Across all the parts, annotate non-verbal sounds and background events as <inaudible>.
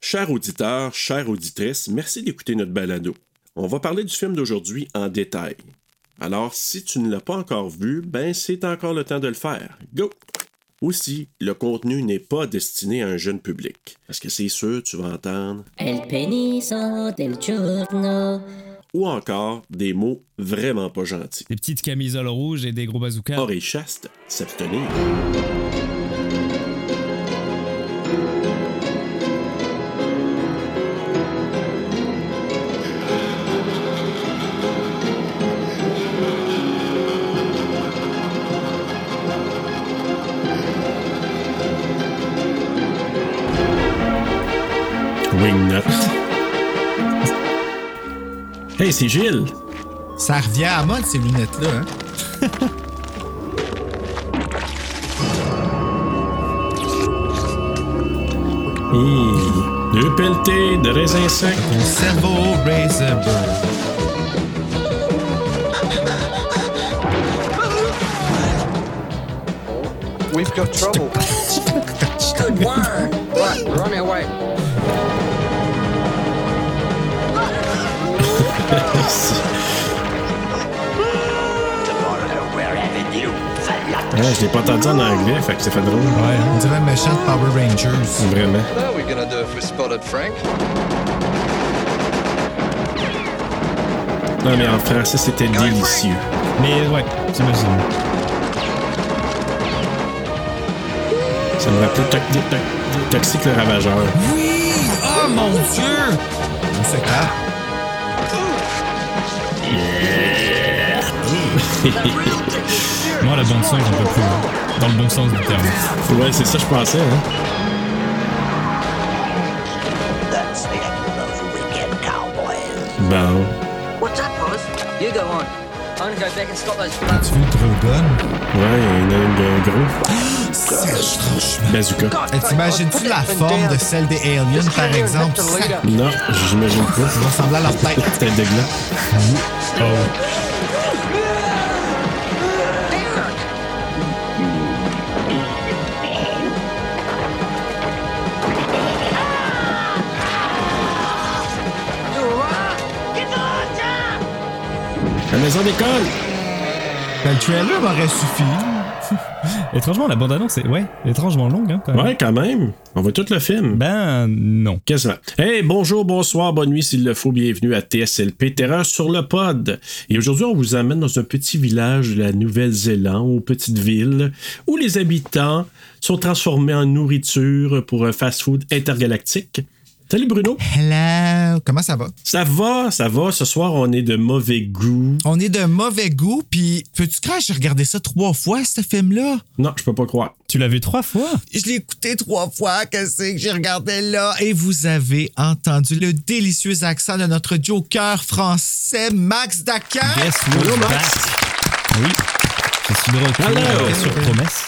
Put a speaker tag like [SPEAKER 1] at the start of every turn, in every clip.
[SPEAKER 1] Chers auditeurs, chères auditrices, merci d'écouter notre balado. On va parler du film d'aujourd'hui en détail. Alors, si tu ne l'as pas encore vu, ben c'est encore le temps de le faire. Go! Aussi, le contenu n'est pas destiné à un jeune public. Parce que c'est sûr, tu vas entendre
[SPEAKER 2] El peniso del giorno.
[SPEAKER 1] ou encore des mots vraiment pas gentils.
[SPEAKER 3] Des petites camisoles rouges et des gros bazookas.
[SPEAKER 4] Oh.
[SPEAKER 1] Oreille chaste, s'abstenir. Wingnut. Hey, c'est Gilles.
[SPEAKER 4] Ça revient à mode, ces lunettes-là. Hein?
[SPEAKER 1] Mmh. Deux pelletés de raisin sec.
[SPEAKER 4] Ton cerveau Razorburn.
[SPEAKER 5] We've got trouble.
[SPEAKER 2] Good one.
[SPEAKER 5] Run, run away.
[SPEAKER 1] Ouais, je l'ai pas entendu en anglais, fait que ça fait drôle.
[SPEAKER 4] Ouais, on dirait un méchant de Power Rangers.
[SPEAKER 1] Vraiment.
[SPEAKER 5] What are we gonna do if we spotted Frank?
[SPEAKER 1] Non, mais en français, c'était délicieux.
[SPEAKER 3] Mais ouais, j'imagine.
[SPEAKER 1] Ça me rappelait Toc- Toc- Toc- Toxic le Ravageur.
[SPEAKER 3] Oui! Oh mon dieu!
[SPEAKER 4] C'est clair.
[SPEAKER 3] <laughs> Moi, la bande son, j'en peux plus. hein. Dans le bon sens du terme.
[SPEAKER 1] Ouais, c'est ça, je pensais, hein.
[SPEAKER 6] That's the end of the weekend, cowboys.
[SPEAKER 1] Bon.
[SPEAKER 6] What's up, boys?
[SPEAKER 5] You go on. I'm gonna go back and stop those
[SPEAKER 4] Tu veux le Drogon?
[SPEAKER 1] Ouais, il y en a un gros.
[SPEAKER 4] Serge, franchement.
[SPEAKER 1] Bazooka.
[SPEAKER 4] Eh, T'imagines-tu la forme de celle des aliens, par exemple? Ça
[SPEAKER 1] Non, j'imagine pas.
[SPEAKER 4] ressemble à leur tête.
[SPEAKER 1] Tête de gland.
[SPEAKER 3] Oh.
[SPEAKER 1] La maison d'école!
[SPEAKER 4] Ben, le trailer m'aurait suffi.
[SPEAKER 3] <laughs> Étrangement, la bande-annonce est, ouais, étrangement longue, hein, quand même.
[SPEAKER 1] Ouais, quand même. On voit tout le film.
[SPEAKER 3] Ben, non.
[SPEAKER 1] Quasiment. Hey, bonjour, bonsoir, bonne nuit s'il le faut. Bienvenue à TSLP Terreur sur le pod. Et aujourd'hui, on vous amène dans un petit village de la Nouvelle-Zélande, ou petite ville, où les habitants sont transformés en nourriture pour un fast-food intergalactique. Salut Bruno.
[SPEAKER 4] Hello! Comment ça va?
[SPEAKER 1] Ça va, ça va. Ce soir, on est de mauvais goût.
[SPEAKER 4] On est de mauvais goût, puis peux-tu croire que j'ai regardé ça trois fois, ce film-là?
[SPEAKER 1] Non, je peux pas croire.
[SPEAKER 3] Tu l'as vu trois fois?
[SPEAKER 4] Je l'ai écouté trois fois, qu'est-ce que j'ai regardé là? Et vous avez entendu le délicieux accent de notre joker français, Max Dakar.
[SPEAKER 3] Guess who's back? Oui. Je suis de retour
[SPEAKER 1] Hello.
[SPEAKER 3] euh, sur promesse.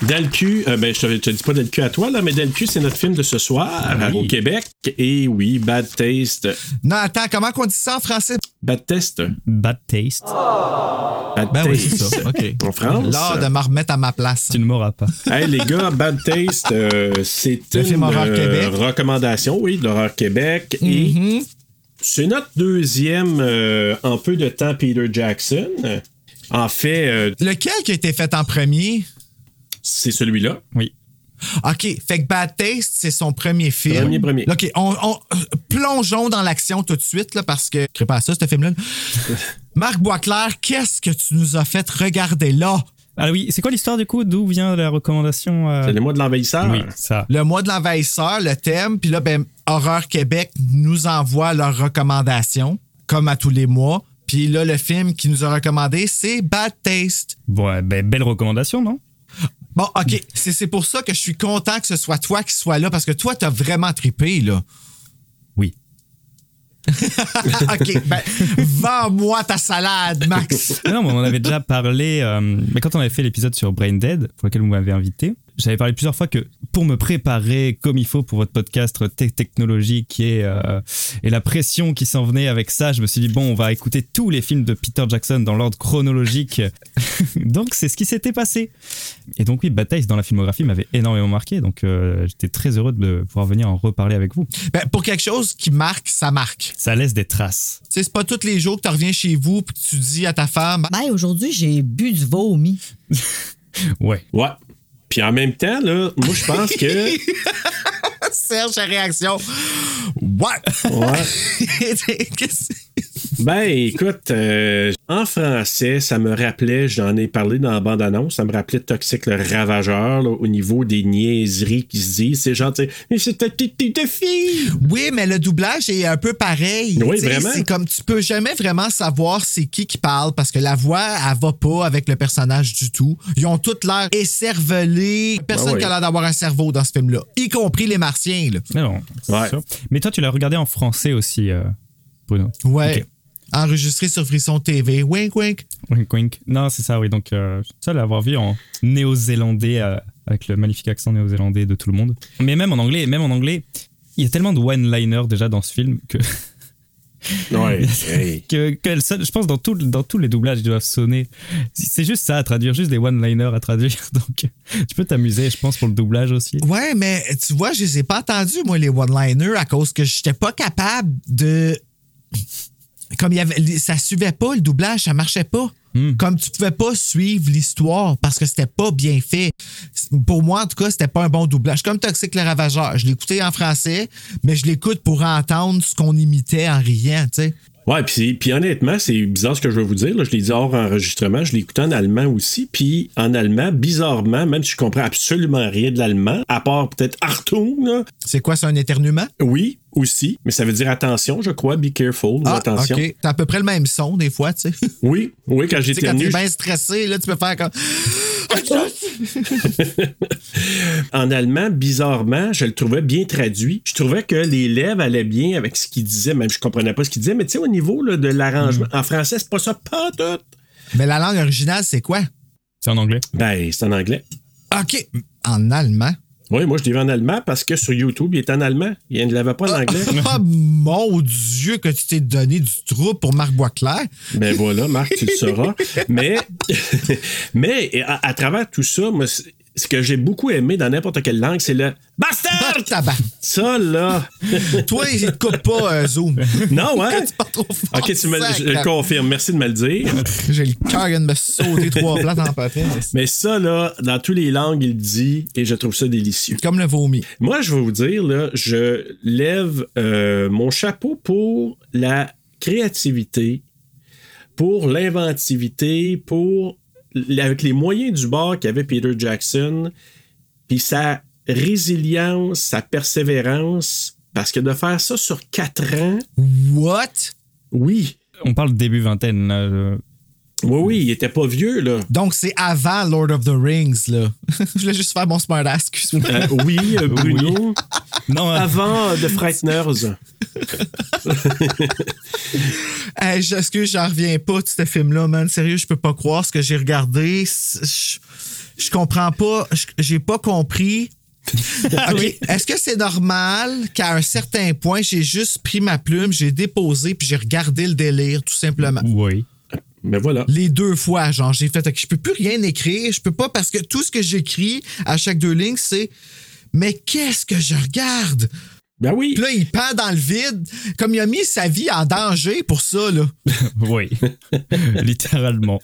[SPEAKER 1] Dalcu, euh, ben, je te, je te dis pas Dalcu à toi, là, mais Dalcu, c'est notre film de ce soir
[SPEAKER 3] Oui.
[SPEAKER 1] au Québec. Et oui, Bad Taste.
[SPEAKER 4] Non, attends, comment qu'on dit ça en français?
[SPEAKER 1] Bad Taste.
[SPEAKER 3] Bad taste.
[SPEAKER 1] Ah. Bad
[SPEAKER 4] Ben
[SPEAKER 1] Taste.
[SPEAKER 4] oui, c'est ça. OK.
[SPEAKER 1] En France.
[SPEAKER 4] L'art de me remettre à ma place.
[SPEAKER 3] Tu ne m'auras pas.
[SPEAKER 1] Hey, les gars, Bad Taste, euh, c'est
[SPEAKER 4] Le
[SPEAKER 1] une
[SPEAKER 4] film Horreur
[SPEAKER 1] euh,
[SPEAKER 4] Québec.
[SPEAKER 1] recommandation, oui, d'Horreur Québec. Et
[SPEAKER 4] Mhm.
[SPEAKER 1] c'est notre deuxième euh, en peu de temps Peter Jackson. En fait, euh,
[SPEAKER 4] Lequel qui a été fait en premier?
[SPEAKER 1] c'est celui-là.
[SPEAKER 3] Oui.
[SPEAKER 4] OK, fait que Bad Taste, c'est son premier film.
[SPEAKER 1] Premier, premier.
[SPEAKER 4] OK, on, on- plongeons dans l'action tout de suite, là, parce que... Crée pas à ça,
[SPEAKER 1] <laughs>
[SPEAKER 4] ce film-là. Marc Boisclair, qu'est-ce que tu nous as fait regarder là?
[SPEAKER 3] Ah oui, c'est quoi l'histoire du coup? D'où vient la recommandation? euh,
[SPEAKER 1] C'est le mois de l'envahisseur.
[SPEAKER 3] Oui, ça.
[SPEAKER 4] Le mois de l'envahisseur, le thème, puis là, ben, Horreur Québec nous envoie leurs recommandations, comme à tous les mois. Puis là, le film qui nous a recommandé, c'est Bad Taste.
[SPEAKER 3] Ouais, ben, belle recommandation, non?
[SPEAKER 4] Bon, OK, c'est c'est pour ça que je suis content que ce soit toi qui sois là, parce que toi, t'as vraiment trippé, là.
[SPEAKER 3] Oui.
[SPEAKER 4] <laughs> OK, ben, vends-moi ta salade, Max.
[SPEAKER 3] Non, mais on en avait déjà parlé. euh, mais quand on avait fait l'épisode sur Brain Dead, pour lequel vous m'avez invité, j'avais parlé plusieurs fois que pour me préparer comme il faut pour votre podcast te- technologique et, euh, et la pression qui s'en venait avec ça, je me suis dit, bon, on va écouter tous les films de Peter Jackson dans l'ordre chronologique. <laughs> donc, c'est ce qui s'était passé. Et donc, oui, Bataille dans la filmographie m'avait énormément marqué. Donc, euh, j'étais très heureux de pouvoir venir en reparler avec vous.
[SPEAKER 4] Ben, pour quelque chose qui marque, ça marque.
[SPEAKER 3] Ça laisse des traces.
[SPEAKER 4] Tu sais, c'est pas tous les jours que tu reviens chez vous puis que tu dis à ta femme
[SPEAKER 7] Ben, aujourd'hui, j'ai bu du vomi.
[SPEAKER 3] Ouais.
[SPEAKER 1] Ouais. Puis en même temps, là, moi, je pense que.
[SPEAKER 4] <laughs> Serge la réaction. What? <laughs>
[SPEAKER 1] Ouais.
[SPEAKER 4] Qu'est-ce-
[SPEAKER 1] Ben, écoute, euh, en français, ça me rappelait, j'en ai parlé dans la bande-annonce, ça me rappelait Toxic le Ravageur, là, au niveau des niaiseries qui se disent. C'est genre, tu sais, mais c'est ta petite petite fille!
[SPEAKER 4] oui, mais le doublage est un peu pareil.
[SPEAKER 1] Oui,
[SPEAKER 4] Tu sais,
[SPEAKER 1] vraiment.
[SPEAKER 4] C'est comme tu peux jamais vraiment savoir c'est qui qui parle parce que la voix, elle va pas avec le personnage du tout. Ils ont toutes l'air écervelés. Personne
[SPEAKER 1] Ah ouais.
[SPEAKER 4] qui a l'air d'avoir un cerveau dans ce film-là, y compris les martiens. Là.
[SPEAKER 3] Mais non, c'est
[SPEAKER 1] Ouais.
[SPEAKER 3] sûr. Mais toi, tu l'as regardé en français aussi, euh, Bruno.
[SPEAKER 4] Ouais.
[SPEAKER 3] Ok.
[SPEAKER 4] Enregistré sur Frisson TV. Wink, wink.
[SPEAKER 3] Wink, wink. Non, c'est ça, oui. Donc, euh, je suis seul à l'avoir vu en néo-zélandais, euh, avec le magnifique accent néo-zélandais de tout le monde. Mais même en anglais, même en anglais, il y a tellement de one-liners déjà dans ce film que, <laughs>
[SPEAKER 1] Ouais. hey.
[SPEAKER 3] que, que le seul- je pense dans, tout, dans tous les doublages, ils doivent sonner. C'est juste ça à traduire, juste des one-liners à traduire. <laughs> Donc, tu peux t'amuser, je pense, pour le doublage aussi.
[SPEAKER 4] Ouais, mais tu vois, je les ai pas entendus, moi, les one-liners, à cause que j'étais pas capable de. <laughs> Comme il y avait, ça suivait pas le doublage, ça marchait pas. Comme tu pouvais pas suivre l'histoire parce que c'était pas bien fait. Pour moi, en tout cas, c'était pas un bon doublage. Comme Toxic le Ravageur, je l'écoutais en français, mais je l'écoute pour entendre ce qu'on imitait en riant, tu sais.
[SPEAKER 1] Ouais, puis puis honnêtement, c'est bizarre ce que je veux vous dire. là. Je l'ai dit hors enregistrement, je l'ai écouté en allemand aussi. Puis en allemand, bizarrement, même si je comprends absolument rien de l'allemand, à part peut-être Achtung, là,
[SPEAKER 4] C'est quoi, c'est un éternuement?
[SPEAKER 1] oui, aussi, mais ça veut dire attention, je crois, be careful, ou attention.
[SPEAKER 4] Ah, ok. T'as à peu près le même son, des fois, tu sais. <laughs> Tu
[SPEAKER 1] Oui, oui, quand
[SPEAKER 4] sais, quand t'es
[SPEAKER 1] j'éternue,
[SPEAKER 4] bien stressé, là, tu peux faire comme.
[SPEAKER 1] en allemand, bizarrement, je le trouvais bien traduit. Je trouvais que les lèvres allaient bien avec ce qu'il disait, même je comprenais pas ce qu'il disait, mais tu sais, au niveau là, de l'arrangement, en français, c'est pas ça, pas tout.
[SPEAKER 4] Mais la langue originale, c'est quoi?
[SPEAKER 3] C'est en anglais.
[SPEAKER 1] Ben, c'est en anglais.
[SPEAKER 4] OK.
[SPEAKER 1] <laughs>
[SPEAKER 4] En allemand.
[SPEAKER 1] Oui, moi, je l'ai vu en allemand parce que sur YouTube, il est en allemand. Il ne l'avait pas en anglais.
[SPEAKER 4] Ah, mon Dieu, que tu t'es donné du trou pour Marc Boisclair.
[SPEAKER 1] Ben voilà, Marc, tu le sauras. Mais, <laughs> mais à, à travers tout ça, moi, c- ce que j'ai beaucoup aimé dans n'importe quelle langue, c'est le
[SPEAKER 4] Ah,
[SPEAKER 1] <laughs> bastard!
[SPEAKER 4] tabac.
[SPEAKER 1] Ça, là.
[SPEAKER 4] Toi, il te coupe pas,
[SPEAKER 1] <laughs>
[SPEAKER 4] euh, Zoom.
[SPEAKER 1] Non, hein?
[SPEAKER 4] C'est pas trop fort.
[SPEAKER 1] Ok, tu me, je le
[SPEAKER 4] Sacre.
[SPEAKER 1] confirme. Merci de me le dire.
[SPEAKER 4] J'ai le cœur qui vient de me sauter trois plates en papier.
[SPEAKER 1] Mais ça, là, dans toutes les langues, il le dit et je trouve ça délicieux.
[SPEAKER 4] Comme le vomi.
[SPEAKER 1] Moi, je vais vous dire, là, je lève euh, mon chapeau pour la créativité, pour l'inventivité, pour l- avec les moyens du bord qu'avait Peter Jackson, puis sa résilience, sa persévérance, parce que de faire ça sur quatre ans,
[SPEAKER 4] What?
[SPEAKER 1] oui,
[SPEAKER 3] On parle début vingtaine. là, je-
[SPEAKER 1] oui, oui, il était pas vieux, là.
[SPEAKER 4] Donc, c'est avant Lord of the Rings, là. <laughs> Je voulais juste faire mon smart ass, excuse-moi.
[SPEAKER 1] Euh, oui, euh, Bruno.
[SPEAKER 3] Non,
[SPEAKER 1] Ah,
[SPEAKER 3] euh,
[SPEAKER 1] Avant de Frighteners.
[SPEAKER 4] Hey, je- excuse, j'en reviens pas de ce film-là, man. Sérieux, je peux pas croire ce que j'ai regardé. C'est- Je, je comprends pas. Je- J'ai pas compris. Ok, Est-ce que c'est normal qu'à un certain point, j'ai juste pris ma plume, j'ai déposé, puis j'ai regardé le délire, tout simplement?
[SPEAKER 3] oui.
[SPEAKER 1] Mais Ben voilà.
[SPEAKER 4] Les deux fois, genre, j'ai fait, ok, je peux plus rien écrire, je peux pas, parce que tout ce que j'écris à chaque deux lignes, c'est, mais qu'est-ce que je regarde?
[SPEAKER 1] Ben oui.
[SPEAKER 4] Puis là, il pend dans le vide, comme il a mis sa vie en danger pour ça, là.
[SPEAKER 3] Oui. Littéralement.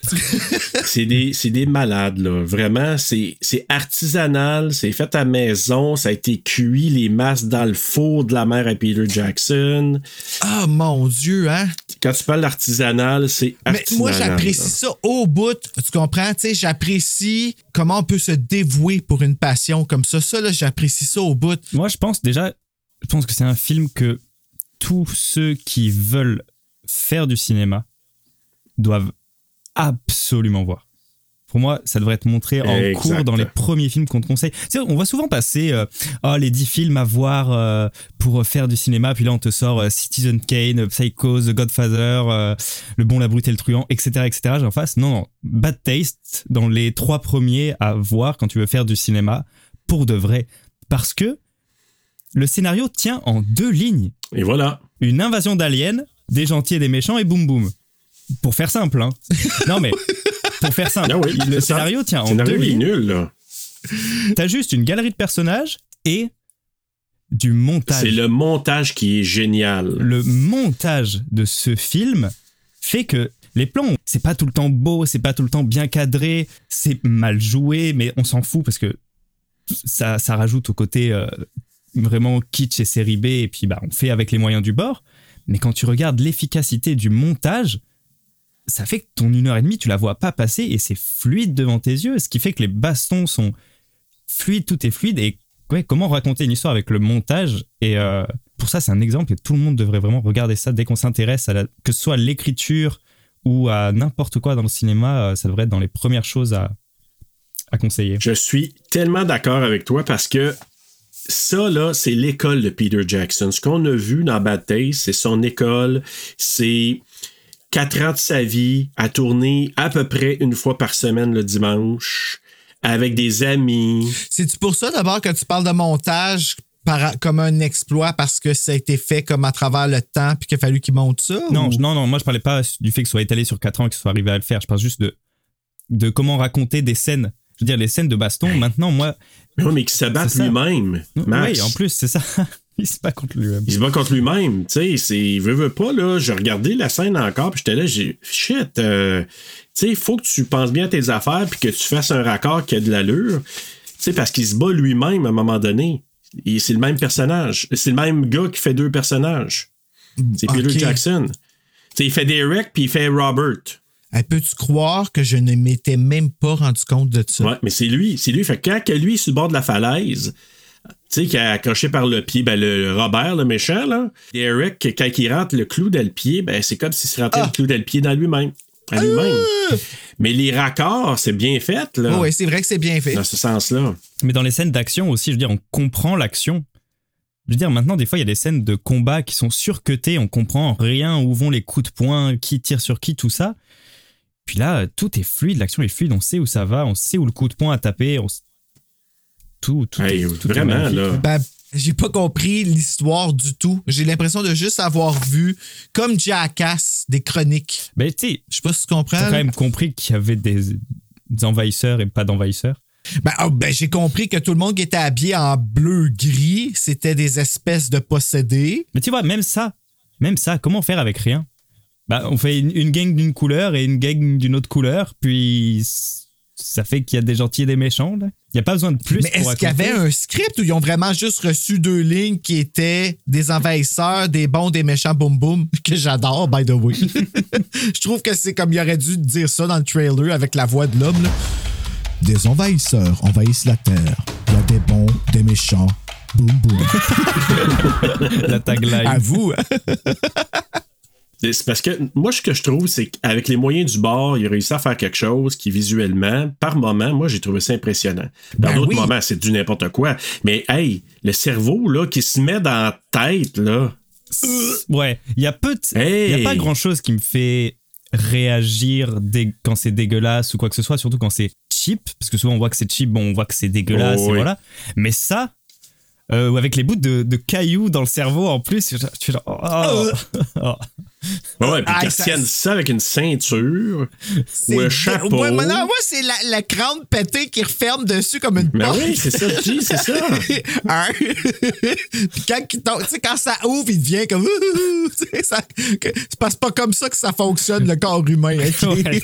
[SPEAKER 1] C'est des, c'est des malades, là. Vraiment, c'est c'est artisanal, c'est fait à maison, ça a été cuit, les masses dans le four de la mère à Peter Jackson.
[SPEAKER 4] Ah, mon Dieu, hein?
[SPEAKER 1] Quand tu parles d'artisanal, c'est
[SPEAKER 4] Mais
[SPEAKER 1] artisanal. hein.
[SPEAKER 4] moi, j'apprécie ça au bout. Tu comprends? Tu sais, j'apprécie comment on peut se dévouer pour une passion comme ça. Ça, là, j'apprécie ça au bout.
[SPEAKER 3] Moi, je pense déjà, je pense que c'est un film que tous ceux qui veulent faire du cinéma doivent absolument voir. Pour moi, ça devrait être montré en
[SPEAKER 1] Exact.
[SPEAKER 3] cours dans les premiers films qu'on te conseille. Tu sais, on voit souvent passer euh, Ah, les 10 films à voir euh, pour faire du cinéma, puis là on te sort euh, Citizen Kane, Psycho, The Godfather, euh, Le Bon, la Brute et le Truand, etc. etc. J'en face. Non, non, Bad Taste dans les trois premiers à voir quand tu veux faire du cinéma pour de vrai. Parce que le scénario tient en deux lignes.
[SPEAKER 1] Et voilà.
[SPEAKER 3] Une invasion d'aliens, des gentils et des méchants, et boum boum. Pour faire simple,
[SPEAKER 1] <laughs>
[SPEAKER 3] hein. Non mais, pour faire simple,
[SPEAKER 1] Ah oui,
[SPEAKER 3] le
[SPEAKER 1] c'est ça.
[SPEAKER 3] scénario tient en
[SPEAKER 1] Scénario
[SPEAKER 3] deux
[SPEAKER 1] est
[SPEAKER 3] lignes.
[SPEAKER 1] nul. là.
[SPEAKER 3] T'as juste une galerie de personnages et du montage.
[SPEAKER 1] C'est le montage qui est génial.
[SPEAKER 3] le montage de ce film fait que les plans, c'est pas tout le temps beau, c'est pas tout le temps bien cadré, c'est mal joué, mais on s'en fout parce que ça, ça rajoute au côté euh, vraiment kitsch et série B, et puis bah, on fait avec les moyens du bord. Mais quand tu regardes l'efficacité du montage, ça fait que ton une heure et demie, tu la vois pas passer et c'est fluide devant tes yeux, ce qui fait que les bastons sont fluides, tout est fluide. Et ouais, comment raconter une histoire avec le montage Et euh, pour ça, c'est un exemple et tout le monde devrait vraiment regarder ça dès qu'on s'intéresse à la- que ce soit à l'écriture ou à n'importe quoi dans le cinéma, euh, ça devrait être dans les premières choses à, à conseiller.
[SPEAKER 1] Je suis tellement d'accord avec toi parce que ça, là, c'est l'école de Peter Jackson. Ce qu'on a vu dans Bad Taste, c'est son école. C'est quatre ans de sa vie à tourner à peu près une fois par semaine le dimanche avec des amis.
[SPEAKER 4] C'est-tu pour ça d'abord que tu parles de montage par- comme un exploit parce que ça a été fait comme à travers le temps puis qu'il a fallu qu'ils montent ça?
[SPEAKER 3] Non,
[SPEAKER 4] ou-
[SPEAKER 3] je- non, non, moi je parlais pas du fait que ce soit étalé sur 4 ans et que ce soit arrivé à le faire. Je parle juste de, de comment raconter des scènes. Je veux dire, les scènes de baston, maintenant, moi.
[SPEAKER 1] Non, mais qui se bat
[SPEAKER 3] C'est ça.
[SPEAKER 1] lui-même. Max.
[SPEAKER 3] Oui, en plus, c'est ça. <laughs> Il se bat contre lui-même.
[SPEAKER 1] Il se bat contre lui-même, tu sais, c'est- il veut, veut pas, là. J'ai regardé la scène encore, puis j'étais là, j'ai shit, euh, tu sais, faut que tu penses bien à tes affaires, puis que tu fasses un raccord qui a de l'allure, tu sais, parce qu'il se bat lui-même à un moment donné. Il- C'est le même personnage. C'est le même gars qui fait deux personnages. C'est Peter
[SPEAKER 4] Ok.
[SPEAKER 1] Jackson. Tu sais, il fait Derek, puis il fait Robert.
[SPEAKER 4] Hey, Peux-tu croire que je ne m'étais même pas rendu compte de ça?
[SPEAKER 1] Ouais, mais c'est lui. C'est lui. Fait que quand que lui, sur le bord de la falaise, tu sais, qui a accroché par le pied, ben, le le Robert, le méchant, là, Derek, quand il rentre le clou dans le pied, ben, c'est comme s'il se rentrait le clou dans le pied dans lui-même. À lui-même. Mais les raccords, c'est bien fait, là.
[SPEAKER 4] Ah. oui, c'est vrai que c'est bien fait.
[SPEAKER 1] Dans ce sens-là.
[SPEAKER 3] Mais dans les scènes d'action aussi, je veux dire, on comprend l'action. Je veux dire, maintenant, des fois, il y a des scènes de combat qui sont surcutées, on comprend rien, où vont les coups de poing, qui tire sur qui, tout ça. Puis là, tout est fluide, l'action est fluide, on sait où ça va, on sait où le coup de poing a tapé, on s- tout, tout,
[SPEAKER 1] Hey,
[SPEAKER 3] est- tout est
[SPEAKER 1] vraiment,
[SPEAKER 3] magnifique.
[SPEAKER 1] là.
[SPEAKER 4] Ben, j'ai pas compris l'histoire du tout. J'ai l'impression de juste avoir vu, comme Jackass, des chroniques.
[SPEAKER 3] Mais tu sais,
[SPEAKER 4] Je sais pas si tu comprends.
[SPEAKER 3] t'as quand même compris qu'il y avait des, des envahisseurs et pas d'envahisseurs.
[SPEAKER 4] Ben, ah, ben, j'ai compris que tout le monde qui était habillé en bleu-gris, c'était des espèces de possédés.
[SPEAKER 3] Mais tu vois, même ça, même ça, comment faire avec rien Bah, on fait une, une gang d'une couleur et une gang d'une autre couleur, puis s- ça fait qu'il y a des gentils et des méchants. là. Il n'y a pas besoin de plus.
[SPEAKER 4] Mais
[SPEAKER 3] pour
[SPEAKER 4] est-ce qu'il y
[SPEAKER 3] raconter.
[SPEAKER 4] avait un script où ils ont vraiment juste reçu deux lignes qui étaient des envahisseurs, des bons, des méchants, boum boum, <laughs> que j'adore, by the way. <laughs> Je trouve que c'est comme il aurait dû dire ça dans le trailer avec la voix de l'homme. là. Des envahisseurs envahissent la Terre. Il y a des bons, des méchants, boum <laughs> boum.
[SPEAKER 3] la tagline
[SPEAKER 4] À vous. hein?
[SPEAKER 1] C'est parce que moi, ce que je trouve, c'est qu'avec les moyens du bord, il a réussi à faire quelque chose qui, visuellement, par moment, moi, j'ai trouvé ça impressionnant. Dans
[SPEAKER 4] Ben
[SPEAKER 1] d'autres
[SPEAKER 4] oui.
[SPEAKER 1] moments, c'est du n'importe quoi. Mais hey, le cerveau, là, qui se met dans la tête, là.
[SPEAKER 3] Ouais, il y a peu de... Il y
[SPEAKER 1] Hey.
[SPEAKER 3] a pas grand-chose qui me fait réagir dès- quand c'est dégueulasse ou quoi que ce soit, surtout quand c'est cheap, parce que souvent on voit que c'est cheap, bon, on voit que c'est dégueulasse,
[SPEAKER 1] Oh,
[SPEAKER 3] et
[SPEAKER 1] oui.
[SPEAKER 3] voilà. Mais ça, euh, ou avec les bouts de, de cailloux dans le cerveau en plus, tu fais genre... oh,
[SPEAKER 4] Euh.
[SPEAKER 3] <laughs> oh.
[SPEAKER 1] Ouais, ouais, puis
[SPEAKER 4] Ah,
[SPEAKER 1] qu'elle
[SPEAKER 4] ça-
[SPEAKER 1] tienne ça avec une ceinture
[SPEAKER 4] C'est-
[SPEAKER 1] ou un chapeau.
[SPEAKER 4] Ouais, mais non, moi, c'est la, la crâne pétée qui referme dessus comme une
[SPEAKER 1] Mais
[SPEAKER 4] porte.
[SPEAKER 1] oui, c'est ça, je dis, c'est <laughs> ça.
[SPEAKER 4] <laughs> Hein? Puis quand, il tombe- tu sais, quand ça ouvre, il devient comme. <laughs> Ouh, tu sais, ça- que- C'est pas, c'est pas comme ça que ça fonctionne, le
[SPEAKER 1] <laughs>
[SPEAKER 4] corps humain. hein. ok?
[SPEAKER 3] Ouais,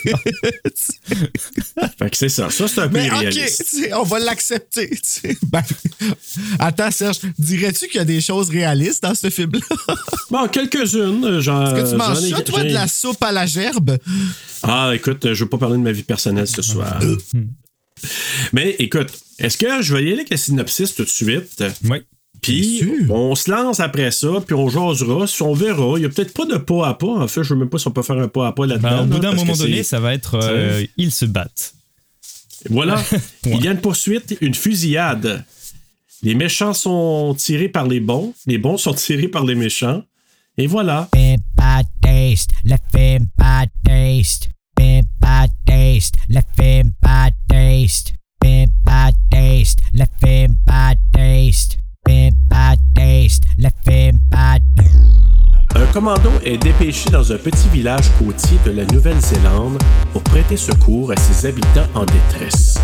[SPEAKER 1] Fait que c'est ça. Ça, c'est un peu
[SPEAKER 4] <laughs> Mais ok,
[SPEAKER 1] réaliste.
[SPEAKER 4] tu sais, on va l'accepter. tu sais. Ben, attends, Serge, dirais-tu qu'il y a des choses réalistes dans ce film-là? <laughs>
[SPEAKER 1] Bon, quelques-unes. Genre,
[SPEAKER 4] que tu
[SPEAKER 1] Euh, j'en
[SPEAKER 4] manges
[SPEAKER 1] ai-
[SPEAKER 4] ça, toi,
[SPEAKER 1] j'ai-
[SPEAKER 4] de la soupe à la gerbe?
[SPEAKER 1] Ah, écoute, je veux pas parler de ma vie personnelle ce soir.
[SPEAKER 4] Euh.
[SPEAKER 1] Mais écoute, est-ce que je vais y aller avec la synopsis tout de suite?
[SPEAKER 3] ouais.
[SPEAKER 1] Puis
[SPEAKER 4] Bien sûr.
[SPEAKER 1] on se lance après ça, puis on jasera, si on verra. Il y a peut-être pas de pas à pas. En fait, je veux même pas si on peut faire un pas à pas là-dedans.
[SPEAKER 4] Ben,
[SPEAKER 3] Bah,
[SPEAKER 1] là,
[SPEAKER 3] au bout d'un
[SPEAKER 1] parce que
[SPEAKER 3] moment donné,
[SPEAKER 1] c'est-
[SPEAKER 3] ça va être...
[SPEAKER 1] Ça-
[SPEAKER 3] euh, ils se battent.
[SPEAKER 1] Voilà.
[SPEAKER 3] Ouais.
[SPEAKER 1] Il y a une poursuite, une fusillade. Les méchants sont tirés par les bons, les bons sont <laughs> tirés par les méchants. Et voilà.
[SPEAKER 7] Film pas taste, le film pas taste. Film pas taste, le film pas taste. Film pas taste. taste, la femme pas taste, femme pas taste, la femme pas taste.
[SPEAKER 1] Un commando est dépêché dans un petit village côtier de la Nouvelle-Zélande pour prêter secours à ses habitants en détresse.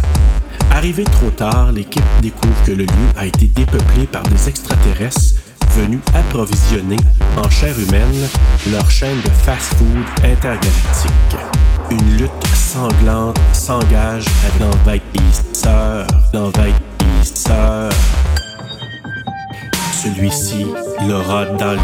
[SPEAKER 1] Arrivé trop tard, l'équipe découvre que le lieu a été dépeuplé par des extraterrestres venus approvisionner en chair humaine leur chaîne de fast-food intergalactique. Une lutte sanglante s'engage à l'envahisseur, l'envahisseur. Celui-ci l'aura dans le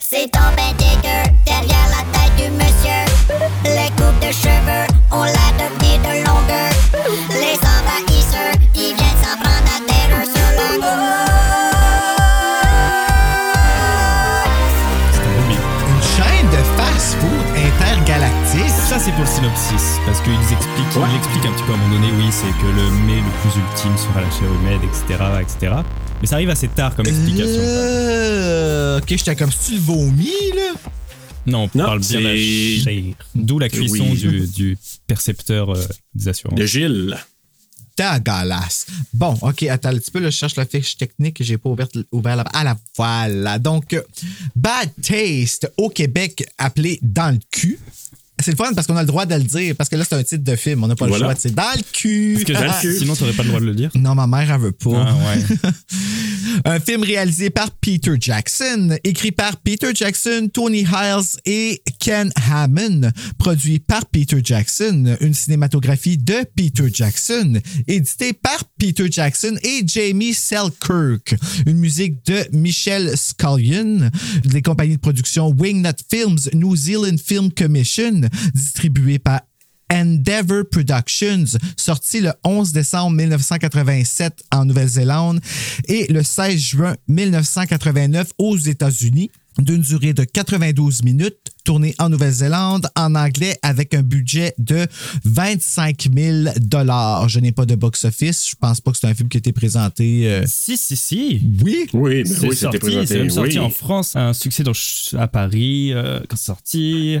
[SPEAKER 8] C'est tombé dégueu derrière la tête du monsieur. Les coupes de cheveux ont l'air de venir de longueur. Les envahisseurs, ils viennent s'en prendre à terre sur le dos.
[SPEAKER 4] Une chaîne de fast-food intergalactique.
[SPEAKER 3] Ça, c'est pour le synopsis, parce qu'ils expliquent, ils
[SPEAKER 1] Ouais.
[SPEAKER 3] l'expliquent un petit peu à un moment donné, oui, c'est que le mets le plus ultime sera la chair humaine, etc., etc. Mais ça arrive assez tard comme explication.
[SPEAKER 4] Euh, ok, j'étais comme si tu le vomis, là.
[SPEAKER 3] Non, on
[SPEAKER 1] Non,
[SPEAKER 3] parle bien de la
[SPEAKER 1] c'est-
[SPEAKER 3] chair. D'où la cuisson
[SPEAKER 1] Oui.
[SPEAKER 3] du, du percepteur euh, des assurances.
[SPEAKER 1] de Gilles.
[SPEAKER 4] Tagalasse. Bon, OK, attends un petit peu, là, je cherche la fiche technique, j'ai pas ouvert, ouvert la... Ah, la voilà. Donc, euh, Bad Taste au Québec, appelé Dans le cul. C'est le fun parce qu'on a le droit de le dire, parce que là, c'est un titre de film, on n'a pas
[SPEAKER 1] Voilà.
[SPEAKER 4] le choix, c'est Dans le cul.
[SPEAKER 3] Parce que
[SPEAKER 4] <laughs>
[SPEAKER 3] sinon, t'aurais pas le droit de le dire.
[SPEAKER 4] Non, ma mère, elle veut pas.
[SPEAKER 3] Ah, ouais.
[SPEAKER 4] <laughs> Un film réalisé par Peter Jackson, écrit par Peter Jackson, Tony Hiles et Ken Hammond, produit par Peter Jackson, une cinématographie de Peter Jackson, édité par Peter Jackson et Jamie Selkirk, une musique de Michel Scullion, les compagnies de production Wingnut Films, New Zealand Film Commission, distribué par Endeavour Productions, sorti le 11 décembre 1987 en Nouvelle-Zélande et le 16 juin 1989 aux États-Unis, d'une durée de 92 minutes, tourné en Nouvelle-Zélande en anglais avec un budget de 25 000 Je n'ai pas de box-office. Je pense pas que c'est un film qui a été présenté. euh,
[SPEAKER 3] <laughs> si, si, si.
[SPEAKER 4] Oui.
[SPEAKER 1] Oui, ben oui,
[SPEAKER 3] C'est
[SPEAKER 1] c'était
[SPEAKER 3] sorti, c'est
[SPEAKER 1] présenté.
[SPEAKER 3] même sorti
[SPEAKER 1] oui.
[SPEAKER 3] en France, un succès dans ch- à Paris, euh, quand c'est sorti.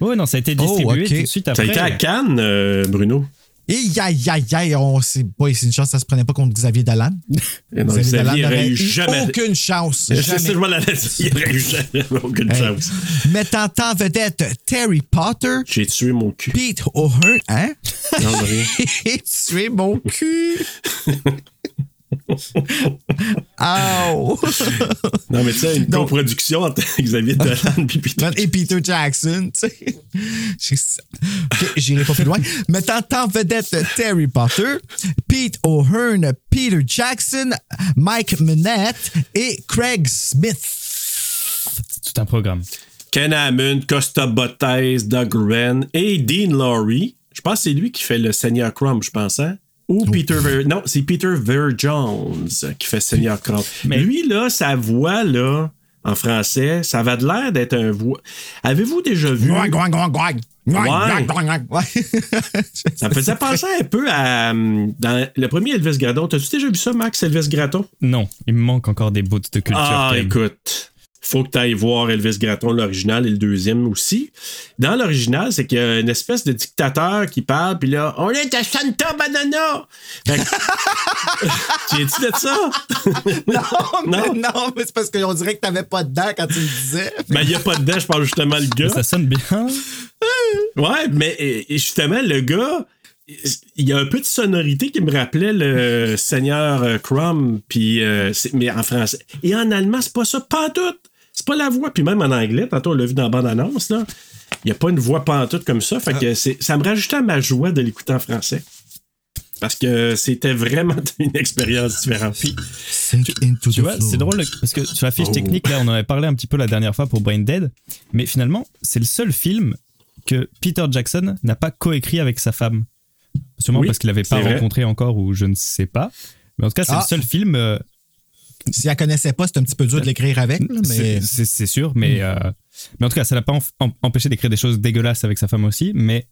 [SPEAKER 3] Oui, non, ça a été distribué
[SPEAKER 4] ok.
[SPEAKER 3] tout de suite
[SPEAKER 1] Oh, Ça a
[SPEAKER 3] après.
[SPEAKER 1] été à Cannes, euh, Bruno.
[SPEAKER 4] Et ya ya ya, on sait pas, c'est une chance, ça se prenait pas contre Xavier Dolan.
[SPEAKER 1] Et non,
[SPEAKER 4] Xavier Dolan
[SPEAKER 1] Xavier
[SPEAKER 4] n'aurait
[SPEAKER 1] aurait eu
[SPEAKER 4] eu
[SPEAKER 1] jamais.
[SPEAKER 4] aucune chance.
[SPEAKER 1] <laughs> C'est ça,
[SPEAKER 4] jamais.
[SPEAKER 1] je m'en allais dire, Il aurait eu jamais aucune
[SPEAKER 4] Hey.
[SPEAKER 1] chance.
[SPEAKER 4] Mettant en vedette Terry Potter,
[SPEAKER 1] J'ai tué mon cul.
[SPEAKER 4] Pete O'Hearn, eh? <laughs> hein?
[SPEAKER 1] Non, de rien.
[SPEAKER 4] Et tu es mon cul! Ow!
[SPEAKER 1] Non, mais tu sais, une
[SPEAKER 4] Donc-
[SPEAKER 1] coproduction entre <laughs> Xavier Dolan puis Peter.
[SPEAKER 4] Et Peter Jackson, <laughs> tu sais. J'ai- Ok, J'irai pas plus loin. Mettant en vedette Terry Potter, Pete O'Hearn, Peter Jackson, Mike Minette et Craig Smith.
[SPEAKER 3] Tout un programme.
[SPEAKER 1] Ken Hammond, Costa Bottes, Doug Wren et Dean Laurie. Je pense que c'est lui qui fait le Seigneur Crumb, je pense, hein? Ou Peter Ver... Non, c'est Peter Ver Jones qui fait Seigneur Crumb.
[SPEAKER 3] Mais-
[SPEAKER 1] Lui, là, sa voix, là, en français, ça va de l'air d'être un voix. Avez-vous déjà vu?
[SPEAKER 4] Gouang, gouang, gouang, gouang. Gouang, gouang, gouang, <laughs> gouang.
[SPEAKER 1] Ça me faisait penser un peu à. euh, Dans le premier Elvis Gratton. T'as-tu déjà vu ça, Max, Elvis Gratton?
[SPEAKER 3] Non, il me manque encore des bouts de culture.
[SPEAKER 1] Ah,
[SPEAKER 3] quand même.
[SPEAKER 1] écoute. Faut que tu ailles voir Elvis Gratton, l'original et le deuxième aussi. Dans l'original, c'est qu'il y a une espèce de dictateur qui parle, puis là, on est à Santa Banana! Fait que- <laughs> J'ai-tu de ça?
[SPEAKER 4] <laughs> Non, mais
[SPEAKER 1] Non.
[SPEAKER 4] non, mais c'est parce qu'on dirait que t'avais pas de dents quand tu le disais.
[SPEAKER 1] Ben, il n'y a pas de dents, je parle justement le
[SPEAKER 3] Mais
[SPEAKER 1] gars.
[SPEAKER 3] Ça
[SPEAKER 1] <laughs>
[SPEAKER 3] sonne bien.
[SPEAKER 1] Ouais, mais et- et justement, le gars, il y a un peu de sonorité qui me rappelait le Seigneur euh, Crumb, puis, euh, c'est- mais en français. Et en allemand, c'est pas ça, pantoute! C'est pas la voix, puis même en anglais, tantôt on l'a vu dans la bande-annonce, là. Il n'y a pas une voix pantoute comme ça, fait
[SPEAKER 4] Ah.
[SPEAKER 1] que c'est- ça me rajoutait à ma joie de l'écouter en français. Parce que c'était vraiment <laughs> une expérience différente. Puis,
[SPEAKER 3] Tu vois, c'est drôle parce que sur la fiche
[SPEAKER 1] Oh.
[SPEAKER 3] technique, là, on en avait parlé un petit peu la dernière fois pour Brain Dead, mais finalement, c'est le seul film que Peter Jackson n'a pas coécrit avec sa femme. Sûrement
[SPEAKER 1] Oui,
[SPEAKER 3] parce qu'il l'avait pas
[SPEAKER 1] c'est vrai.
[SPEAKER 3] rencontré encore ou je ne sais pas. Mais en tout cas, c'est
[SPEAKER 4] Ah.
[SPEAKER 3] le seul film. euh,
[SPEAKER 4] Si elle connaissait pas, c'est un petit peu dur de l'écrire avec. là, mais Mm.
[SPEAKER 3] c'est- C'est c'est sûr, mais. euh, mais en tout cas, ça l'a pas en- en- empêché d'écrire des choses dégueulasses avec sa femme aussi, mais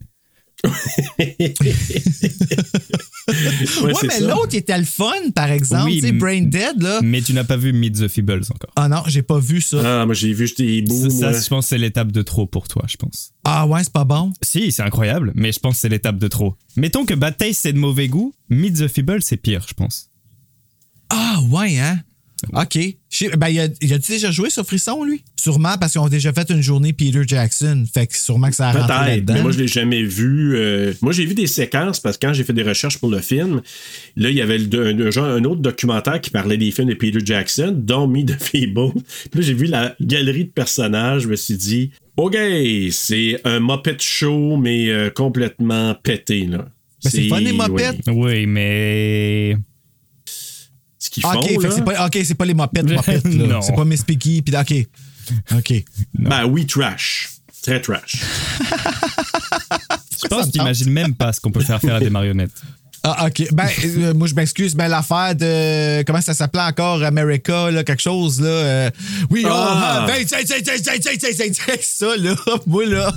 [SPEAKER 4] Ouais,
[SPEAKER 1] c'est
[SPEAKER 4] mais
[SPEAKER 1] ça. Mm.
[SPEAKER 4] l'autre il était le fun, par exemple.
[SPEAKER 3] Oui,
[SPEAKER 4] tu sais,
[SPEAKER 3] m-
[SPEAKER 4] Brain Dead, là.
[SPEAKER 3] mais tu n'as pas vu Meet the Feebles encore.
[SPEAKER 4] Ah non, j'ai pas vu ça.
[SPEAKER 1] Ah, moi j'ai vu juste des bouts.
[SPEAKER 3] Ça, ça,
[SPEAKER 1] moi.
[SPEAKER 3] je pense, que c'est l'étape de trop pour toi, je pense.
[SPEAKER 4] Ah ouais, c'est pas bon.
[SPEAKER 3] Si, c'est incroyable, mais je pense que c'est l'étape de trop. Mettons que Bad Taste, c'est de mauvais goût, Meet the Feeble, c'est pire, je pense.
[SPEAKER 4] Ah ouais, hein? OK. Je sais- Ben, il a, il a déjà joué sur Frisson, lui? Sûrement parce qu'ils ont déjà fait une journée Peter Jackson. Fait que sûrement que ça a rentré
[SPEAKER 1] Peut-être, mais
[SPEAKER 4] là-dedans.
[SPEAKER 1] moi je l'ai jamais vu. euh, moi j'ai vu des séquences parce que quand j'ai fait des recherches pour le film, là il y avait le- un, un genre- un autre documentaire qui parlait des films de Peter Jackson, dont Me the Feeble. Puis là j'ai vu la galerie de personnages, je me suis dit, ok, c'est un Muppet Show mais euh, complètement pété là.
[SPEAKER 4] Mais c'est fun, les Muppets.
[SPEAKER 1] oui.
[SPEAKER 3] Oui, mais.
[SPEAKER 1] Ce qu'ils font
[SPEAKER 4] Ah, OK, fait que
[SPEAKER 1] là.
[SPEAKER 4] c'est pas, OK, c'est pas
[SPEAKER 1] <laughs>
[SPEAKER 4] les mopettes, mopettes, là.
[SPEAKER 3] Non.
[SPEAKER 4] C'est pas Miss Piggy, puis OK. OK.
[SPEAKER 1] Ben oui, trash. Très trash.
[SPEAKER 3] Je
[SPEAKER 4] me
[SPEAKER 3] pense que t'imagines même pas ce qu'on peut faire faire à des marionnettes.
[SPEAKER 4] Ah, OK. Ben, euh, moi, je m'excuse, mais l'affaire de. Comment ça s'appelait encore? America, là, quelque chose, là. euh, oui, oh,
[SPEAKER 1] Ah.
[SPEAKER 4] ah, ben, tiens, tiens, tiens, tiens, tiens, tiens, tiens, tiens, ça, là, moi, là.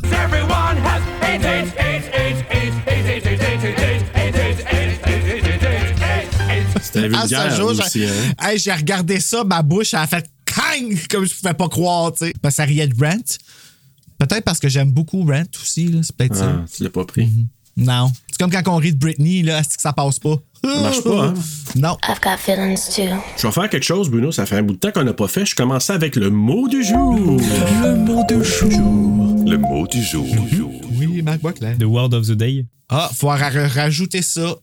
[SPEAKER 1] C'était
[SPEAKER 4] À
[SPEAKER 1] vulgaire
[SPEAKER 4] ce jour, j'ai-
[SPEAKER 1] aussi. hein.
[SPEAKER 4] hey, j'ai regardé ça, ma bouche, elle a fait Kang! Comme je pouvais pas croire, tu sais. Parce que ça riait de Rent. Peut-être parce que j'aime beaucoup Rent aussi, là. C'est peut-être ça. Mhm.
[SPEAKER 1] Ah, tu l'as pas pris.
[SPEAKER 4] Non. C'est comme quand on rit de Britney, là. C'est que ça passe pas. Ça
[SPEAKER 1] marche pas, hein?
[SPEAKER 4] Non.
[SPEAKER 9] I've got feelings too.
[SPEAKER 1] Je vais faire quelque chose, Bruno. Ça fait un bout de temps qu'on n'a pas fait. Je commençais avec le mot du jour.
[SPEAKER 10] Le mot du jour.
[SPEAKER 4] Oui, Marc Boisclair.
[SPEAKER 3] The Word of the Day.
[SPEAKER 4] Ah, faut ra- rajouter ça.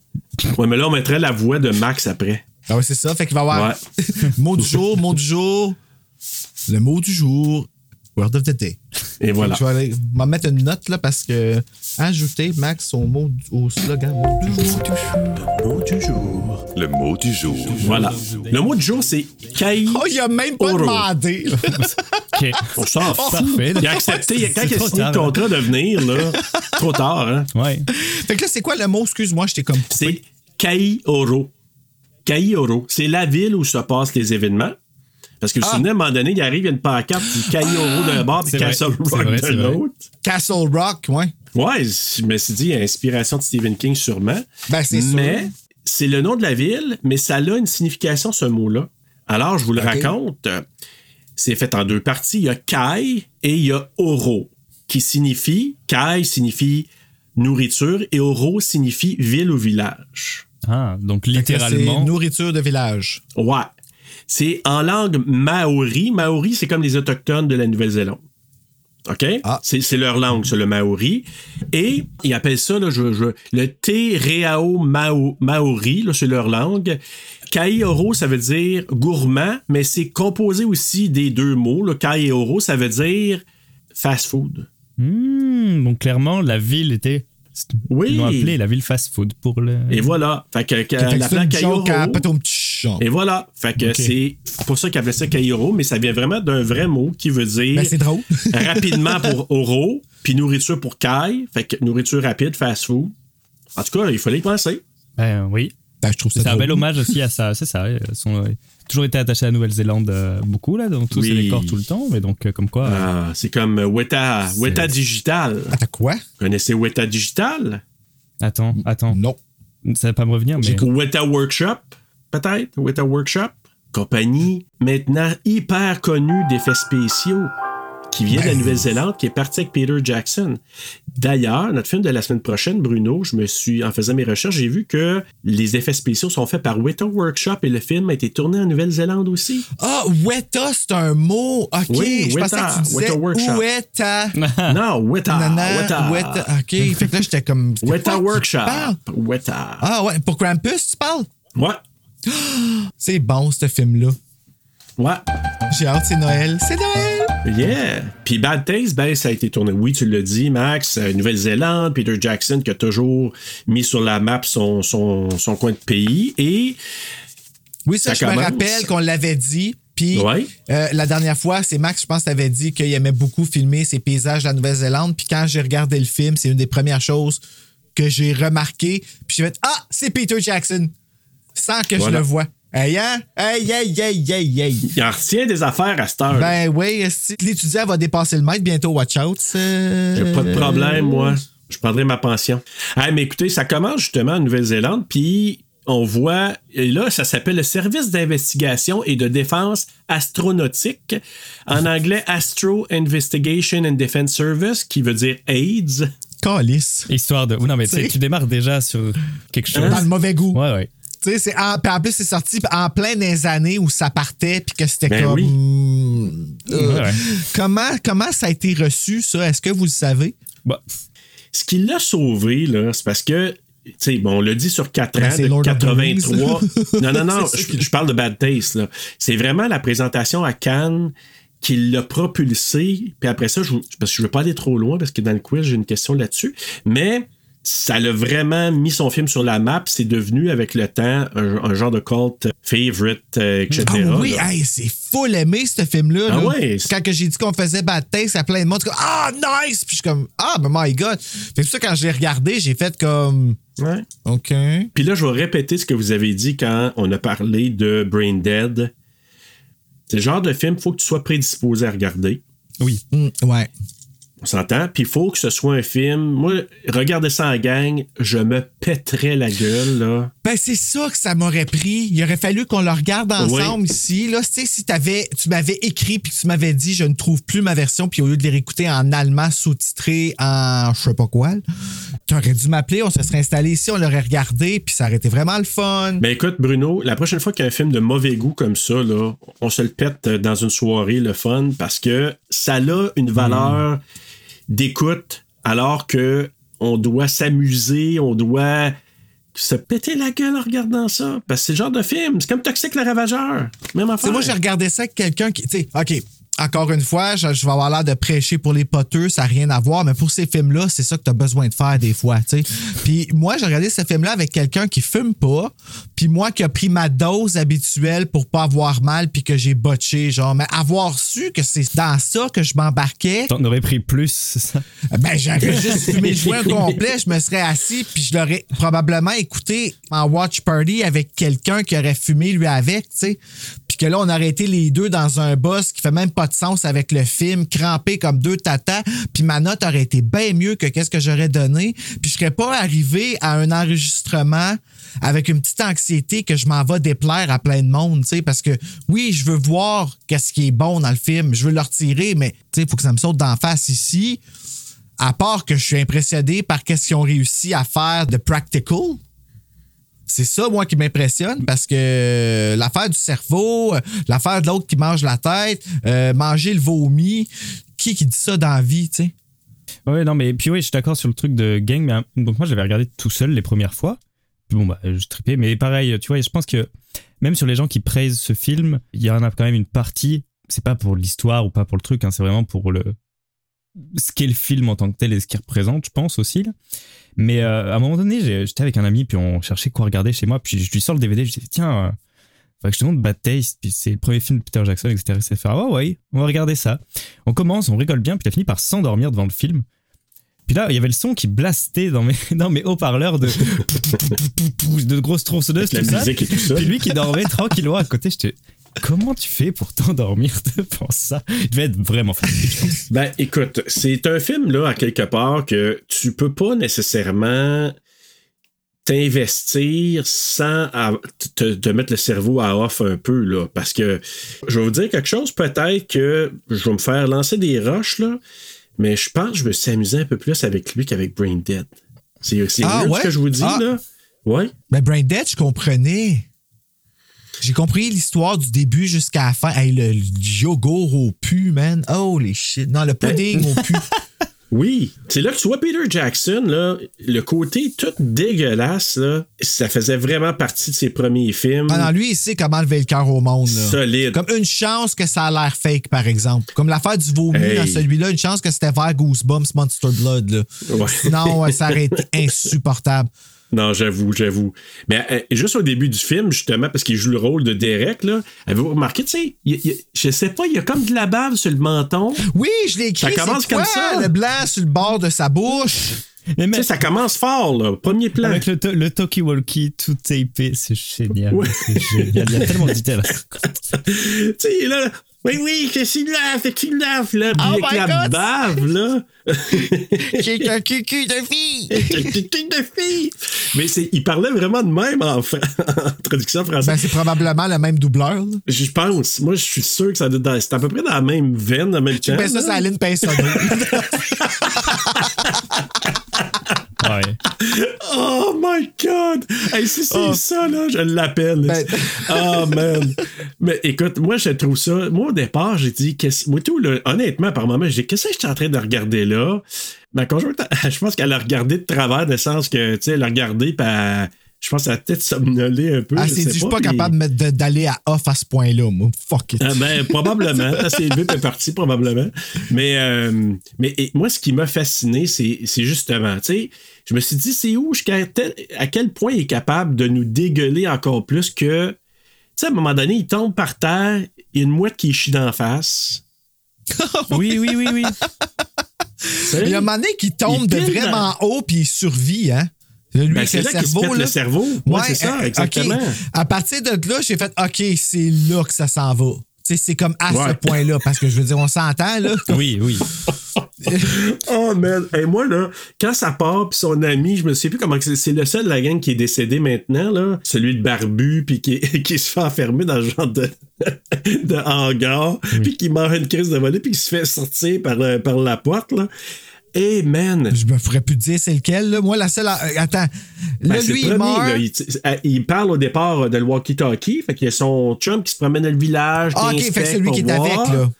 [SPEAKER 1] Ouais, mais là, on mettrait la voix de Max après.
[SPEAKER 4] Ah ouais, c'est ça. Fait qu'il va y avoir <laughs> mot du jour, mot du jour, le mot du jour, word of the day.
[SPEAKER 1] Et voilà.
[SPEAKER 4] Je vais aller- m'en mettre une note là parce que ajouter Max au mot du- au slogan mot du jour.
[SPEAKER 10] Le mot du jour.
[SPEAKER 1] Voilà. Le mot du jour, c'est Kai.
[SPEAKER 4] Oh, il a même pas
[SPEAKER 1] Oro. <laughs>
[SPEAKER 4] demandé. là.
[SPEAKER 3] Ok.
[SPEAKER 1] On s'en fout.
[SPEAKER 3] Oh. Parfait.
[SPEAKER 1] Il a accepté. Il a- Quand
[SPEAKER 3] C'est
[SPEAKER 1] il a
[SPEAKER 3] trop
[SPEAKER 1] signé
[SPEAKER 3] tard, hein.
[SPEAKER 1] le contrat de venir,
[SPEAKER 3] <laughs>
[SPEAKER 1] là, trop tard, hein.
[SPEAKER 3] Ouais.
[SPEAKER 4] Fait que là, c'est quoi le mot? Excuse-moi, j'étais comme.
[SPEAKER 1] C'est Kai Oro. Kai Oro. C'est la ville où se passent les événements. Parce que vous vous souvenez, à un moment donné, il arrive, il y a une pancarte, du Kai Oro d'un bord,
[SPEAKER 3] Ah. C'est
[SPEAKER 1] puis
[SPEAKER 3] vrai.
[SPEAKER 1] Castle
[SPEAKER 3] C'est
[SPEAKER 1] Rock
[SPEAKER 3] vrai,
[SPEAKER 1] de
[SPEAKER 3] c'est vrai.
[SPEAKER 1] l'autre.
[SPEAKER 4] Castle Rock, ouais.
[SPEAKER 1] Ouais, je me suis dit, inspiration de Stephen King sûrement.
[SPEAKER 4] Ben, c'est sûr.
[SPEAKER 1] Mais c'est le nom de la ville, mais ça a une signification, ce mot-là. Alors, je vous le raconte. C'est fait en deux parties. Il y a Kai et il y a Oro, qui signifie, Kai signifie nourriture et Oro signifie ville ou village.
[SPEAKER 3] Ah, donc
[SPEAKER 4] Fait que là,
[SPEAKER 3] littéralement.
[SPEAKER 4] C'est nourriture de village.
[SPEAKER 1] Ouais. C'est en langue maori. Maori, c'est comme les Autochtones de la Nouvelle-Zélande. OK?
[SPEAKER 4] Ah.
[SPEAKER 1] C'est c'est leur langue, c'est le maori. Et ils appellent ça là, je, je- le te reao mao, maori, là, c'est leur langue. Kaioro, ça veut dire gourmand, mais c'est composé aussi des deux mots. Le Kaioro, ça veut dire fast food.
[SPEAKER 3] Hmm, donc clairement, la ville était.
[SPEAKER 1] Oui.
[SPEAKER 3] Ils l'ont appelé la ville fast-food pour le.
[SPEAKER 1] Et voilà. Fait que, que-
[SPEAKER 4] Fait que c'est
[SPEAKER 1] l'appelant
[SPEAKER 4] une
[SPEAKER 1] Kaioro-
[SPEAKER 4] joke à Patom Tchon.
[SPEAKER 1] Et voilà. Fait que
[SPEAKER 4] Ok.
[SPEAKER 1] c'est pour ça qu'ils appellent ça Kairo, mais ça vient vraiment d'un vrai mot qui veut dire
[SPEAKER 4] Ben, c'est drôle.
[SPEAKER 1] rapidement pour Oro, puis nourriture pour Kai. Fait que nourriture rapide, fast food. En tout cas, il fallait y penser.
[SPEAKER 3] Ben oui.
[SPEAKER 4] Ben, je trouve ça
[SPEAKER 3] C'est un
[SPEAKER 4] drôle.
[SPEAKER 3] bel hommage aussi à ça. C'est ça. Ils sont euh, toujours été attachés à la Nouvelle-Zélande euh, beaucoup, là, dans tous
[SPEAKER 1] Oui.
[SPEAKER 3] ces décors tout le temps. Mais donc, euh, comme quoi. euh,
[SPEAKER 1] Ah, c'est comme Weta, Weta Digital.
[SPEAKER 4] Attends, quoi?
[SPEAKER 1] Vous connaissez Weta Digital?
[SPEAKER 3] Attends, attends.
[SPEAKER 4] Non.
[SPEAKER 3] Ça va pas me revenir, mais.
[SPEAKER 1] J'ai Weta Workshop, peut-être? Weta Workshop? Compagnie maintenant hyper connue d'effets spéciaux qui
[SPEAKER 4] Ben
[SPEAKER 1] vient de la Nouvelle-Zélande, qui est partie avec Peter Jackson. D'ailleurs, notre film de la semaine prochaine, Bruno, je me suis, en faisant mes recherches, j'ai vu que les effets spéciaux sont faits par Weta Workshop et le film a été tourné en Nouvelle-Zélande aussi.
[SPEAKER 4] Ah, Weta, c'est un mot. OK.
[SPEAKER 1] Oui,
[SPEAKER 4] je pensais
[SPEAKER 1] Weta,
[SPEAKER 4] que tu disais
[SPEAKER 1] Weta Workshop. <laughs>
[SPEAKER 4] Weta.
[SPEAKER 1] Non, Weta.
[SPEAKER 4] Nana,
[SPEAKER 1] Weta.
[SPEAKER 4] Ah. Weta. OK. Fait que là, j'étais comme. de quoi
[SPEAKER 1] Weta
[SPEAKER 4] tu
[SPEAKER 1] Workshop.
[SPEAKER 4] parles?
[SPEAKER 1] Weta.
[SPEAKER 4] Ah ouais, pour Krampus, tu parles?
[SPEAKER 1] Ouais.
[SPEAKER 4] C'est bon, ce film-là.
[SPEAKER 1] Ouais.
[SPEAKER 4] J'ai hâte, c'est Noël. C'est Noël!
[SPEAKER 1] Yeah! Puis Bad Taste, ben, ça a été tourné. Oui, tu l'as dit, Max, euh, Nouvelle-Zélande, Peter Jackson qui a toujours mis sur la map son, son, son coin de pays. Et
[SPEAKER 4] Oui,
[SPEAKER 1] Ça
[SPEAKER 4] ça, je me
[SPEAKER 1] commence.
[SPEAKER 4] rappelle qu'on l'avait dit. Puis
[SPEAKER 1] Ouais.
[SPEAKER 4] euh, la dernière fois, c'est Max, je pense, t'avais dit qu'il aimait beaucoup filmer ses paysages de la Nouvelle-Zélande. Puis quand j'ai regardé le film, c'est une des premières choses que j'ai remarqué. Puis j'ai fait Ah, c'est Peter Jackson! sans que
[SPEAKER 1] Voilà.
[SPEAKER 4] je le vois. Hey, hein? Hey, hey, hey, hey, hey.
[SPEAKER 1] Il en retient des affaires à cette heure.
[SPEAKER 4] Ben oui, si l'étudiant va dépasser le mètre, bientôt watch out. euh, c'est-
[SPEAKER 1] J'ai pas de problème, moi. Je prendrai ma pension. Ah, mais écoutez, ça commence justement en Nouvelle-Zélande, puis on voit, et là, ça s'appelle le Service d'investigation et de défense astronautique, en anglais Astro Investigation and Defense Service, qui veut dire AIDS.
[SPEAKER 4] Calice.
[SPEAKER 3] Histoire de. Non, mais tu sais,
[SPEAKER 4] C'est-
[SPEAKER 3] tu démarres déjà sur quelque chose.
[SPEAKER 4] Dans le mauvais goût.
[SPEAKER 3] Ouais, ouais.
[SPEAKER 4] Tu sais, c'est en, puis en plus, c'est sorti en plein des années où ça partait, puis que c'était
[SPEAKER 1] Ben
[SPEAKER 4] comme.
[SPEAKER 1] oui.
[SPEAKER 4] Hmm, euh,
[SPEAKER 3] Ouais, ouais.
[SPEAKER 4] Comment, comment ça a été reçu, ça? Est-ce que vous le savez?
[SPEAKER 3] Bon.
[SPEAKER 1] Ce qui l'a sauvé, là, c'est parce que, tu sais, bon, on le dit sur 4
[SPEAKER 4] Ben,
[SPEAKER 1] ans,
[SPEAKER 4] c'est
[SPEAKER 1] de
[SPEAKER 4] Lord of the <laughs>
[SPEAKER 1] 83.
[SPEAKER 4] Rings.
[SPEAKER 1] non, non, non,
[SPEAKER 4] C'est ça
[SPEAKER 1] je, je parle de Bad Taste, là. C'est vraiment la présentation à Cannes qui l'a propulsé. Puis après ça, je, vous- parce que je veux pas aller trop loin, parce que dans le quiz, j'ai une question là-dessus. Mais ça l'a vraiment mis son film sur la map. C'est devenu, avec le temps, un, un genre de cult favorite, euh, etc.
[SPEAKER 4] Ah oui,
[SPEAKER 1] là.
[SPEAKER 4] hey, c'est full aimé, ce film-là.
[SPEAKER 1] Ah
[SPEAKER 4] là.
[SPEAKER 1] ouais, c'est-
[SPEAKER 4] Quand que j'ai dit qu'on faisait Bad Taste à plein de monde, c'est comme Ah, nice! Puis je suis comme Ah, ben my God! Fait que ça, quand je l'ai regardé, j'ai fait comme
[SPEAKER 1] Ouais.
[SPEAKER 4] OK.
[SPEAKER 1] Puis là, je vais répéter ce que vous avez dit quand on a parlé de Brain Dead. C'est le genre de film, faut que tu sois prédisposé à regarder.
[SPEAKER 3] Oui.
[SPEAKER 4] Hmm, ouais.
[SPEAKER 1] On s'entend. Puis il faut que ce soit un film. Moi, regarder ça en gang, je me péterais la gueule, là.
[SPEAKER 4] Ben, c'est ça que ça m'aurait pris. Il aurait fallu qu'on le regarde ensemble
[SPEAKER 1] Oui.
[SPEAKER 4] ici. Là, tu sais, si t'avais- tu m'avais écrit puis que tu m'avais dit je ne trouve plus ma version, puis au lieu de les réécouter en allemand sous-titré en je sais pas quoi, tu aurais dû m'appeler, on se serait installé ici, on l'aurait regardé, puis ça aurait été vraiment le fun.
[SPEAKER 1] Ben écoute, Bruno, la prochaine fois qu'il y a un film de mauvais goût comme ça, là, on se le pète euh, dans une soirée, le fun, parce que ça a une valeur d'écoute, alors que on doit s'amuser, on doit se péter la gueule en regardant ça. Parce que c'est le genre de film. C'est comme Toxic le Ravageur. Même
[SPEAKER 4] Tu sais,
[SPEAKER 1] affaire.
[SPEAKER 4] moi, j'ai regardé ça avec quelqu'un qui. Tu sais, OK, encore une fois, je, je vais avoir l'air de prêcher pour les poteux, ça n'a rien à voir, mais pour ces films-là, c'est ça que tu as besoin de faire des fois, tu sais. Puis moi, j'ai regardé ce film-là avec quelqu'un qui fume pas, puis moi qui a pris ma dose habituelle pour pas avoir mal, puis que j'ai botché, genre. Mais avoir su que c'est dans ça que je m'embarquais,
[SPEAKER 3] T'en aurais pris plus, c'est ça.
[SPEAKER 4] ben, j'aurais juste fumé le joint au complet, je me serais assis, puis je l'aurais probablement écouté en watch party avec quelqu'un qui aurait fumé lui avec, tu sais. Puis que là, on aurait été les deux dans un boss qui fait même pas de sens avec le film, crampé comme deux tatas, puis ma note aurait été bien mieux que qu'est-ce que j'aurais donné, puis je serais pas arrivé à un enregistrement avec une petite anxiété que je m'en vais déplaire à plein de monde, tu sais, parce que oui, je veux voir qu'est-ce qui est bon dans le film, je veux le retirer, mais tu sais, faut que ça me saute d'en face ici. À part que je suis impressionné par qu'est-ce qu'ils ont réussi à faire de practical. C'est ça, moi, qui m'impressionne parce que euh, l'affaire du cerveau, euh, l'affaire de l'autre qui mange la tête, euh, manger le vomi, qui qui dit ça dans la vie, tu sais?
[SPEAKER 3] Ouais, non, mais puis oui, je suis d'accord sur le truc de gang. Mais, hein, donc moi, j'avais regardé tout seul les premières fois. Puis Bon, bah, je tripais. Mais pareil, tu vois, je pense que même sur les gens qui praisent ce film, il y en a quand même une partie. C'est pas pour l'histoire ou pas pour le truc, hein, c'est vraiment pour le ce qu'est le film en tant que tel et ce qu'il représente, je pense aussi. là. Mais euh, à un moment donné, j'ai- j'étais avec un ami, puis on cherchait quoi regarder chez moi. Puis je lui sors le DVD, je dis tiens, euh, faudrait que je te montre Bad Taste. Puis c'est le premier film de Peter Jackson, etc. etc. Ah ouais, on va regarder ça. On commence, on rigole bien, puis il a fini par s'endormir devant le film. Puis là, il y avait le son qui blastait dans mes, dans mes haut-parleurs de, de grosses tronçonneuses,
[SPEAKER 1] Avec la
[SPEAKER 3] tout ça.
[SPEAKER 1] musique et tout ça.
[SPEAKER 3] Puis lui qui dormait tranquillement à côté, j'étais. Comment tu fais pour t'endormir devant ça Il devait être vraiment fatigué. je pense.
[SPEAKER 1] Ben, écoute, c'est un film, là, à quelque part, que tu peux pas nécessairement t'investir sans av- te, te mettre le cerveau à off un peu, là. Parce que je vais vous dire quelque chose, peut-être que je vais me faire lancer des roches, là, mais je pense que je vais s'amuser un peu plus avec lui qu'avec Brain Dead. C'est c'est
[SPEAKER 4] Ah
[SPEAKER 1] weird
[SPEAKER 4] ouais?
[SPEAKER 1] ce que je vous dis,
[SPEAKER 4] Ah.
[SPEAKER 1] là. Ouais.
[SPEAKER 4] Ben, Brain Dead, je comprenais. J'ai compris l'histoire du début jusqu'à la fin. Hey, le yogourt au pu, man. Holy shit. Non, le pudding au pu.
[SPEAKER 1] Oui, c'est là que tu vois Peter Jackson, là, le côté tout dégueulasse, là, ça faisait vraiment partie de ses premiers films.
[SPEAKER 4] Ah non, lui, il sait comment lever le cœur au monde. là.
[SPEAKER 1] Solide.
[SPEAKER 4] Comme une chance que ça a l'air fake, par exemple. Comme l'affaire du vomi
[SPEAKER 1] Hey.
[SPEAKER 4] dans celui-là, une chance que c'était vers Goosebumps Monster Blood. Là.
[SPEAKER 1] Ouais.
[SPEAKER 4] Sinon, euh, ça aurait été insupportable.
[SPEAKER 1] Non, j'avoue, j'avoue. Mais euh, juste au début du film, justement, parce qu'il joue le rôle de Derek, là, avez-vous remarqué, tu sais, il- il- je sais pas, il y a comme de la bave sur le menton.
[SPEAKER 4] Oui, je l'ai écrit.
[SPEAKER 1] Ça commence
[SPEAKER 4] c'est quoi,
[SPEAKER 1] comme ça.
[SPEAKER 4] Le blanc sur le bord de sa bouche.
[SPEAKER 3] Mais
[SPEAKER 1] Tu sais,
[SPEAKER 3] même
[SPEAKER 1] ça commence fort, là. Premier plan.
[SPEAKER 3] avec le, to- le talkie-walkie tout tapé, c'est génial.
[SPEAKER 1] Ouais.
[SPEAKER 3] C'est génial. Il y a tellement de details.
[SPEAKER 1] Tu sais, là, oui, oui, je suis là, je suis là, là, puis avec
[SPEAKER 4] Oh my
[SPEAKER 1] la
[SPEAKER 4] God.
[SPEAKER 1] bave, là.
[SPEAKER 4] <laughs> J'ai un cucu de fille.
[SPEAKER 1] de fille. Mais c'est- il parlait vraiment de même en, fra- <laughs> en traduction
[SPEAKER 4] Ben,
[SPEAKER 1] française.
[SPEAKER 4] c'est probablement le même doubleur. là.
[SPEAKER 1] je pense, moi, je suis sûr que ça doit être dans- c'est à peu près dans la même veine, dans le même temps.
[SPEAKER 4] Ben, ça, c'est
[SPEAKER 1] <laughs>
[SPEAKER 4] Aline Pinsonneau.
[SPEAKER 3] Ouais.
[SPEAKER 1] Ah Oh my God! Hey, si c'est ça, là, je l'appelle.
[SPEAKER 4] Oh.
[SPEAKER 1] <laughs>
[SPEAKER 4] Ben-
[SPEAKER 1] Oh man! Mais écoute, moi, je trouve ça. Moi, au départ, j'ai dit, qu'est-ce- moi, tout, là, honnêtement, par moment, j'ai dit, qu'est-ce que je suis en train de regarder là? Ma conjointe, <laughs> je pense qu'elle a regardé de travers, dans le sens que, tu sais, elle a regardé, puis elle- je pense qu'elle a peut-être somnolé un peu.
[SPEAKER 4] Ah,
[SPEAKER 1] je
[SPEAKER 4] c'est
[SPEAKER 1] sais
[SPEAKER 4] dit, je suis pas
[SPEAKER 1] puis-
[SPEAKER 4] capable de mettre de- d'aller à off à ce point-là, moi. Fuck it.
[SPEAKER 1] Ah ben, probablement. assez élevé est parti, probablement. Mais, euh, mais et moi, ce qui m'a fasciné, c'est c'est justement, tu sais, je me suis dit, c'est où, jusqu'à tel- à quel point il est capable de nous dégueuler encore plus que, tu sais, à un moment donné, il tombe par terre, il y a une mouette qui chie d'en face.
[SPEAKER 3] Oui, oui, oui, oui.
[SPEAKER 1] Tu sais?
[SPEAKER 4] Il y a un moment donné qui tombe
[SPEAKER 1] hein? Il
[SPEAKER 4] de
[SPEAKER 1] pile
[SPEAKER 4] vraiment haut puis il survit, hein? Là, Lui,
[SPEAKER 1] Ben,
[SPEAKER 4] c'est
[SPEAKER 1] c'est
[SPEAKER 4] le
[SPEAKER 1] là qu'il se
[SPEAKER 4] cerveau.
[SPEAKER 1] pète
[SPEAKER 4] là.
[SPEAKER 1] le cerveau. Ouais, c'est
[SPEAKER 4] euh,
[SPEAKER 1] ça,
[SPEAKER 4] ok.
[SPEAKER 1] exactement.
[SPEAKER 4] À partir de là, j'ai fait OK, c'est là que ça s'en va. Tu sais, c'est comme à
[SPEAKER 1] Ouais.
[SPEAKER 4] ce point-là, parce que je veux dire, on s'entend,
[SPEAKER 1] <laughs>
[SPEAKER 4] là.
[SPEAKER 3] Oui, oui.
[SPEAKER 1] Oh man, et moi là, quand ça part puis son ami, je me sais plus comment c'est c'est le seul de la gang qui est décédé maintenant là, celui de barbu puis qui, <laughs> qui se fait enfermer dans le genre de, <laughs> de hangar
[SPEAKER 4] Mm.
[SPEAKER 1] puis qui meurt une crise de volée puis qui se fait sortir par, le- par la porte là. Et man,
[SPEAKER 4] Je me ferais plus dire c'est lequel, là. Moi, la seule. euh, attends. Là,
[SPEAKER 1] ben, c'est
[SPEAKER 4] lui,
[SPEAKER 1] le
[SPEAKER 4] il
[SPEAKER 1] premier,
[SPEAKER 4] meurt.
[SPEAKER 1] là. il, euh, il parle au départ euh, de le walkie-talkie, fait qu'il y a son chum qui se promène dans le village.
[SPEAKER 4] Ah,
[SPEAKER 1] qui
[SPEAKER 4] OK, fait que
[SPEAKER 1] inspecte
[SPEAKER 4] celui
[SPEAKER 1] pour
[SPEAKER 4] qui est
[SPEAKER 1] voir.
[SPEAKER 4] avec, là.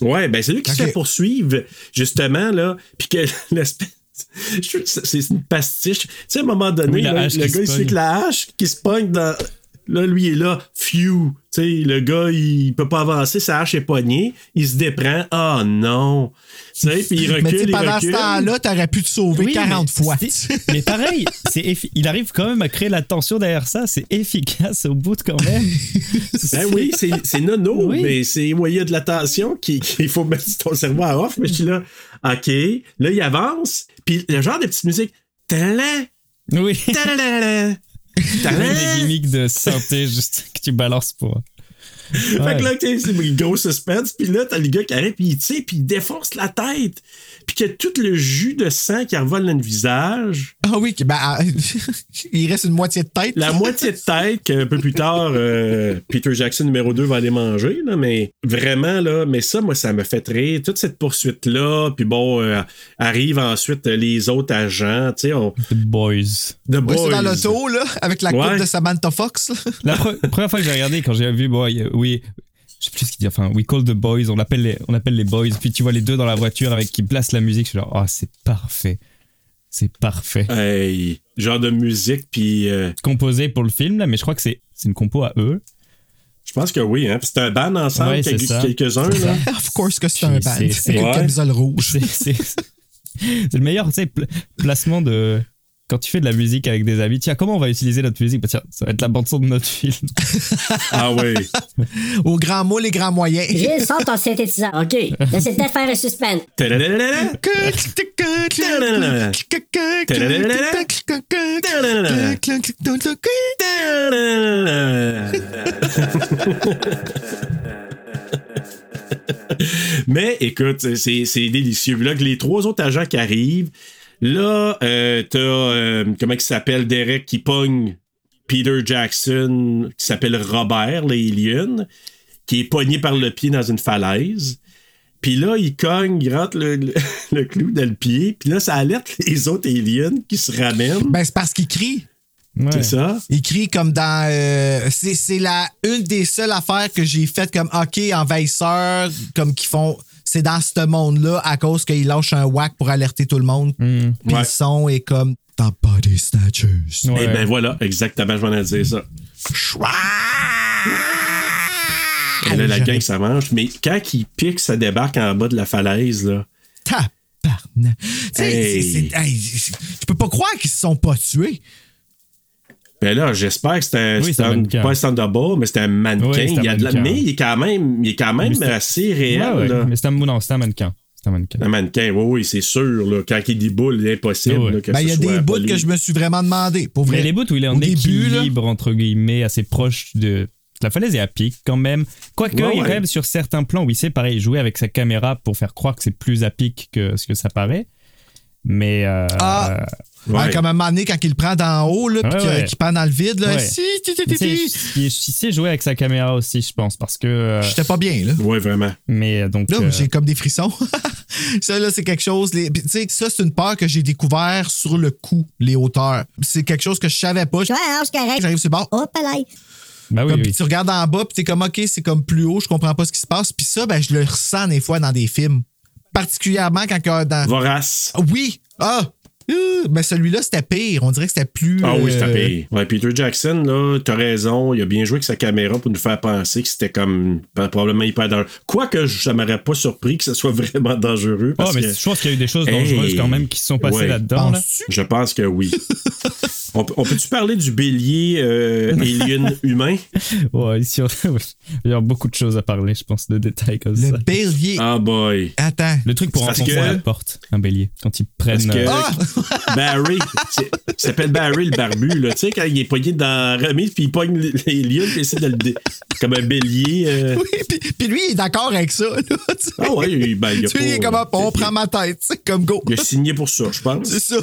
[SPEAKER 1] Ouais, ben c'est lui qui se
[SPEAKER 4] Ok.
[SPEAKER 1] fait poursuivre, justement, là. Puis que <laughs> l'espèce. je suis sûr que C'est c'est une pastiche. Tu sais, à un moment donné,
[SPEAKER 3] Oui, la
[SPEAKER 1] là,
[SPEAKER 3] hache
[SPEAKER 1] le
[SPEAKER 3] qui
[SPEAKER 1] gars,
[SPEAKER 3] se
[SPEAKER 1] il se fait
[SPEAKER 3] pogne.
[SPEAKER 1] que la hache qui se pogne dans. Là, lui, il est là, phew. Tu sais, le gars, il peut pas avancer, sa hache est poignée, il se déprend. Ah non! Tu sais, puis il recule,
[SPEAKER 4] Mais tu sais,
[SPEAKER 1] il
[SPEAKER 4] pendant ce
[SPEAKER 1] recule.
[SPEAKER 4] temps-là, t'aurais pu te sauver
[SPEAKER 3] Oui,
[SPEAKER 4] 40
[SPEAKER 3] mais
[SPEAKER 4] fois.
[SPEAKER 3] c'est- Mais pareil, c'est effi- il arrive quand même à créer la tension derrière ça. C'est efficace au bout de quand même.
[SPEAKER 1] Ben oui, c'est c'est nono,
[SPEAKER 3] Oui.
[SPEAKER 1] mais c'est ouais, il y a de l'attention qu'il qu'il faut mettre ton cerveau à off. Mais je suis là, OK. Là, il avance, puis le genre de petite musique. Talala,
[SPEAKER 3] Oui.
[SPEAKER 1] <laughs> talala,
[SPEAKER 3] Avec
[SPEAKER 1] talala.
[SPEAKER 3] des gimmicks de santé juste que tu balances pour.
[SPEAKER 1] Fait
[SPEAKER 3] Ouais.
[SPEAKER 1] que là, t'sais, c'est un gros suspense. Puis là, t'as le gars qui arrive, puis il tire, puis il défonce la tête. Puis que tout le jus de sang qui revole dans le visage,
[SPEAKER 4] Ah oui, ben, ah, <laughs> il reste une moitié de tête.
[SPEAKER 1] la
[SPEAKER 3] <laughs>
[SPEAKER 4] là.
[SPEAKER 1] moitié de tête qu'un peu plus tard, euh, Peter Jackson numéro 2 va aller manger. Là, mais vraiment, là, mais ça, moi, ça me fait rire. Toute cette poursuite-là, puis bon, euh, arrivent ensuite euh, les autres agents, tu sais, on...
[SPEAKER 3] The Boys.
[SPEAKER 1] The
[SPEAKER 4] Ouais, c'est
[SPEAKER 1] Boys.
[SPEAKER 4] dans l'auto, là, avec la
[SPEAKER 1] Ouais.
[SPEAKER 4] coupe de Samantha Fox. là. <laughs>
[SPEAKER 3] La pre- première fois que j'ai regardé, quand j'ai vu, bon, il y a- oui, je sais plus ce qu'il dit, enfin, we call the boys, on appelle les, on appelle les boys, puis tu vois les deux dans la voiture avec qui place la musique, je suis genre, oh, c'est parfait. C'est parfait.
[SPEAKER 1] Hey, genre de musique, puis euh,
[SPEAKER 3] Composé pour le film, là, mais je crois que c'est c'est une compo à eux. <laughs>
[SPEAKER 1] je pense que oui. Hein, puis c'est un band ensemble,
[SPEAKER 3] Ouais, c'est
[SPEAKER 1] quelques-
[SPEAKER 3] ça.
[SPEAKER 1] quelques-uns. là.
[SPEAKER 4] of course que c'est un
[SPEAKER 3] Puis
[SPEAKER 4] band.
[SPEAKER 3] c'est- c'est-
[SPEAKER 4] Avec une
[SPEAKER 1] Ouais.
[SPEAKER 4] camisole rouge.
[SPEAKER 3] C'est- C'est c'est le meilleur tu sais, pl- placement de. Quand tu fais de la musique avec des amis, tiens, comment on va utiliser notre musique Bah, Tiens, ça va être la bande-son de notre <laughs> film.
[SPEAKER 1] Ah oui.
[SPEAKER 4] Au grand mot, les grands moyens.
[SPEAKER 2] Gilles, sors ton synthétiseur. <laughs> OK. Laissez peut-être faire un suspense.
[SPEAKER 1] Tadadadada. <laughs> Mais écoute, c'est c'est délicieux. Là, que les trois autres agents qui arrivent, là, euh, t'as, euh, comment il s'appelle, Derek qui pogne Peter Jackson, qui s'appelle Robert, l'alien, qui est pogné par le pied dans une falaise. Puis là, il cogne, il rentre le, le- <laughs> le clou dans le pied. Puis là, ça alerte les autres aliens qui se ramènent.
[SPEAKER 4] Ben, c'est parce qu'il crie.
[SPEAKER 3] Ouais.
[SPEAKER 1] C'est ça.
[SPEAKER 4] Il crie comme dans. euh, c'est c'est la une des seules affaires que j'ai faites comme OK, envahisseur, comme qu'ils font. C'est dans ce monde-là à cause qu'ils lâchent un whack pour alerter tout le monde. Puis
[SPEAKER 1] Ouais.
[SPEAKER 4] le son est comme dans Body Snatchers.
[SPEAKER 1] Et
[SPEAKER 3] Ouais.
[SPEAKER 1] ben voilà, exactement, je m'en ai dit ça.
[SPEAKER 4] Ah!
[SPEAKER 3] Ah
[SPEAKER 1] Et là, la
[SPEAKER 4] J'aurais-
[SPEAKER 1] gang, ça mange. Mais quand il pique, ça débarque en bas de la falaise, là.
[SPEAKER 4] Tabarnak. Tu sais,
[SPEAKER 1] Hey.
[SPEAKER 4] c'est- c'est- hey, je peux pas croire qu'ils se sont pas tués.
[SPEAKER 1] Ben là, j'espère que c'était
[SPEAKER 3] Oui,
[SPEAKER 1] c'était
[SPEAKER 3] c'est un
[SPEAKER 1] un,
[SPEAKER 3] mannequin.
[SPEAKER 1] pas un stand-up, mais c'était un mannequin.
[SPEAKER 3] Oui, c'est un
[SPEAKER 1] il y a de la-
[SPEAKER 3] mannequin.
[SPEAKER 1] mais il est quand même, il est quand même
[SPEAKER 3] Mais c'est-
[SPEAKER 1] assez réel,
[SPEAKER 3] Ouais, ouais.
[SPEAKER 1] là.
[SPEAKER 3] Mais c'est un, non, c'est un mannequin. C'est un mannequin.
[SPEAKER 1] Un mannequin, oui, oui, c'est sûr. Là, quand il dit boule, il est impossible
[SPEAKER 3] Ah ouais.
[SPEAKER 1] là, que
[SPEAKER 4] Ben,
[SPEAKER 1] ce
[SPEAKER 4] il y a
[SPEAKER 1] soit
[SPEAKER 4] des bouts
[SPEAKER 1] poli.
[SPEAKER 4] que je me suis vraiment demandé. Pour vrai.
[SPEAKER 3] Mais les bouts où il est en
[SPEAKER 4] Au début, là-
[SPEAKER 3] équilibre, entre guillemets, assez proche de la falaise et à pic quand même. Quoique,
[SPEAKER 1] Ouais,
[SPEAKER 3] il y a
[SPEAKER 1] ouais.
[SPEAKER 3] quand même sur certains plans où il sait, pareil, jouer avec sa caméra pour faire croire que c'est plus à pic que ce que ça paraît. Mais. euh,
[SPEAKER 4] Ah.
[SPEAKER 1] Ouais.
[SPEAKER 4] Ouais, comme à un moment donné, quand il le prend d'en haut, là, puis
[SPEAKER 3] Ouais,
[SPEAKER 4] que-
[SPEAKER 3] ouais.
[SPEAKER 4] qu'il pend dans le vide, là,
[SPEAKER 3] Ouais.
[SPEAKER 4] si, ti, ti, ti,
[SPEAKER 3] mais tu
[SPEAKER 4] ti.
[SPEAKER 3] sais, il, il sait jouer avec sa caméra aussi, je pense, parce que. euh,
[SPEAKER 4] J'étais pas bien, là.
[SPEAKER 1] Ouais, vraiment.
[SPEAKER 3] mais euh, donc.
[SPEAKER 4] Là,
[SPEAKER 3] euh,
[SPEAKER 4] j'ai comme des frissons. <laughs> ça, là, c'est quelque chose. les- puis, Tu sais, ça, c'est une peur que j'ai découvert sur le coup, les hauteurs. C'est quelque chose que je savais pas.
[SPEAKER 2] Ouais, alors, c'est hein, correct.
[SPEAKER 4] J'arrive sur le bord,
[SPEAKER 2] Hop là.
[SPEAKER 3] bah oui,
[SPEAKER 4] Comme,
[SPEAKER 3] oui.
[SPEAKER 4] puis tu regardes en bas, puis t'es comme, OK, c'est comme plus haut, je comprends pas ce qui se passe. Puis ça, ben, je le ressens des fois dans des films. Particulièrement quand. euh, Dans...
[SPEAKER 1] Vorace.
[SPEAKER 4] Ah Oui! Ah! Euh, Mais celui-là, c'était pire. On dirait que c'était plus.
[SPEAKER 1] Ah oui,
[SPEAKER 4] euh,
[SPEAKER 1] c'est tapé. Ouais, Peter Jackson, là, t'as raison, il a bien joué avec sa caméra pour nous faire penser que c'était comme pas- probablement hyper dangereux. Quoique, je- ça m'aurait pas surpris que ce soit <laughs> vraiment dangereux.
[SPEAKER 3] Oh,
[SPEAKER 4] Ah,
[SPEAKER 1] Parce
[SPEAKER 3] mais
[SPEAKER 1] que
[SPEAKER 3] je pense qu'il y a eu des choses
[SPEAKER 1] Hey.
[SPEAKER 3] dangereuses quand même qui se sont passées
[SPEAKER 1] Ouais.
[SPEAKER 3] là-dedans. là.
[SPEAKER 4] penses-tu?
[SPEAKER 1] je pense que
[SPEAKER 4] <laughs>
[SPEAKER 1] oui. on peut- on peut-tu parler du bélier euh,
[SPEAKER 4] <laughs>
[SPEAKER 1] alien humain?
[SPEAKER 3] Ouais, ici, on- <laughs> il y a beaucoup de choses à parler, je pense, de détails comme ça.
[SPEAKER 4] Le bélier.
[SPEAKER 1] Ah boy.
[SPEAKER 4] Attends.
[SPEAKER 3] Le truc pour
[SPEAKER 1] Parce
[SPEAKER 3] enfoncer
[SPEAKER 1] que-
[SPEAKER 3] la porte, un bélier, quand ils
[SPEAKER 1] Parce
[SPEAKER 3] prennent.
[SPEAKER 1] que
[SPEAKER 3] euh,
[SPEAKER 4] Ah!
[SPEAKER 1] <laughs> Barry, c'est- il s'appelle Barry le barbu, là. Tu sais, quand il est pogné dans la remise, puis il pogne les lions, puis il essaie de le. dé- comme un bélier. euh,
[SPEAKER 4] <laughs> Oui, puis, puis lui, il est d'accord avec ça. là, <laughs> tu sais.
[SPEAKER 1] Ah ouais, il- ben, il a
[SPEAKER 4] Tu sais, il est
[SPEAKER 1] pas-
[SPEAKER 4] comme, hop, on
[SPEAKER 1] il-
[SPEAKER 4] prend ma tête, tu sais, comme go.
[SPEAKER 1] Il a signé pour ça, je pense.
[SPEAKER 4] <laughs> C'est ça.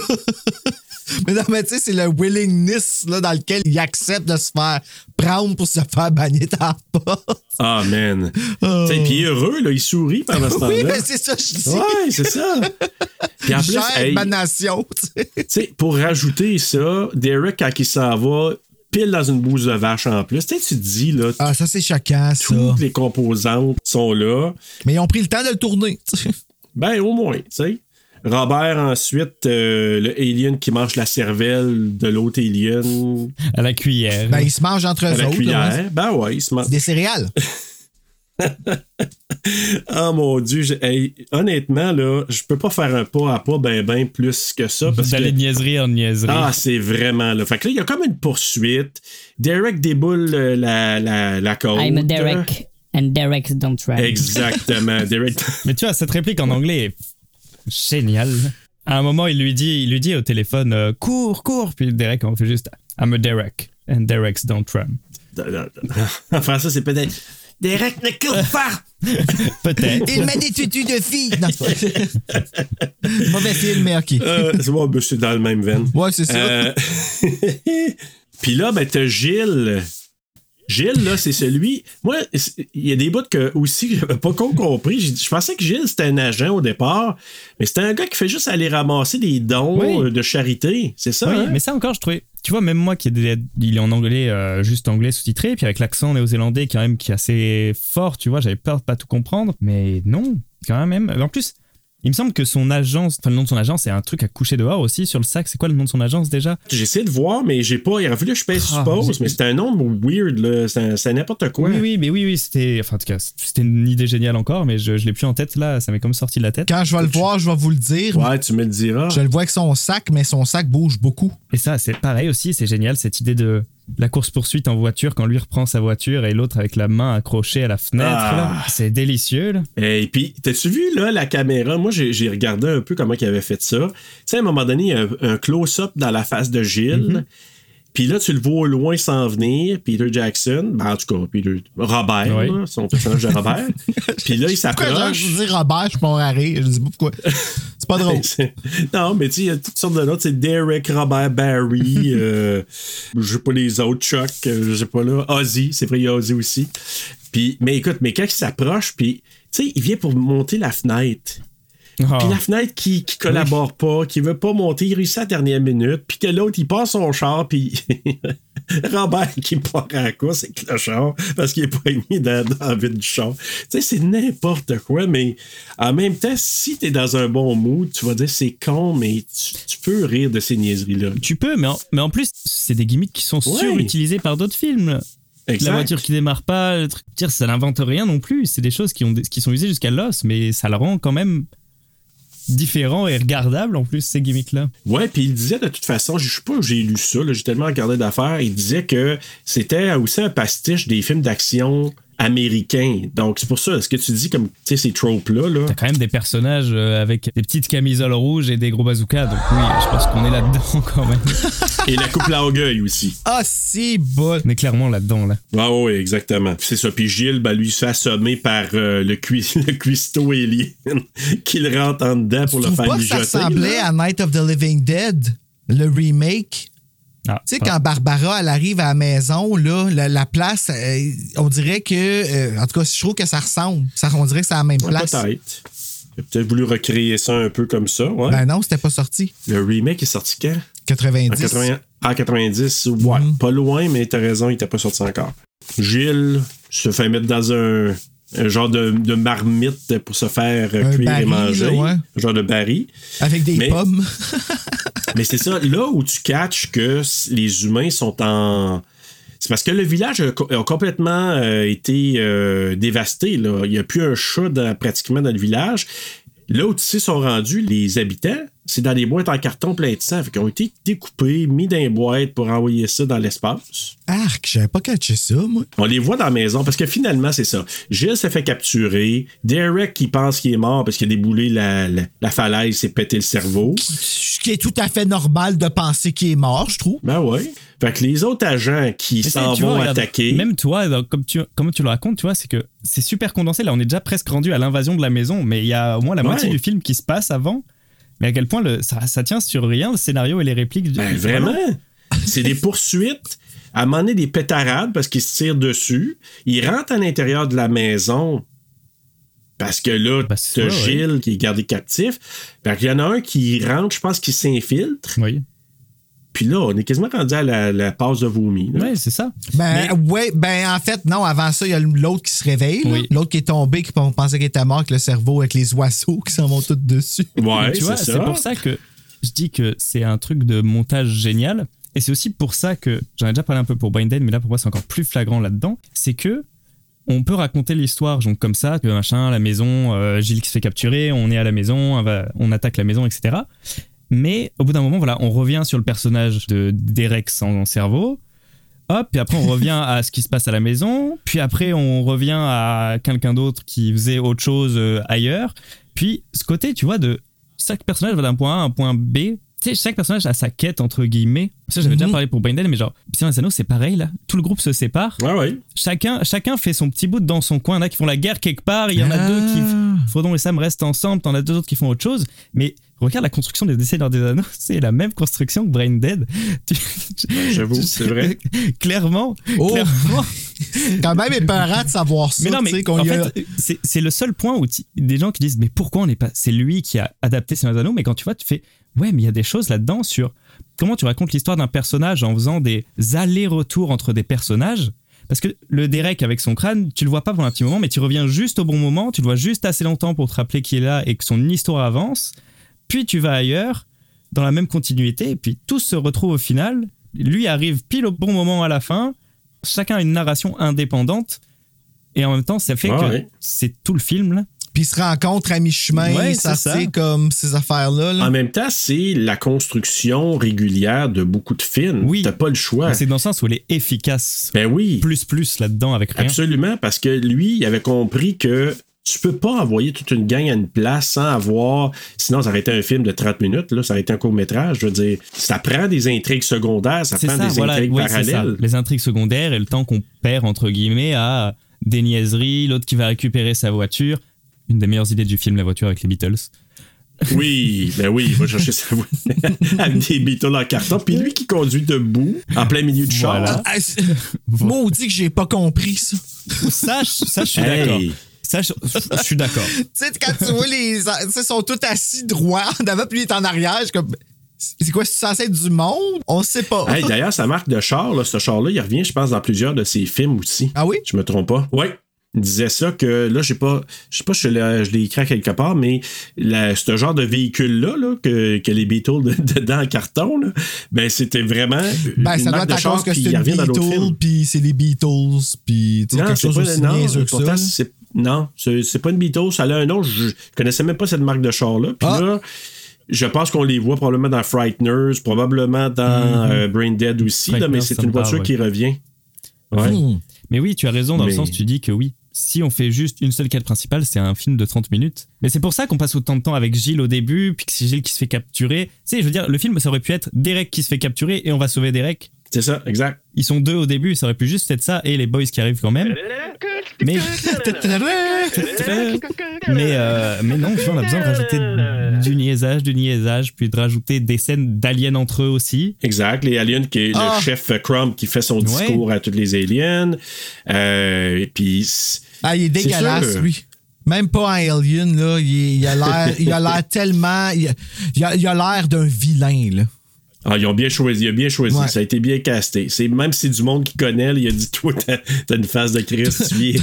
[SPEAKER 4] <laughs> mais non, mais tu sais, c'est le willingness là, dans lequel il accepte de se faire prendre pour se faire bagner dans la porte.
[SPEAKER 1] Ah, man.
[SPEAKER 4] <laughs>
[SPEAKER 1] Tu sais, Puis il est heureux, là, il sourit pendant ce temps-là.
[SPEAKER 4] Oh. Oui, mais c'est ça, que je dis.
[SPEAKER 1] Ouais, c'est ça. Puis en plus,
[SPEAKER 4] J'aide
[SPEAKER 1] hey,
[SPEAKER 4] ma nation. <laughs> tu sais.
[SPEAKER 1] tu sais, pour rajouter ça, Derek, quand il s'en va, pile dans une bouse de vache en plus, tu sais, tu te dis, là,
[SPEAKER 4] Ah, ça, c'est choquant, ça.
[SPEAKER 1] toutes les composantes sont là.
[SPEAKER 4] Mais ils ont pris le temps de le tourner. tu sais.
[SPEAKER 1] Ben, au moins, tu sais. Robert, ensuite, euh, le alien qui mange la cervelle de l'autre alien
[SPEAKER 3] à la cuillère.
[SPEAKER 4] Ben, ils se mangent entre
[SPEAKER 1] à
[SPEAKER 4] eux
[SPEAKER 1] la
[SPEAKER 4] autres. ouais.
[SPEAKER 1] cuillère. Ben ouais, il se mange.
[SPEAKER 4] Des céréales.
[SPEAKER 1] Ah mon Dieu, j'ai- hey, honnêtement, là, je peux pas faire un pas à pas ben ben plus que ça. Parce
[SPEAKER 3] D'aller
[SPEAKER 1] que...
[SPEAKER 3] de niaiserie en niaiserie.
[SPEAKER 1] Ah, c'est vraiment là. Fait que là, il y a comme une poursuite. Derek déboule euh, la, la, la côte.
[SPEAKER 9] I'm a Derek, and Derek don't try.
[SPEAKER 1] <laughs> Exactement. Derek.
[SPEAKER 3] Mais tu vois, cette réplique en anglais est géniale. À un moment, il lui dit, il lui dit au téléphone euh, Cours, cours Puis Derek, on fait juste I'm a Derek, and Derek's don't run.
[SPEAKER 1] <laughs> en français, c'est peut-être. Derek ne court pas!
[SPEAKER 3] Peut-être.
[SPEAKER 4] Il met des tutus de filles. Non, c'est pas- <laughs> Mauvais film, mais OK.
[SPEAKER 1] <laughs> Euh, c'est bon, ben, c'est dans le même veine.
[SPEAKER 4] Ouais, c'est ça.
[SPEAKER 1] Euh, <laughs> Puis là, ben, t'as Gilles. Gilles, là, c'est celui. Moi, c'est- il y a des bouts que aussi, j'avais pas con compris. J'ai dit- Je pensais que Gilles, c'était un agent au départ, mais c'était un gars qui fait juste aller ramasser des dons
[SPEAKER 3] Oui.
[SPEAKER 1] euh, de charité. C'est ça?
[SPEAKER 3] Oui,
[SPEAKER 1] hein?
[SPEAKER 3] mais ça encore, je trouvais. Tu vois, même moi qui ai des- il est en anglais, euh, juste anglais sous-titré, puis avec l'accent néo-zélandais quand même qui est assez fort, tu vois, j'avais peur de pas tout comprendre, mais non, quand même. En plus, il me semble que son agence, enfin le nom de son agence, c'est un truc à coucher dehors aussi sur le sac. C'est quoi le nom de son agence déjà
[SPEAKER 1] J'ai essayé de voir, mais j'ai pas. Il aurait fallu que je pèse
[SPEAKER 3] Ah,
[SPEAKER 1] sur pause,
[SPEAKER 3] j'ai-
[SPEAKER 1] mais c'était un nombre weird, là. C'était c'était n'importe quoi.
[SPEAKER 3] Oui, oui, mais oui, oui, c'était. Enfin, en tout cas, c'était une idée géniale encore, mais je, je l'ai plus en tête là, ça m'est comme sorti de la tête.
[SPEAKER 4] Quand je vais le voir, je vais vous le dire.
[SPEAKER 1] Ouais, tu me le diras.
[SPEAKER 4] Je le vois avec son sac, mais son sac bouge beaucoup.
[SPEAKER 3] Et ça, c'est pareil aussi, c'est génial cette idée de la course-poursuite en voiture quand lui reprend sa voiture et l'autre avec la main accrochée à la fenêtre.
[SPEAKER 1] Ah.
[SPEAKER 3] là. C'est délicieux, là.
[SPEAKER 1] Et puis, t'as-tu vu, là, la caméra? Moi, j'ai j'ai regardé un peu comment il avait fait ça. Tu sais, à un moment donné, il y a un, un close-up dans la face de Gilles. Puis là, tu le vois au loin s'en venir, Peter Jackson. Ben, en tout cas, Peter, Robert,
[SPEAKER 3] Oui.
[SPEAKER 1] là, son personnage de Robert. puis là, il
[SPEAKER 4] Pourquoi
[SPEAKER 1] s'approche.
[SPEAKER 4] je dis Robert, je suis pas arrêt. Je dis pas pourquoi. C'est
[SPEAKER 1] <laughs>
[SPEAKER 4] pas drôle.
[SPEAKER 1] non, mais tu sais, il y a toutes sortes de noms. C'est Derek, Robert,
[SPEAKER 4] <laughs>
[SPEAKER 1] Barry, euh, je sais pas les autres, Chuck, euh, je sais pas là, Ozzy, c'est vrai, il y a Ozzy aussi. Puis, mais écoute, mais quand il s'approche, puis, tu sais, il vient pour monter la fenêtre.
[SPEAKER 3] Oh.
[SPEAKER 1] Puis la fenêtre qui, qui collabore pas, qui veut pas monter, il réussit à la dernière minute, puis que l'autre, il passe son char, puis <laughs> Robert qui part à quoi, c'est que le char, parce qu'il est poigné dans, dans la vitre du char. Tu sais, c'est n'importe quoi, mais en même temps, si t'es dans un bon mood, tu vas dire c'est con, mais tu, tu peux rire de ces niaiseries-là.
[SPEAKER 3] Tu peux, mais en, mais en plus, c'est des gimmicks qui sont
[SPEAKER 1] Ouais.
[SPEAKER 3] surutilisés par d'autres films. La voiture qui démarre pas, le truc, dire, ça n'invente rien non plus. C'est des choses qui, ont, qui sont usées jusqu'à l'os, mais ça le rend quand même différent et regardable en plus, ces gimmicks-là.
[SPEAKER 1] Ouais, puis il disait de toute façon, je sais pas, où j'ai lu ça, là, j'ai tellement regardé d'affaires, il disait que c'était aussi un pastiche des films d'action américain. Donc, c'est pour ça, ce que tu dis, comme, tu sais, ces tropes-là, là,
[SPEAKER 3] T'as quand même des personnages euh, avec des petites camisoles rouges et des gros bazookas, donc oui, je pense qu'on est là-dedans <laughs> quand même.
[SPEAKER 1] et la coupe Langueuil aussi.
[SPEAKER 4] Ah, si, bon.
[SPEAKER 3] On est clairement là-dedans, là.
[SPEAKER 1] Ah oui, exactement. C'est ça. Puis Gilles, ben, lui, il se fait assommer par euh, le, cui- <laughs> le cuistot alien <laughs> qu'il rentre en dedans pour
[SPEAKER 4] Tu
[SPEAKER 1] le faire
[SPEAKER 4] trouves pas que ça
[SPEAKER 1] mijoter.
[SPEAKER 4] ressemblait
[SPEAKER 1] là.
[SPEAKER 4] à Night of the Living Dead, le remake?
[SPEAKER 3] Ah,
[SPEAKER 4] Tu sais,
[SPEAKER 3] pardon.
[SPEAKER 4] quand Barbara, elle arrive à la maison, là, la, la place, euh, on dirait que... euh, en tout cas, je trouve que ça ressemble. Ça, on dirait que c'est la même place.
[SPEAKER 1] Peut-être. Il a peut-être voulu recréer ça un peu comme ça, ouais.
[SPEAKER 4] Ben non, c'était pas sorti.
[SPEAKER 1] Le remake est sorti quand?
[SPEAKER 4] 90.
[SPEAKER 1] En 80 en 90, ouais.
[SPEAKER 4] Mhm.
[SPEAKER 1] Pas loin, mais t'as raison, il était pas sorti encore. Gilles se fait mettre dans un, un genre de, de marmite pour se faire euh,
[SPEAKER 4] Un
[SPEAKER 1] cuire et
[SPEAKER 4] baril,
[SPEAKER 1] manger.
[SPEAKER 4] là, ouais.
[SPEAKER 1] Un genre de baril.
[SPEAKER 4] Avec des
[SPEAKER 1] Mais-
[SPEAKER 4] pommes.
[SPEAKER 1] Mais c'est ça, là où tu catches que s- les humains sont en. C'est parce que le village a, co- a complètement euh, été euh, dévasté. Là. Il n'y a plus un chat dans- pratiquement dans le village. Là où tu sais sont rendus les habitants, c'est dans des boîtes en carton plein de sang. Ils ont été découpés, mis dans les boîtes pour envoyer ça dans l'espace.
[SPEAKER 4] Arc, j'avais pas catché ça, moi.
[SPEAKER 1] On les voit dans la maison parce que finalement, c'est ça. Gilles s'est fait capturer. Derek qui pense qu'il est mort parce qu'il a déboulé la, la- la falaise, s'est pété le cerveau.
[SPEAKER 4] Ce qui est tout à fait normal de penser qu'il est mort, je trouve.
[SPEAKER 1] Ben ouais. Fait que les autres agents qui
[SPEAKER 3] Mais
[SPEAKER 1] s'en
[SPEAKER 3] tu
[SPEAKER 1] vont
[SPEAKER 3] vois, regarde,
[SPEAKER 1] attaquer.
[SPEAKER 3] Même toi, dans- comme tu, comment tu le racontes, tu vois, c'est que c'est super condensé. Là, on est déjà presque rendu à l'invasion de la maison, mais il y a au moins la
[SPEAKER 1] Ouais.
[SPEAKER 3] moitié du film qui se passe avant. Mais à quel point le, ça, ça tient sur rien, le scénario et les répliques. du-
[SPEAKER 1] Ben vraiment. C'est des poursuites. À un moment donné, des pétarades parce qu'ils se tirent dessus. Ils rentrent à l'intérieur de la maison. Parce que là,
[SPEAKER 3] Ben, c'est
[SPEAKER 1] t'as
[SPEAKER 3] ça, ouais.
[SPEAKER 1] Gilles qui est gardé captif. Fait qu'il y en a un qui rentre, je pense qu'il s'infiltre.
[SPEAKER 3] Oui,
[SPEAKER 1] Puis là, on est quasiment rendu à la, la passe de vomi. là.
[SPEAKER 3] ouais, c'est ça.
[SPEAKER 4] Ben, ouais, ben, en fait, non, avant ça, il y a l'autre qui se réveille, là.
[SPEAKER 3] Oui.
[SPEAKER 4] l'autre qui est tombé, qui on pensait qu'il était mort, avec le cerveau, avec les oiseaux qui s'en vont tous dessus.
[SPEAKER 1] Ouais,
[SPEAKER 3] Mais tu vois,
[SPEAKER 1] c'est
[SPEAKER 3] c'est
[SPEAKER 1] ça.
[SPEAKER 3] pour ça que je dis que c'est un truc de montage génial. Et c'est aussi pour ça que j'en ai déjà parlé un peu pour Brain Dead, mais là pour moi c'est encore plus flagrant là-dedans. C'est que on peut raconter l'histoire donc comme ça, que machin, la maison, euh, Gilles qui se fait capturer, on est à la maison, on, va- on attaque la maison, etc. Mais au bout d'un moment, voilà, on revient sur le personnage de Derek sans cerveau. Hop, puis après on revient à ce qui se passe à la maison. Puis après on revient à quelqu'un d'autre qui faisait autre chose euh, ailleurs. Puis ce côté, tu vois, de chaque personnage va d'un point A à un point B. Tu sais, chaque personnage a sa quête, entre guillemets. Ça, j'avais déjà
[SPEAKER 4] Mhm.
[SPEAKER 3] parlé pour Brain Dead, mais genre, Piscine Sano, c'est pareil, là. Tout le groupe se sépare.
[SPEAKER 1] Ouais, ouais.
[SPEAKER 3] Chacun, chacun fait son petit bout dans son coin. Il y en a qui font la guerre quelque part. Il y en
[SPEAKER 4] Ah.
[SPEAKER 3] a deux qui, Frodon et Sam restent ensemble, t'en as deux autres qui font autre chose, mais regarde la construction des décès lors des anneaux, <laughs> c'est la même construction que Brain Dead. <laughs> Tu-
[SPEAKER 1] J'avoue, c'est vrai.
[SPEAKER 3] <laughs> clairement,
[SPEAKER 4] Oh.
[SPEAKER 3] clairement.
[SPEAKER 4] Quand même épeurant de savoir ça,
[SPEAKER 3] Mais non,
[SPEAKER 4] tu sais,
[SPEAKER 3] mais
[SPEAKER 4] qu'on
[SPEAKER 3] en
[SPEAKER 4] y a-
[SPEAKER 3] fait, c'est- c'est le seul point où tu- des gens qui disent mais pourquoi on n'est pas c'est lui qui a adapté Seigneur des Anneaux mais quand tu vois tu fais ouais mais il y a des choses là-dedans sur comment tu racontes l'histoire d'un personnage en faisant des allers-retours entre des personnages parce que le Derek avec son crâne tu le vois pas pendant un petit moment mais tu reviens juste au bon moment tu le vois juste assez longtemps pour te rappeler qu'il est là et que son histoire avance puis tu vas ailleurs dans la même continuité et puis tous se retrouvent au final lui arrive pile au bon moment à la fin chacun a une narration indépendante et en même temps ça fait
[SPEAKER 1] Ah
[SPEAKER 3] que
[SPEAKER 1] ouais.
[SPEAKER 3] c'est tout le film là
[SPEAKER 4] Puis ils se rencontrent à mi-chemin,
[SPEAKER 3] Ouais,
[SPEAKER 4] ça
[SPEAKER 3] c'est ça.
[SPEAKER 4] c'est comme ces affaires-là.
[SPEAKER 3] Mm.
[SPEAKER 4] là.
[SPEAKER 1] En même temps, c'est la construction régulière de beaucoup de films.
[SPEAKER 3] Oui.
[SPEAKER 1] T'as pas le choix.
[SPEAKER 3] c'est dans le sens où elle est efficace
[SPEAKER 1] Ben oui.
[SPEAKER 3] plus plus là-dedans avec rien
[SPEAKER 1] Absolument, parce que lui, il avait compris que tu peux pas envoyer toute une gang à une place sans avoir. Sinon, ça aurait été un film de 30 minutes, là, ça aurait été un court-métrage. Je veux dire, ça prend des intrigues secondaires, ça
[SPEAKER 3] c'est
[SPEAKER 1] prend
[SPEAKER 3] ça
[SPEAKER 1] des
[SPEAKER 3] voilà
[SPEAKER 1] intrigues
[SPEAKER 3] oui, c'est ça.
[SPEAKER 1] parallèles.
[SPEAKER 3] les intrigues secondaires et le temps qu'on perd entre guillemets à des niaiseries l'autre qui va récupérer sa voiture une des meilleures idées du film la voiture avec les Beatles
[SPEAKER 1] Oui, ben oui, il va chercher sa voix <laughs> avec des Beatles en carton. Puis lui qui conduit debout, en plein milieu du char.
[SPEAKER 3] Voilà.
[SPEAKER 4] Ah,
[SPEAKER 3] <laughs>
[SPEAKER 4] c'est- Maudit que j'ai pas compris ça.
[SPEAKER 3] ça je, ça, je suis
[SPEAKER 1] Hey.
[SPEAKER 3] d'accord ça je, je suis d'accord
[SPEAKER 4] Tu sais, quand tu vois les. tu sais, Ils sont tous assis droits en avant, puis il est en arrière. je suis comme. C'est quoi, c'est censé être du monde? On sait pas.
[SPEAKER 1] Hey, D'ailleurs, sa marque de char, là, ce char-là, il revient, je pense, dans plusieurs de ses films aussi.
[SPEAKER 4] Ah oui?
[SPEAKER 1] Je me trompe pas. Oui. Il disait ça que là, j'ai pas. Je sais pas si je l'ai je l'ai écrit à quelque part, mais la- ce genre de véhicule-là, là, que, que les Beatles de- dedans en carton, là, ben c'était vraiment.
[SPEAKER 4] Ben,
[SPEAKER 1] une
[SPEAKER 4] ça doit
[SPEAKER 1] marque
[SPEAKER 4] être à
[SPEAKER 1] de char
[SPEAKER 4] cause que
[SPEAKER 1] qui
[SPEAKER 4] c'est une
[SPEAKER 1] revient dans d'autres films.
[SPEAKER 4] Beatles, puis c'est les Beatles, puis tu sais,
[SPEAKER 1] Non,
[SPEAKER 4] quelque
[SPEAKER 1] c'est
[SPEAKER 4] chose
[SPEAKER 1] pas,
[SPEAKER 4] aussi
[SPEAKER 1] non,
[SPEAKER 4] niaiseux que ça.
[SPEAKER 1] pourtant,
[SPEAKER 4] là.
[SPEAKER 1] c'est- non, c'est c'est pas une Beatles, ça a un nom. Je, je connaissais même pas cette marque de char-là. Puis
[SPEAKER 4] Ah.
[SPEAKER 1] là, je pense qu'on les voit probablement dans Frighteners,
[SPEAKER 4] Mm-hmm.
[SPEAKER 1] probablement dans euh, Brain Dead aussi, là, mais
[SPEAKER 3] Frighteners,
[SPEAKER 1] c'est
[SPEAKER 3] ça
[SPEAKER 1] une
[SPEAKER 3] me parle,
[SPEAKER 1] voiture
[SPEAKER 3] ouais.
[SPEAKER 1] qui revient. Ouais.
[SPEAKER 4] Hmm.
[SPEAKER 3] Mais oui, tu as raison dans
[SPEAKER 1] Mais-
[SPEAKER 3] le sens, tu dis que oui. Si on fait juste une seule quête principale, c'est un film de 30 minutes. Mais c'est pour ça qu'on passe autant de temps avec Gilles au début, puis que c'est Gilles qui se fait capturer. Tu sais, je veux dire, le film, ça aurait pu être Derek qui se fait capturer et on va sauver Derek.
[SPEAKER 1] C'est ça, exact.
[SPEAKER 3] Ils sont deux au début, ça aurait pu juste être ça et les boys qui arrivent quand même. Mais, <laughs> mais, euh, mais non, tu vois, on a besoin de rajouter du niaisage, du niaisage, puis de rajouter des scènes d'aliens entre eux aussi.
[SPEAKER 1] Exact. Les aliens, qui est
[SPEAKER 4] Ah.
[SPEAKER 1] le chef euh, Crumb qui fait son discours à tous les aliens. Euh, et puis, c-
[SPEAKER 4] Ah, il est
[SPEAKER 1] C'est
[SPEAKER 4] dégueulasse,
[SPEAKER 1] sûr.
[SPEAKER 4] lui. Même pas un alien, là. Il, il a l'air-
[SPEAKER 1] <laughs>
[SPEAKER 4] il a l'air tellement. Il, a- il a- il a l'air d'un vilain, là.
[SPEAKER 1] ah, ils ont bien choisi, il a bien choisi,
[SPEAKER 4] Ouais.
[SPEAKER 1] ça a été bien casté. C'est même si du monde qui connaît, là, il a dit toi, t'as t'as une face de Christ, tu
[SPEAKER 3] <laughs>
[SPEAKER 1] viens,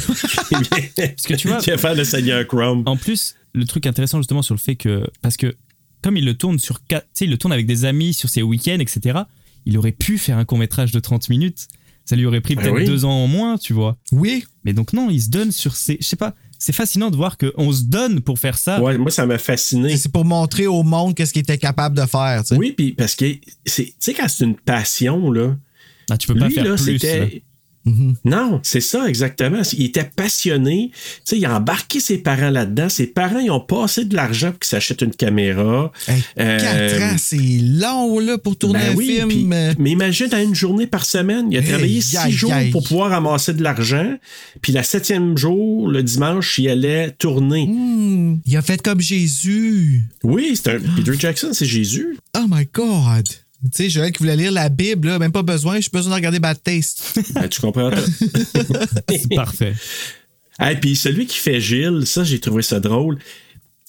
[SPEAKER 1] Parce
[SPEAKER 3] que tu vois-
[SPEAKER 1] tu viens faire le Seigneur Crumb.
[SPEAKER 3] En plus, le truc intéressant justement sur le fait que. Parce que, comme il le tourne sur. quatre- Tu sais, il le tourne avec des amis sur ses week-ends, etc. Il aurait pu faire un court-métrage de 30 minutes. Ça lui aurait pris
[SPEAKER 1] Ben
[SPEAKER 3] peut-être
[SPEAKER 1] oui.
[SPEAKER 3] deux ans en moins, tu vois.
[SPEAKER 4] Oui.
[SPEAKER 3] Mais donc, non, il se donne sur ses. Je sais pas. C'est fascinant de voir qu'on se donne pour faire ça.
[SPEAKER 1] Ouais, moi, ça m'a fasciné.
[SPEAKER 4] C'est pour montrer au monde qu'est-ce qu'il était capable de faire, tu sais.
[SPEAKER 1] Oui, puis parce que, c'est- tu sais, quand c'est une passion, là,
[SPEAKER 3] Ah, tu peux pas
[SPEAKER 1] lui,
[SPEAKER 3] faire
[SPEAKER 1] là,
[SPEAKER 3] plus. là.
[SPEAKER 1] c'était.
[SPEAKER 4] Mhm.
[SPEAKER 1] Non, c'est ça exactement. Il était passionné. Tu sais, il a embarqué ses parents là-dedans. Ses parents, ils ont passé de l'argent pour qu'ils s'achètent une caméra.
[SPEAKER 4] Hey,
[SPEAKER 1] Euh,
[SPEAKER 4] Quatre ans, c'est long, là, pour tourner
[SPEAKER 1] ben
[SPEAKER 4] un
[SPEAKER 1] oui,
[SPEAKER 4] film.
[SPEAKER 1] puis-
[SPEAKER 4] euh,
[SPEAKER 1] mais imagine à une journée par semaine, il a
[SPEAKER 4] Hey,
[SPEAKER 1] travaillé
[SPEAKER 4] aïe,
[SPEAKER 1] six jours
[SPEAKER 4] aïe.
[SPEAKER 1] pour pouvoir amasser de l'argent. Puis la septième jour, le dimanche, il allait tourner.
[SPEAKER 4] hmm, il a fait comme Jésus.
[SPEAKER 1] Oui, c'est un Peter Jackson, c'est Jésus.
[SPEAKER 4] Oh my God. Tu sais, Joël qui voulait lire la Bible, là, même pas besoin, j'ai besoin de regarder Bad Taste.
[SPEAKER 1] Ben, tu comprends <laughs>
[SPEAKER 4] <laughs>
[SPEAKER 1] tout. <laughs>
[SPEAKER 3] C'est parfait.
[SPEAKER 1] Et puis celui qui fait Gilles, ça, j'ai trouvé ça drôle.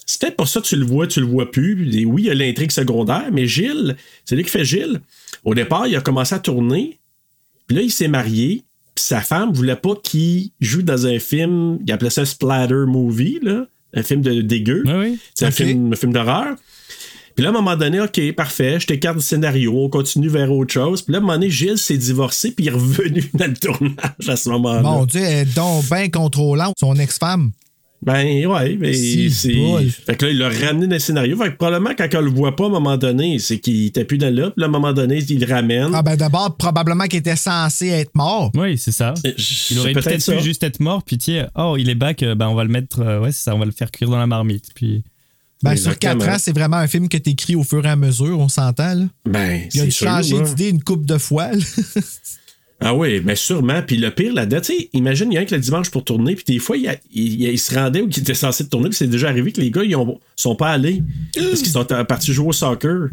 [SPEAKER 1] C'est peut-être pour ça que tu le vois, tu le vois plus. Et oui, il y a l'intrigue secondaire, mais Gilles, celui qui fait Gilles, au départ, il a commencé à tourner, puis là, il s'est marié, puis sa femme voulait pas qu'il joue dans un film, il appelait ça Splatter Movie, là, un film de dégueu.
[SPEAKER 3] Ouais, oui.
[SPEAKER 1] C'est un
[SPEAKER 4] Ok.
[SPEAKER 1] film, un film d'horreur. Puis là, à un moment donné, OK, parfait, je t'écarte du scénario, on continue vers autre chose. Puis là, à un moment donné, Gilles s'est divorcé, puis il est revenu <laughs> dans le tournage à ce moment-là.
[SPEAKER 4] Mon Dieu, elle est donc bien contrôlante, son ex-femme.
[SPEAKER 1] Ben ouais, mais
[SPEAKER 4] Si,
[SPEAKER 1] c'est.
[SPEAKER 4] boy.
[SPEAKER 1] Fait que là, il l'a ramené dans le scénario. Fait que probablement quand on le voit pas à un moment donné, c'est qu'il était plus dans là. Puis là, à un moment donné, il le ramène.
[SPEAKER 4] Ah ben d'abord, probablement qu'il était censé être mort.
[SPEAKER 3] Oui, c'est ça.
[SPEAKER 1] Euh, je-
[SPEAKER 3] Il aurait
[SPEAKER 1] c'est
[SPEAKER 3] peut-être
[SPEAKER 1] ça.
[SPEAKER 3] pu juste être mort, puis tiens, oh, il est back, euh, ben on va le mettre, euh, ouais, c'est ça, on va le faire cuire dans la marmite. Puis
[SPEAKER 4] Ben, sur
[SPEAKER 1] Exactement.
[SPEAKER 4] 4 ans, c'est vraiment un film que t'écris au fur et à mesure, on s'entend. Là.
[SPEAKER 1] Ben,
[SPEAKER 4] Il a
[SPEAKER 1] c'est
[SPEAKER 4] dû
[SPEAKER 1] sûr,
[SPEAKER 4] changer
[SPEAKER 1] là.
[SPEAKER 4] d'idée une coupe de fois. là.
[SPEAKER 1] Ah oui, mais sûrement. Puis le pire là-dedans, tu sais, imagine, il y a un que le dimanche pour tourner, puis des fois, il, y a- il- il- il se rendait ou qu'il était censé tourner, puis c'est déjà arrivé que les gars, ils ont, sont pas allés. Parce qu'ils sont partis jouer au soccer.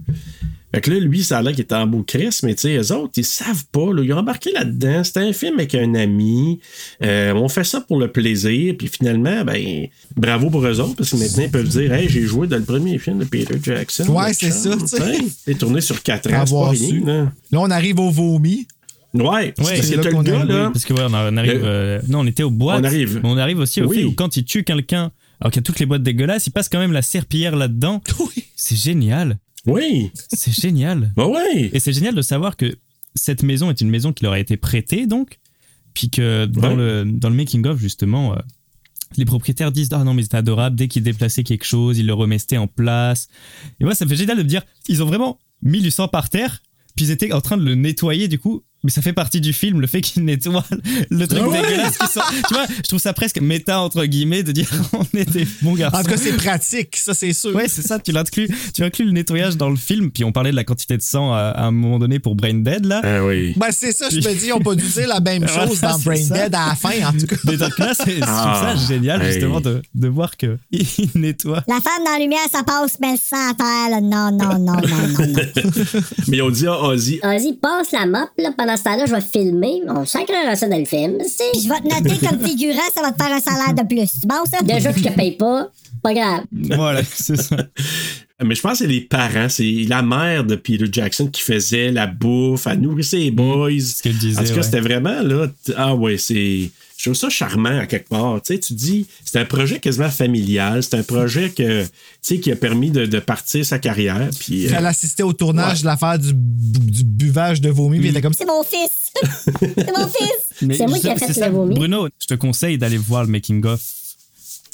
[SPEAKER 1] Fait que là, lui, ça a l'air qu'il était en beau Chris, mais tu sais, eux autres, ils savent pas. Là, ils ont embarqué là-dedans. C'était un film avec un ami. Euh, on fait ça pour le plaisir. Puis finalement, ben, bravo pour eux autres, parce que maintenant, ils peuvent dire Hey, j'ai joué dans le premier film de Peter Jackson.
[SPEAKER 4] Ouais,
[SPEAKER 1] notre
[SPEAKER 4] c'est ça,
[SPEAKER 1] chum.
[SPEAKER 4] tu sais.
[SPEAKER 1] Tiens, C'est tourné sur 4 ans. C'est pas
[SPEAKER 4] Avoir su.
[SPEAKER 1] rien, là.
[SPEAKER 4] Là, on arrive au vomi.
[SPEAKER 1] Ouais, c'est parce
[SPEAKER 4] c'est
[SPEAKER 1] que
[SPEAKER 4] là
[SPEAKER 1] t'as le
[SPEAKER 4] qu'on
[SPEAKER 1] gars,
[SPEAKER 4] arrive,
[SPEAKER 1] là.
[SPEAKER 3] parce que ouais, on, a- on arrive,
[SPEAKER 1] Le-
[SPEAKER 3] euh, non, on était aux boîtes.
[SPEAKER 1] On arrive.
[SPEAKER 3] Mais on arrive aussi au
[SPEAKER 1] Oui.
[SPEAKER 3] fait où quand il tue quelqu'un, alors qu'il y a toutes les boîtes dégueulasses, il passe quand même la
[SPEAKER 1] <laughs>
[SPEAKER 3] serpillière là-dedans. C'est génial,
[SPEAKER 1] Oui,
[SPEAKER 3] c'est génial.
[SPEAKER 1] bah ouais.
[SPEAKER 3] Et c'est génial de savoir que cette maison est une maison qui leur a été prêtée, donc, puis que dans
[SPEAKER 1] Ouais.
[SPEAKER 3] le, dans le making-of, justement, euh, les propriétaires disent Ah non, mais c'est adorable, dès qu'ils déplaçaient quelque chose, ils le remettaient en place. Et moi, ça me fait génial de me dire Ils ont vraiment mis du sang par terre, puis ils étaient en train de le nettoyer, du coup. Mais ça fait partie du film, le fait qu'ils nettoient le truc
[SPEAKER 1] Ah ouais.
[SPEAKER 3] dégueulasse qui sort. Tu vois, je trouve ça presque méta, entre guillemets, de dire <laughs> on est des bons garçons.
[SPEAKER 4] En tout cas, c'est pratique, ça c'est sûr.
[SPEAKER 3] Ah, Ouais, c'est ça, tu l'inclus. Tu inclus le nettoyage dans le film, puis on parlait de la quantité de sang à, à un moment donné pour Brain Dead, là.
[SPEAKER 1] Ah oui.
[SPEAKER 4] Ben, c'est ça, je me dis, ils ont pas dû dire la même
[SPEAKER 3] Voilà,
[SPEAKER 4] chose dans
[SPEAKER 3] c'est
[SPEAKER 4] Brain
[SPEAKER 3] ça.
[SPEAKER 4] Dead à la fin, en tout cas.
[SPEAKER 3] Des trucs là, c'est je trouve
[SPEAKER 1] Ah,
[SPEAKER 3] ça génial,
[SPEAKER 1] hey.
[SPEAKER 3] justement, de, de voir que <laughs> il nettoie.
[SPEAKER 8] La femme dans la lumière, ça passe, mais le sang à terre, là. Non, non, non, non, non,
[SPEAKER 1] <laughs>
[SPEAKER 8] non.
[SPEAKER 1] <laughs> Mais on dit à Ozzy,
[SPEAKER 2] Vas-y, passe la mop, là. Pendant ce temps-là, je vais filmer. On sacrera ça dans le film.
[SPEAKER 8] Puis
[SPEAKER 2] Si.
[SPEAKER 8] je vais te noter comme figurant, ça va te faire un salaire de plus. C'est Bon, ça?
[SPEAKER 2] Déjà que je te paye pas, pas grave.
[SPEAKER 3] Voilà, c'est ça.
[SPEAKER 1] mais je pense que c'est les parents, c'est la mère de Peter Jackson qui faisait la bouffe, elle nourrissait les boys.
[SPEAKER 3] Mm. ce qu'elle disait,
[SPEAKER 1] En tout cas,
[SPEAKER 3] ouais.
[SPEAKER 1] c'était vraiment là. t- Ah ouais, c'est. Je trouve ça charmant à quelque part. Tu sais, tu dis, c'est un projet quasiment familial. C'est un projet que, tu sais, qui a permis de, de partir sa carrière. Puis, euh,
[SPEAKER 4] Elle assistait au tournage de l'affaire du, bu- du buvage de vomi, puis elle était comme
[SPEAKER 8] C'est mon fils! <laughs> C'est mon fils!
[SPEAKER 3] Mais
[SPEAKER 2] C'est moi qui ai
[SPEAKER 3] justement,
[SPEAKER 2] fait
[SPEAKER 3] c'est ça,
[SPEAKER 2] le vomi.
[SPEAKER 3] Bruno, je te conseille d'aller voir le making of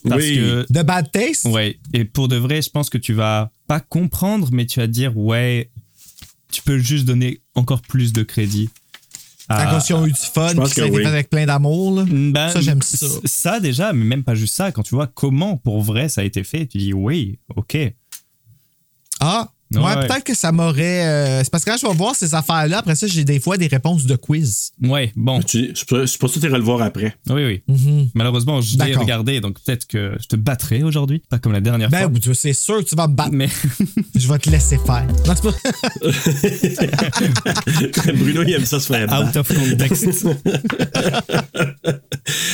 [SPEAKER 3] parce
[SPEAKER 1] Oui.
[SPEAKER 3] que
[SPEAKER 4] de Bad Taste.
[SPEAKER 3] ouais, et pour de vrai, je pense que tu vas pas comprendre, mais tu vas dire ouais, tu peux juste donner encore plus de crédit
[SPEAKER 4] À
[SPEAKER 3] Ah.
[SPEAKER 4] cause qu'ils ont eu du fun,
[SPEAKER 1] Je pense
[SPEAKER 4] puis ça a
[SPEAKER 1] que
[SPEAKER 4] été
[SPEAKER 1] oui.
[SPEAKER 4] fait avec plein d'amour. là.
[SPEAKER 3] Ben,
[SPEAKER 4] ça, j'aime ça.
[SPEAKER 3] c- Ça déjà, mais même pas juste ça. Quand tu vois comment pour vrai ça a été fait, tu dis oui, ok.
[SPEAKER 4] Ah,
[SPEAKER 3] Ouais,
[SPEAKER 4] ouais,
[SPEAKER 3] ouais.
[SPEAKER 4] peut-être que ça m'aurait. euh, c'est parce que quand je vais voir ces affaires-là, après ça, j'ai des fois des réponses de quiz.
[SPEAKER 3] Ouais, bon.
[SPEAKER 1] Mais Ah, tu- C'est pour c'est pour ça que tu iras le voir
[SPEAKER 3] <laughs>
[SPEAKER 1] après. <laughs>
[SPEAKER 3] Oui, oui.
[SPEAKER 4] Mhm.
[SPEAKER 3] Malheureusement, je l'ai
[SPEAKER 4] D'accord.
[SPEAKER 3] regardé, donc peut-être que je te battrai aujourd'hui, pas comme la dernière
[SPEAKER 4] Ben, ah.
[SPEAKER 3] fois.
[SPEAKER 4] oui, tu- c'est sûr que tu vas me battre.
[SPEAKER 3] Mais
[SPEAKER 4] Je vais te laisser faire. Non, c'est pas-
[SPEAKER 1] Bruno, il aime ça se faire battre.
[SPEAKER 3] <laughs> out of context.
[SPEAKER 1] <laughs>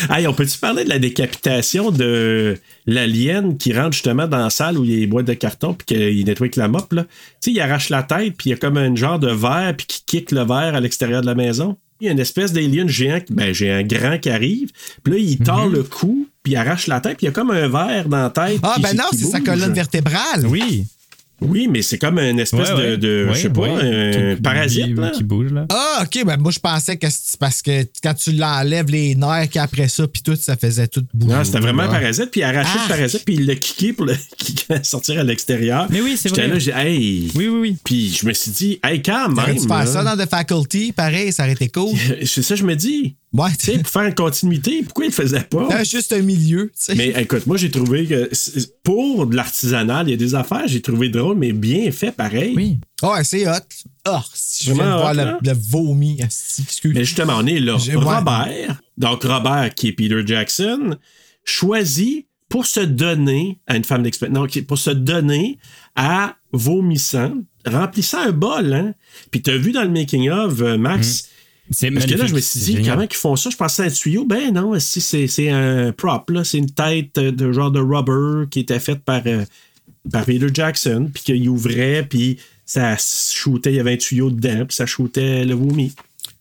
[SPEAKER 1] Hey, on peut-tu parler de la décapitation de l'alien qui rentre justement dans la salle où il y a les boîtes de carton puis qu'il nettoie avec la mop, là? Tu sais, il arrache la tête puis il y a comme un genre de verre puis qui kick le verre à l'extérieur de la maison. Il y a une espèce d'alien géant, qui- ben, géant grand qui arrive. Puis là, il
[SPEAKER 3] Mhm.
[SPEAKER 1] tord le cou puis il arrache la tête puis il y a comme un verre dans la tête.
[SPEAKER 4] Ah,
[SPEAKER 1] qui-
[SPEAKER 4] ben
[SPEAKER 1] qui
[SPEAKER 4] non, c'est sa
[SPEAKER 1] bouge.
[SPEAKER 4] colonne vertébrale.
[SPEAKER 3] oui.
[SPEAKER 1] Oui, mais c'est comme une
[SPEAKER 3] <laughs>
[SPEAKER 1] espèce
[SPEAKER 3] Ouais, ouais.
[SPEAKER 1] de, de-
[SPEAKER 3] Ouais,
[SPEAKER 1] je sais pas,
[SPEAKER 3] ouais,
[SPEAKER 1] un
[SPEAKER 3] truc qui-
[SPEAKER 1] parasite, là.
[SPEAKER 3] qui bouge là.
[SPEAKER 4] Ah, ok, ben moi je pensais que c'est parce que quand tu l'enlèves les nerfs qu'après ça, puis tout, ça faisait tout bouger.
[SPEAKER 1] Non, Ah, c'était vraiment un
[SPEAKER 4] Ouais.
[SPEAKER 1] parasite, puis il a arraché le
[SPEAKER 4] Ah!
[SPEAKER 1] parasite, puis il l'a kické pour le <laughs> kicker à sortir à l'extérieur.
[SPEAKER 3] Mais oui, c'est
[SPEAKER 1] J'étais
[SPEAKER 3] vrai.
[SPEAKER 1] là, j'ai hey.
[SPEAKER 3] Oui, oui, oui.
[SPEAKER 1] Puis je me suis dit, hey, quand
[SPEAKER 4] T'aurais
[SPEAKER 1] même.
[SPEAKER 4] dû faire
[SPEAKER 1] là.
[SPEAKER 4] ça dans The Faculty, pareil, ça aurait été cool.
[SPEAKER 1] <laughs> C'est ça, je me dis.
[SPEAKER 4] Ouais,
[SPEAKER 1] Tu
[SPEAKER 4] <laughs>
[SPEAKER 1] sais, pour faire une continuité, pourquoi il le faisait pas?
[SPEAKER 4] T'as juste un milieu, tu sais.
[SPEAKER 1] Mais écoute, moi, j'ai trouvé que c'est- pour de l'artisanal, il y a des affaires, j'ai trouvé drôle, mais bien fait pareil.
[SPEAKER 3] Oui.
[SPEAKER 4] Ah Ouais, c'est hot. Oh, si je viens
[SPEAKER 1] Vraiment
[SPEAKER 4] de voir
[SPEAKER 1] hot,
[SPEAKER 4] le,
[SPEAKER 1] là.
[SPEAKER 4] le vomi. asti, excuse.
[SPEAKER 1] Mais justement, on est là.
[SPEAKER 4] J'ai- ouais.
[SPEAKER 1] Robert, donc Robert, qui est Peter Jackson, choisit pour se donner à une femme d'expérience, non, qui- pour se donner à vomissant, remplissant un bol. Hein? Puis tu as vu dans le making-of, Max,
[SPEAKER 3] C'est
[SPEAKER 1] parce que là, je me suis
[SPEAKER 3] Mm-hmm. c'est
[SPEAKER 1] dit,
[SPEAKER 3] génial.
[SPEAKER 1] comment qu'ils font ça? Je pensais à un tuyau. Ben non, si c'est c'est un prop, là. c'est une tête euh, de genre de rubber qui était faite par, euh, par Peter Jackson, puis qu'il ouvrait, puis ça shootait, il y avait un tuyau dedans, puis ça shootait le vomi.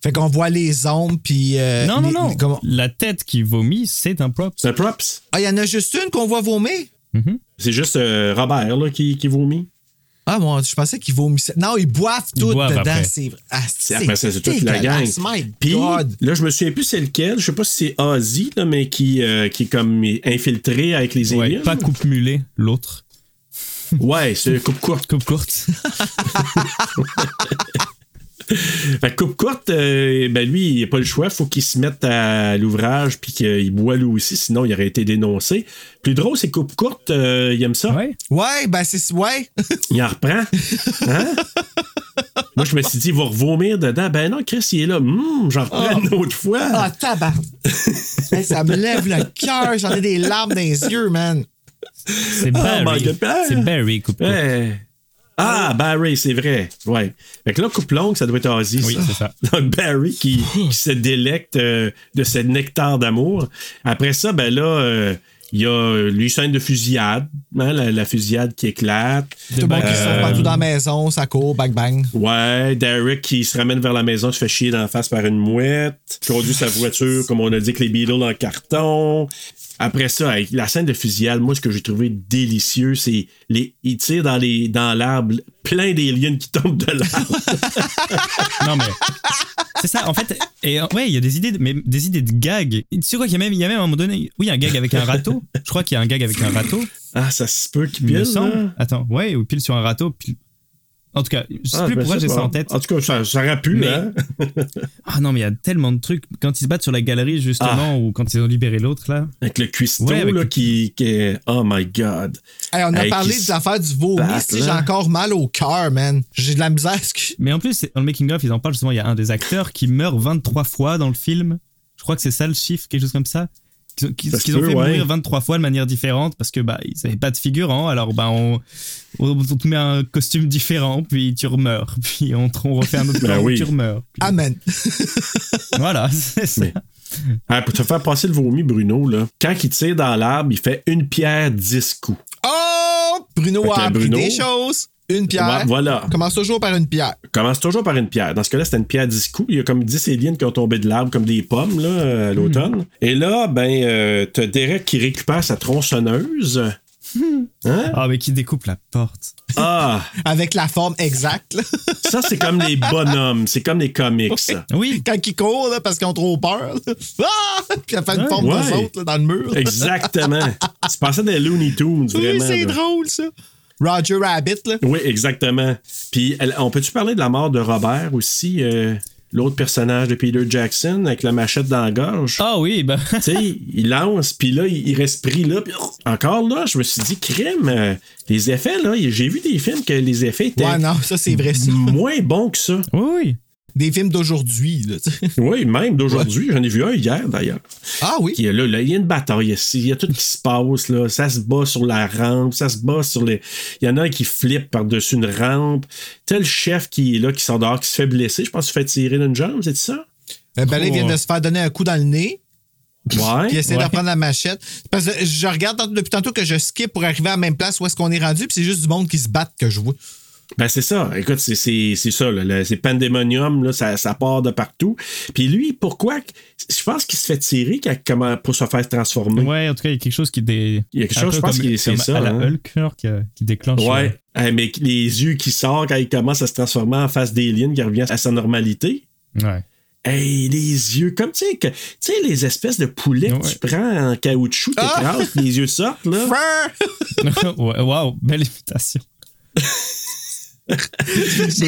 [SPEAKER 4] Fait qu'on voit les ombres, puis. euh,
[SPEAKER 3] Non, non,
[SPEAKER 4] les-
[SPEAKER 3] non.
[SPEAKER 4] les- comment-
[SPEAKER 3] La tête qui vomit, c'est un prop.
[SPEAKER 1] C'est un props.
[SPEAKER 4] Ah, il y en a juste une qu'on voit vomir?
[SPEAKER 1] C'est juste euh, Robert là, qui, qui vomit.
[SPEAKER 4] Ah, moi, je pensais qu'ils vomissent. Non, ils boivent
[SPEAKER 3] Ils
[SPEAKER 4] tout
[SPEAKER 3] boivent
[SPEAKER 4] dedans.
[SPEAKER 3] après.
[SPEAKER 4] C'est asti,
[SPEAKER 1] C'est après ça, c'est toute la gang.
[SPEAKER 4] dégueulasse, My
[SPEAKER 1] Puis
[SPEAKER 4] God.
[SPEAKER 1] là, je me souviens plus c'est lequel. Je sais pas si c'est Ozzy, là, mais qui, euh, qui est comme infiltré avec les
[SPEAKER 3] Ouais,
[SPEAKER 1] aliens.
[SPEAKER 3] pas coupe mulet, l'autre.
[SPEAKER 1] Ouais, c'est coupe courte.
[SPEAKER 3] Coupe courte.
[SPEAKER 1] Fait que coupe courte, euh, ben lui, il a pas le choix. Faut qu'il se mette à l'ouvrage puis qu'il boit lui aussi, sinon il aurait été dénoncé. Plus drôle, c'est coupe courte, euh, il aime ça.
[SPEAKER 3] ouais.
[SPEAKER 4] Ouais, ben c'est.
[SPEAKER 1] <laughs>
[SPEAKER 4] Ouais.
[SPEAKER 1] Il en reprend. Hein? Moi, je me suis dit, il va revomir dedans. Ben non, Chris, il est là. Hum, j'en reprends une autre fois.
[SPEAKER 4] Ah, tabarn. <laughs> Hey, ça me lève le cœur. J'en ai des larmes dans les yeux, man.
[SPEAKER 3] C'est
[SPEAKER 1] Oh
[SPEAKER 3] Barry.
[SPEAKER 1] my God.
[SPEAKER 3] c'est Barry, coupe courte.
[SPEAKER 1] Eh. Ah, Barry, c'est vrai. Ouais. Fait que là, coupe longue, ça doit être Ozzy.
[SPEAKER 3] Oui, c'est ça.
[SPEAKER 1] <laughs>
[SPEAKER 3] Oh.
[SPEAKER 1] Donc, Barry qui, qui se délecte euh, de ce nectar d'amour. Après ça, ben là, euh, il y a euh, les scènes de fusillade, hein, la, la fusillade qui éclate.
[SPEAKER 4] Tout le monde qui se
[SPEAKER 1] Euh,
[SPEAKER 4] trouve partout dans la maison, ça court, bang bang.
[SPEAKER 1] Ouais, Derek qui se ramène vers la maison, se fait chier dans la face par une mouette, conduit sa voiture, comme on a dit, que les Beatles en carton. Après ça, avec la scène de fusillade, moi, ce que j'ai trouvé délicieux, c'est les, ils tirent dans les, dans l'arbre, plein d'aliens qui tombent de l'arbre.
[SPEAKER 3] Non mais c'est ça en fait et euh, ouais il y a des idées de, mais des idées de gags tu sais quoi qu'il y a même il y a même à un moment donné oui un gag avec un râteau je crois qu'il y a un gag avec un râteau
[SPEAKER 1] <laughs> Ah, ça se peut qu'ils hein?
[SPEAKER 3] il me
[SPEAKER 1] pile, là.
[SPEAKER 3] semble attends ouais ou pile sur un râteau pile- en tout cas je sais
[SPEAKER 1] Ah,
[SPEAKER 3] plus
[SPEAKER 1] ben,
[SPEAKER 3] pourquoi j'ai
[SPEAKER 1] pas.
[SPEAKER 3] ça en tête
[SPEAKER 1] En tout cas, ça, ça aurait pu,
[SPEAKER 3] Mais-
[SPEAKER 1] hein?
[SPEAKER 3] ah non mais il y a tellement de trucs quand ils se battent sur la galerie justement
[SPEAKER 1] Ah.
[SPEAKER 3] ou quand ils ont libéré l'autre là
[SPEAKER 1] Avec le cuistot,
[SPEAKER 3] Ouais, avec
[SPEAKER 1] là,
[SPEAKER 3] le-
[SPEAKER 1] qui, qui est... Oh my God.
[SPEAKER 4] Hey, on a
[SPEAKER 1] Hey,
[SPEAKER 4] parlé
[SPEAKER 1] qui
[SPEAKER 4] des
[SPEAKER 1] se
[SPEAKER 4] affaires du vomi.
[SPEAKER 1] battent,
[SPEAKER 4] Si j'ai
[SPEAKER 1] là.
[SPEAKER 4] encore mal au cœur, man. J'ai de la misère. à ce que-
[SPEAKER 3] mais en plus c'est- dans le making of ils en parlent justement il y a un des acteurs qui meurt 23 fois dans le film je crois que c'est ça le chiffre quelque chose comme ça qu'ils ont, qu'ils-
[SPEAKER 1] Ça se
[SPEAKER 3] qu'ils ont
[SPEAKER 1] peut,
[SPEAKER 3] fait
[SPEAKER 1] ouais.
[SPEAKER 3] mourir 23 fois de manière différente parce que bah ils n'avaient pas de figurant alors bah on, on te met un costume différent puis tu remeurs <laughs> puis on, te- on refait
[SPEAKER 1] <laughs>
[SPEAKER 3] un autre
[SPEAKER 1] Ben
[SPEAKER 3] plan,
[SPEAKER 1] oui.
[SPEAKER 3] tu remeurs Puis
[SPEAKER 4] Amen.
[SPEAKER 3] voilà <laughs> c'est ça.
[SPEAKER 1] Mais- Ah, pour te faire passer le vomi, Bruno, là, quand il tire dans l'arbre, il fait une pierre, dix coups.
[SPEAKER 4] Oh! Bruno
[SPEAKER 1] Fait que
[SPEAKER 4] a appris
[SPEAKER 1] Bruno-
[SPEAKER 4] des choses. Une pierre.
[SPEAKER 1] Ouais, voilà.
[SPEAKER 4] Commence toujours par une pierre.
[SPEAKER 1] commence toujours par une pierre. Dans ce cas-là, c'était une pierre à 10 coups. Il y a comme 10 aliens qui ont tombé de l'arbre, comme des pommes, là, euh, à l'automne.
[SPEAKER 4] Hmm.
[SPEAKER 1] Et là, ben, euh, t'as Derek qui récupère sa tronçonneuse.
[SPEAKER 4] Hmm.
[SPEAKER 1] Hein?
[SPEAKER 3] ah mais qui découpe la porte
[SPEAKER 1] Ah!
[SPEAKER 4] Avec la forme exacte. là. <laughs>
[SPEAKER 1] Ça, c'est comme les bonhommes. C'est comme les comics, ça.
[SPEAKER 3] oui
[SPEAKER 4] Quand ils courent, là, parce qu'ils ont trop peur. là. Ah! Puis elle fait une forme
[SPEAKER 1] Ouais.
[SPEAKER 4] de saute là, dans le mur.
[SPEAKER 1] Exactement. C'est passé des Looney Tunes, vraiment.
[SPEAKER 4] Oui, c'est
[SPEAKER 1] là.
[SPEAKER 4] drôle, ça. Roger Rabbit, là.
[SPEAKER 1] Oui, exactement. Puis, elle- on peut-tu parler de la mort de Robert aussi? euh, l'autre personnage de Peter Jackson avec la machette dans la gorge.
[SPEAKER 3] Ah oui, ben.
[SPEAKER 1] Tu sais, il lance, puis là, il il reste pris là. puis encore là, je me suis dit, crème, euh, les effets, là, j'ai vu des films que les effets étaient
[SPEAKER 4] Ouais, non, ça, c'est vrai, ça.
[SPEAKER 1] moins bons que ça.
[SPEAKER 3] <laughs> Oui, oui.
[SPEAKER 4] Des films d'aujourd'hui, là, tu sais.
[SPEAKER 1] Oui, même d'aujourd'hui. J'en ai vu un hier, d'ailleurs.
[SPEAKER 4] Ah oui.
[SPEAKER 1] Qui est là, là, il y a une bataille ici. Il y a tout qui se passe. Là. Ça se bat sur la rampe. Ça se bat sur les. Il y en a un qui flippe par-dessus une rampe. Tel chef qui est là, qui sort dehors, qui se fait blesser. Je pense qu'il se fait tirer d'une jambe, c'est ça?
[SPEAKER 4] Euh, ben là, il vient de se faire donner un coup dans le nez.
[SPEAKER 1] Ouais.
[SPEAKER 4] Puis il essaie
[SPEAKER 3] Ouais.
[SPEAKER 4] de reprendre la machette. Parce que je regarde tant- depuis tantôt que je skip pour arriver à la même place où est-ce qu'on est rendu, puis c'est juste du monde qui se bat que je vois.
[SPEAKER 1] Ben c'est ça. Écoute, c'est, c'est, c'est ça. Là. Le- c'est Pandemonium, là, ça, ça part de partout. Puis lui, pourquoi? que- Je pense qu'il se fait tirer quand- comment, pour se faire transformer.
[SPEAKER 3] Ouais, en tout cas, il y a quelque chose qui. Dé...
[SPEAKER 1] Il y a quelque
[SPEAKER 3] un
[SPEAKER 1] chose,
[SPEAKER 3] peu
[SPEAKER 1] je pense,
[SPEAKER 3] comme-
[SPEAKER 1] que c'est
[SPEAKER 3] comme
[SPEAKER 1] ça,
[SPEAKER 3] À la
[SPEAKER 1] hein.
[SPEAKER 3] Hulk, genre, qui, qui déclenche. euh,
[SPEAKER 1] Ouais. Eh, mais les yeux qui sortent quand il commence à se transformer en face d'Alien qui revient à sa normalité.
[SPEAKER 3] euh, Ouais. <laughs>
[SPEAKER 1] Hey, les yeux, comme tu sais, que- tu sais, les espèces de poulets que tu prends en caoutchouc, t'écrases, puis les yeux sortent, là.
[SPEAKER 4] Frère!
[SPEAKER 3] Ouais, Waouh, belle imitation.
[SPEAKER 4] J'ai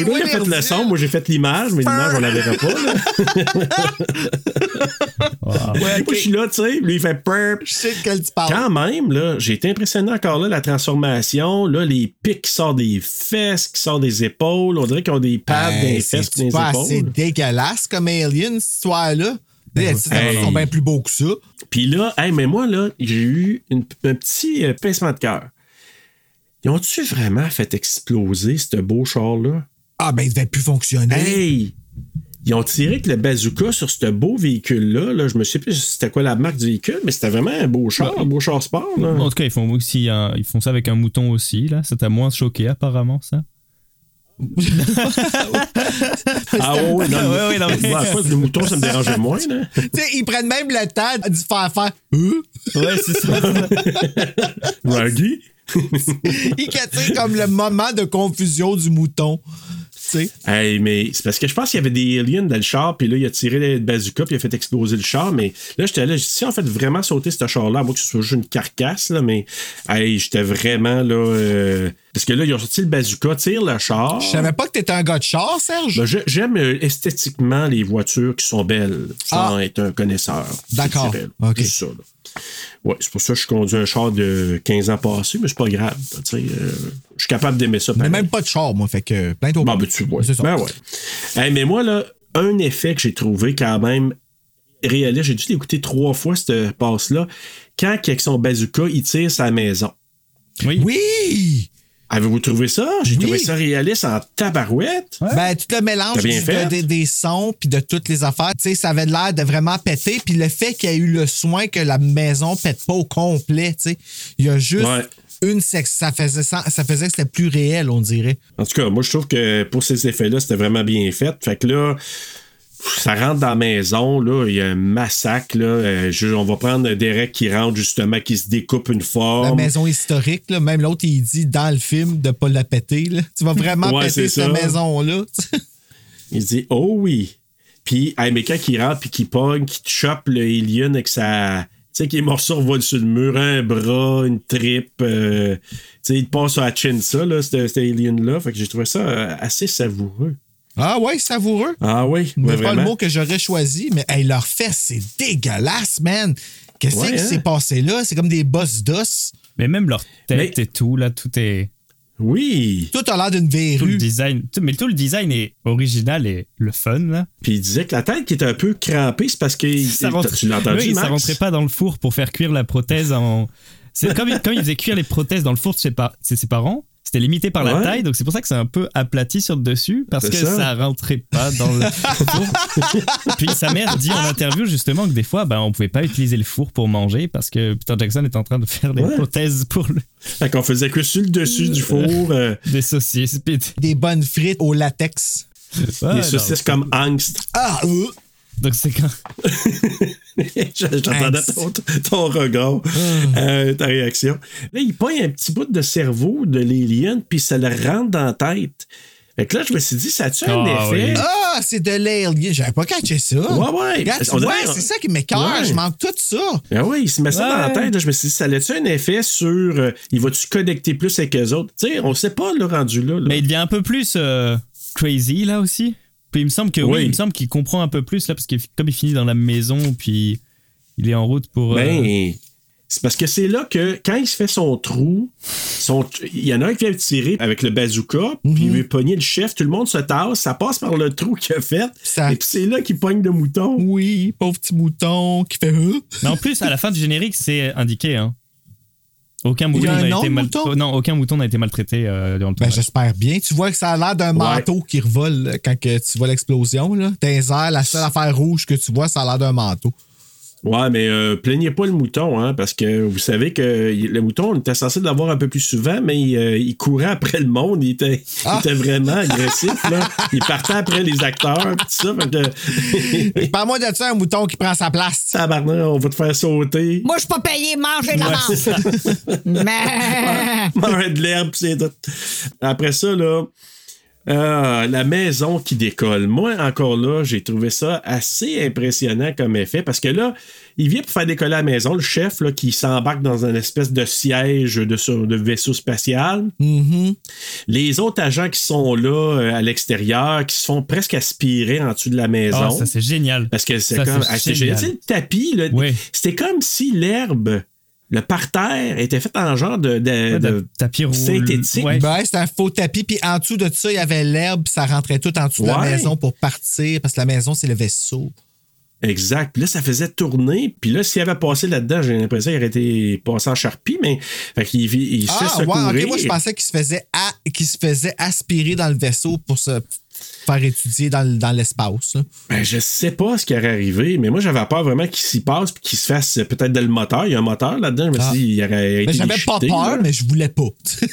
[SPEAKER 1] Bruno, il a
[SPEAKER 4] oublié
[SPEAKER 1] fait
[SPEAKER 4] de
[SPEAKER 1] le
[SPEAKER 4] dire.
[SPEAKER 1] son, moi j'ai fait l'image, mais l'image, on la verra pas, là.
[SPEAKER 3] Waouh.
[SPEAKER 1] Moi, je suis là, tu sais, lui, il fait purp.
[SPEAKER 4] <laughs> Je sais de quel tu parles.
[SPEAKER 1] Quand même, là, j'ai été impressionné encore là, la transformation, là, les pics qui sortent des fesses, qui sortent des épaules, on dirait qu'ils ont des pattes
[SPEAKER 4] Hey,
[SPEAKER 1] dans les fesses
[SPEAKER 4] Ben, c'est
[SPEAKER 1] et dans les
[SPEAKER 4] pas assez
[SPEAKER 1] épaules. Ben
[SPEAKER 4] dégueulasse comme Alien, cette histoire-là. Les petits
[SPEAKER 1] Hey.
[SPEAKER 4] sont bien plus beaux que ça.
[SPEAKER 1] Puis là, hey, mais moi, là, j'ai eu une- un petit euh, pincement de cœur. Ils ont-tu vraiment fait exploser ce beau char-là?
[SPEAKER 4] Ah, ben, il devait plus fonctionner.
[SPEAKER 1] Hey! Ils ont tiré avec le bazooka sur ce beau véhicule-là. Là. Je me sais plus c'était quoi la marque du véhicule, mais c'était vraiment un beau char, un beau char sport. Là.
[SPEAKER 3] En tout cas, ils font, aussi un- ils font ça avec un mouton aussi, là. Ça t'a moins choqué, apparemment, ça.
[SPEAKER 1] Ah ouais, ouais, non,
[SPEAKER 3] <laughs> Ouais, ouais, non, mais-
[SPEAKER 1] Ouais, après, le mouton, ça me dérangeait moins. Là.
[SPEAKER 4] Tu sais, ils prennent même le temps de se faire faire. Hein?
[SPEAKER 3] Ouais, c'est <laughs> ça.
[SPEAKER 1] Raggy?
[SPEAKER 4] <laughs> Ils créent comme le moment de confusion du mouton. Tu sais.
[SPEAKER 1] Hey, mais c'est parce que je pense qu'il y avait des aliens dans le char, puis là, il a tiré le bazooka, puis il a fait exploser le char. Mais là, j'étais là, j'ai dit, si on fait vraiment sauter ce char-là, à moins que ce soit juste une carcasse, là, mais hey, j'étais vraiment là. euh, Parce que là, ils ont sorti le bazooka, tire le char.
[SPEAKER 4] Je savais pas que t'étais un gars de char, Serge.
[SPEAKER 1] Ben, j'ai- J'aime euh, esthétiquement les voitures qui sont belles, sans
[SPEAKER 4] Ah.
[SPEAKER 1] être un connaisseur.
[SPEAKER 4] D'accord.
[SPEAKER 1] culturel.
[SPEAKER 4] Ok.
[SPEAKER 1] C'est ça, là. Ouais, c'est pour ça que je conduis un char de 15 ans passé, mais c'est pas grave. tu sais, euh, je suis capable d'aimer ça.
[SPEAKER 4] Mais
[SPEAKER 1] pareil.
[SPEAKER 4] même pas de char, moi. Fait que plein d'autres.
[SPEAKER 1] Bon, ben, tu vois.
[SPEAKER 4] C'est ça.
[SPEAKER 1] Ben ouais. Hey, mais moi, là, un effet que j'ai trouvé quand même réaliste, j'ai dû l'écouter trois fois, cette passe-là. Quand, avec son bazooka, il tire sa maison.
[SPEAKER 4] Oui!
[SPEAKER 1] Avez-vous trouvé ça? J'ai
[SPEAKER 4] Oui.
[SPEAKER 1] trouvé ça réaliste en tabarouette.
[SPEAKER 4] Ben, tout le mélange
[SPEAKER 1] T'as bien
[SPEAKER 4] du-
[SPEAKER 1] fait.
[SPEAKER 4] de- des- des sons puis de toutes les affaires, tu sais, ça avait l'air de vraiment péter. Puis le fait qu'il y a eu le soin que la maison pète pas au complet, tu sais. Il y a juste
[SPEAKER 1] Ouais.
[SPEAKER 4] une sexe. Ça faisait, sen- ça faisait que c'était plus réel, on dirait.
[SPEAKER 1] En tout cas, moi, je trouve que pour ces effets-là, c'était vraiment bien fait. Fait que là, ça rentre dans la maison, là, il y a un massacre, là. Euh, je- on va prendre Derek qui rentre, justement, qui se découpe une
[SPEAKER 4] La
[SPEAKER 1] forme.
[SPEAKER 4] maison historique, là, même l'autre, il dit dans le film de pas la péter. là. Tu vas vraiment
[SPEAKER 1] <laughs> Ouais,
[SPEAKER 4] péter
[SPEAKER 1] c'est
[SPEAKER 4] cette
[SPEAKER 1] ça.
[SPEAKER 4] maison-là. <laughs>
[SPEAKER 1] Il se dit, oh oui. Puis, hey, mais quand il rentre, puis qu'il pogne, qu'il te chope le alien avec sa. Tu sais, qu'il est morceau, on voit sur le mur, un bras, une tripe. euh, tu sais, il te passe à chin, ça, là, cet cet alien-là. Fait que j'ai trouvé ça euh, assez savoureux.
[SPEAKER 4] Ah ouais, savoureux.
[SPEAKER 1] Ah oui, ouais,
[SPEAKER 4] Mais pas le
[SPEAKER 1] vraiment.
[SPEAKER 4] mot que j'aurais choisi, mais hey, leur fesse, c'est dégueulasse, man. Qu'est-ce
[SPEAKER 1] Ouais,
[SPEAKER 4] qui
[SPEAKER 1] hein?
[SPEAKER 4] s'est passé là? C'est comme des bosses d'os.
[SPEAKER 3] Mais même leur tête
[SPEAKER 1] Mais-
[SPEAKER 3] et tout, là, tout est.
[SPEAKER 1] Oui.
[SPEAKER 4] Tout a l'air d'une
[SPEAKER 3] Tout le
[SPEAKER 4] verrue.
[SPEAKER 3] design. tout- mais tout le design est original et le fun, là.
[SPEAKER 1] Puis il disait que la tête qui était un peu crampée, c'est parce que
[SPEAKER 3] Ça rentre-
[SPEAKER 1] tu l'as entendu,
[SPEAKER 3] Oui, ça
[SPEAKER 1] Max?
[SPEAKER 3] rentrait pas dans le four pour faire cuire la prothèse en. C'est comme quand ils faisaient cuire les prothèses dans le four de ses, par- de ses parents. C'était limité par la
[SPEAKER 1] Ouais.
[SPEAKER 3] taille, donc c'est pour ça que c'est un peu aplati sur le dessus, parce
[SPEAKER 1] C'est
[SPEAKER 3] que
[SPEAKER 1] ça.
[SPEAKER 3] ça. rentrait pas dans le
[SPEAKER 1] <laughs>
[SPEAKER 3] four. Puis sa mère dit en interview justement que des fois, ben, on pouvait pas utiliser le four pour manger parce que Peter Jackson est en train de faire des
[SPEAKER 1] Ouais.
[SPEAKER 3] prothèses pour le-
[SPEAKER 1] Fait qu'on faisait que sur le dessus du four, euh,
[SPEAKER 3] des saucisses. Puis-
[SPEAKER 4] Des bonnes frites au latex.
[SPEAKER 3] Ouais,
[SPEAKER 1] les
[SPEAKER 3] non.
[SPEAKER 1] saucisses comme angst.
[SPEAKER 4] Ah, euh,
[SPEAKER 3] Donc c'est quand.
[SPEAKER 1] <laughs> J'attendais
[SPEAKER 4] Angst.
[SPEAKER 1] ton, ton regard, euh, ta réaction. Là, il pogne un petit bout de cerveau de l'alien, puis ça le rentre dans la tête. Fait que là, je me suis dit, ça a-tu un
[SPEAKER 3] Ah,
[SPEAKER 1] effet?
[SPEAKER 3] oui.
[SPEAKER 4] ah, c'est de l'alien. J'avais pas catché ça.
[SPEAKER 1] Ouais, ouais.
[SPEAKER 4] Regarde,
[SPEAKER 1] On
[SPEAKER 4] ouais,
[SPEAKER 1] dirait-
[SPEAKER 4] c'est ça qui m'écœure.
[SPEAKER 1] Ouais.
[SPEAKER 4] Je manque tout ça.
[SPEAKER 1] Ah oui, il se met ça dans la
[SPEAKER 3] Ouais.
[SPEAKER 1] tête. là. Je me suis dit, ça a-tu un effet sur. euh, il va-tu connecter plus avec eux autres? Tu sais, on sait pas le rendu là. là.
[SPEAKER 3] Mais il devient un peu plus euh, crazy là aussi. Puis il me semble que oui,
[SPEAKER 1] Oui.
[SPEAKER 3] il me semble qu'il comprend un peu plus là parce que comme il finit dans la maison puis il est en route pour euh,
[SPEAKER 1] Ben, c'est parce que c'est là que quand il se fait son trou, son- il y en a un qui vient tirer avec le bazooka, puis il veut pogner le chef, tout le monde se tasse, ça passe par le trou qu'il a fait,
[SPEAKER 4] Ça-
[SPEAKER 1] et puis c'est là qu'il pogne le mouton.
[SPEAKER 4] Oui, pauvre petit mouton qui fait. euh.
[SPEAKER 3] Mais en plus, à la fin du générique, c'est indiqué. Hein. Aucun
[SPEAKER 4] Il y
[SPEAKER 3] mouton
[SPEAKER 4] a un
[SPEAKER 3] n'a
[SPEAKER 4] nom
[SPEAKER 3] été
[SPEAKER 4] de
[SPEAKER 3] mal-
[SPEAKER 4] mouton
[SPEAKER 3] Non, aucun mouton n'a été maltraité euh, durant le
[SPEAKER 4] Ben,
[SPEAKER 3] tournage.
[SPEAKER 4] j'espère bien. Tu vois que ça a l'air d'un manteau qui revole là, quand que tu vois l'explosion. Là. Dans les airs, la seule affaire rouge que tu vois, ça a l'air d'un manteau.
[SPEAKER 1] Ouais, mais euh, plaignez pas le mouton, hein, parce que vous savez que il- le mouton, on était censé l'avoir un peu plus souvent, mais euh, il courait après le monde, il était, il était vraiment agressif, là. Il partait après les acteurs, pis tout ça, fait que...
[SPEAKER 4] Parle-moi de ça, un mouton qui prend sa place.
[SPEAKER 1] Tabarnak, on va te faire sauter.
[SPEAKER 7] Moi, je suis pas payé, mangez de la menthe. <laughs>
[SPEAKER 1] <laughs>
[SPEAKER 7] Mais.
[SPEAKER 1] Marais de l'herbe, pis c'est tout. Après ça, là, euh, la maison qui décolle. Moi, encore là, j'ai trouvé ça assez impressionnant comme effet parce que là, il vient pour faire décoller la maison, le chef là, qui s'embarque dans une espèce de siège de, sur- de vaisseau spatial.
[SPEAKER 4] Mm-hmm.
[SPEAKER 1] Les autres agents qui sont là euh, à l'extérieur, qui se font presque aspirer en dessous de la maison.
[SPEAKER 3] Ah, ça, c'est génial.
[SPEAKER 1] Parce que c'est
[SPEAKER 3] Ça,
[SPEAKER 1] comme.
[SPEAKER 3] c'est
[SPEAKER 1] ah, c'est
[SPEAKER 3] génial.
[SPEAKER 1] génial. Tu sais, le tapis, là,
[SPEAKER 3] Oui.
[SPEAKER 1] c'était comme si l'herbe, le parterre, était fait en genre de. de- de-
[SPEAKER 3] Ouais, de tapis roule-
[SPEAKER 1] synthétique.
[SPEAKER 3] Ouais.
[SPEAKER 4] Ben, c'était un faux tapis, puis en dessous de ça, il y avait l'herbe, puis ça rentrait tout en dessous de la
[SPEAKER 1] Ouais.
[SPEAKER 4] maison pour partir, parce que la maison, c'est le vaisseau.
[SPEAKER 1] Exact. Puis là, ça faisait tourner. Puis là, s'il avait passé là-dedans, j'ai l'impression qu'il aurait été passé en charpie, mais. Fait qu'il il se
[SPEAKER 4] Ah,
[SPEAKER 1] secourait.
[SPEAKER 4] ouais, ok, moi, je pensais qu'il se, faisait a- qu'il se faisait aspirer dans le vaisseau pour se faire étudier dans, le- dans l'espace. là.
[SPEAKER 1] Ben, je sais pas ce qui aurait arrivé, mais moi, j'avais peur vraiment qu'il s'y passe puis qu'il se fasse euh, peut-être dans le moteur. Il y a un moteur là-dedans. Je me
[SPEAKER 4] Ah.
[SPEAKER 1] suis dit, il aurait été.
[SPEAKER 4] Mais j'avais pas
[SPEAKER 1] déchiqueté,
[SPEAKER 4] peur,
[SPEAKER 1] là.
[SPEAKER 4] mais je voulais pas. <laughs>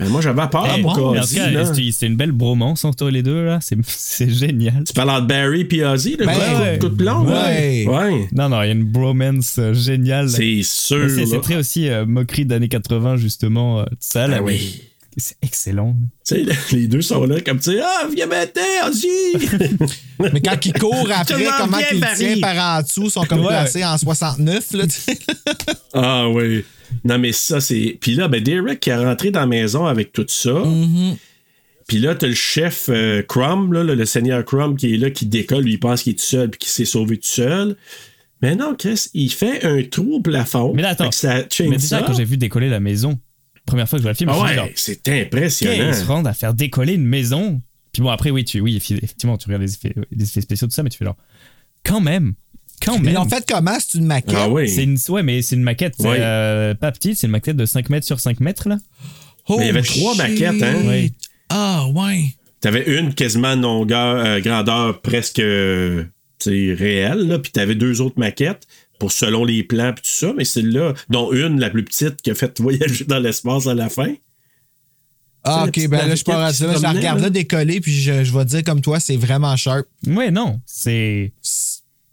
[SPEAKER 1] Ben, moi, j'avais peur,
[SPEAKER 3] Eh,
[SPEAKER 1] mon
[SPEAKER 3] mais en tout
[SPEAKER 1] Ozzy,
[SPEAKER 3] cas,
[SPEAKER 1] là.
[SPEAKER 3] c'est c'est une belle bromance entre les deux, là. C'est- C'est génial.
[SPEAKER 1] Tu parles de Barry puis Ozzy, là,
[SPEAKER 4] Ben,
[SPEAKER 1] quoi,
[SPEAKER 3] ouais.
[SPEAKER 1] tout le long, là.
[SPEAKER 4] Ouais.
[SPEAKER 1] Ouais.
[SPEAKER 3] Non, non, il y a une bromance euh, géniale.
[SPEAKER 1] C'est
[SPEAKER 3] Mais
[SPEAKER 1] sûr,
[SPEAKER 3] C'est c'est
[SPEAKER 1] là.
[SPEAKER 3] très aussi euh, moquerie d'années 80, justement, euh, tout ça. là.
[SPEAKER 1] Ben oui.
[SPEAKER 3] C'est excellent.
[SPEAKER 1] Tu sais, <laughs> les deux sont là comme tu sais, ah, viens m'aider, Ozzy!
[SPEAKER 4] mais quand il court après,
[SPEAKER 1] Tout le monde
[SPEAKER 4] comment
[SPEAKER 1] vient,
[SPEAKER 4] qu'il le
[SPEAKER 1] Barry.
[SPEAKER 4] tient par en dessous, ils sont comme
[SPEAKER 3] Ouais.
[SPEAKER 4] placés en 69. Là, tu sais.
[SPEAKER 3] <laughs>
[SPEAKER 1] ah oui. Non, mais ça, c'est. Puis là, ben, Derek qui est rentré dans la maison avec tout ça.
[SPEAKER 3] Mm-hmm.
[SPEAKER 1] Puis là, t'as le chef euh, Crumb, là, le, le seigneur Crumb qui est là, qui décolle, lui, il pense qu'il est tout seul, puis qu'il s'est sauvé tout seul. Mais non, Chris, il fait un trou au plafond.
[SPEAKER 3] Mais là, attends.
[SPEAKER 1] Fait que Ça change
[SPEAKER 3] Mais déjà,
[SPEAKER 1] ça.
[SPEAKER 3] quand j'ai vu décoller la maison, première fois que je vois le film,
[SPEAKER 1] ah
[SPEAKER 3] je me suis dit,
[SPEAKER 1] ouais, c'est impressionnant.
[SPEAKER 3] ils se rendent à faire décoller une maison. Puis bon, après, oui, tu, oui effi- effectivement, tu regardes les effets, euh, les effets spéciaux, tout ça, mais tu fais genre, quand même, quand
[SPEAKER 4] Ils
[SPEAKER 3] même.
[SPEAKER 4] l'ont fait comment? C'est une maquette?
[SPEAKER 1] Ah oui.
[SPEAKER 3] C'est une, ouais, mais c'est une maquette
[SPEAKER 1] Oui.
[SPEAKER 3] euh, pas petite, c'est une maquette de 5 mètres sur 5 mètres, là.
[SPEAKER 1] Mais il y avait
[SPEAKER 4] Oh,
[SPEAKER 1] trois
[SPEAKER 4] shit.
[SPEAKER 1] maquettes, hein?
[SPEAKER 3] Oui.
[SPEAKER 4] Ah, ouais.
[SPEAKER 1] T'avais une quasiment en longueur, euh, grandeur presque euh, tu sais, réelle, là, puis t'avais deux autres maquettes pour selon les plans puis tout ça, mais celle-là, dont une, la plus petite, qui a fait <laughs> voyager dans l'espace à la fin.
[SPEAKER 4] Ah,
[SPEAKER 1] Tu sais,
[SPEAKER 4] ok,
[SPEAKER 1] la petite
[SPEAKER 4] ben là, je pars à
[SPEAKER 1] maquette qui
[SPEAKER 4] ça.
[SPEAKER 1] se
[SPEAKER 4] Je la
[SPEAKER 1] promenait,
[SPEAKER 4] regarde
[SPEAKER 1] là.
[SPEAKER 4] là décoller, puis je, je vais dire comme toi, c'est vraiment sharp.
[SPEAKER 3] Ouais, non, c'est.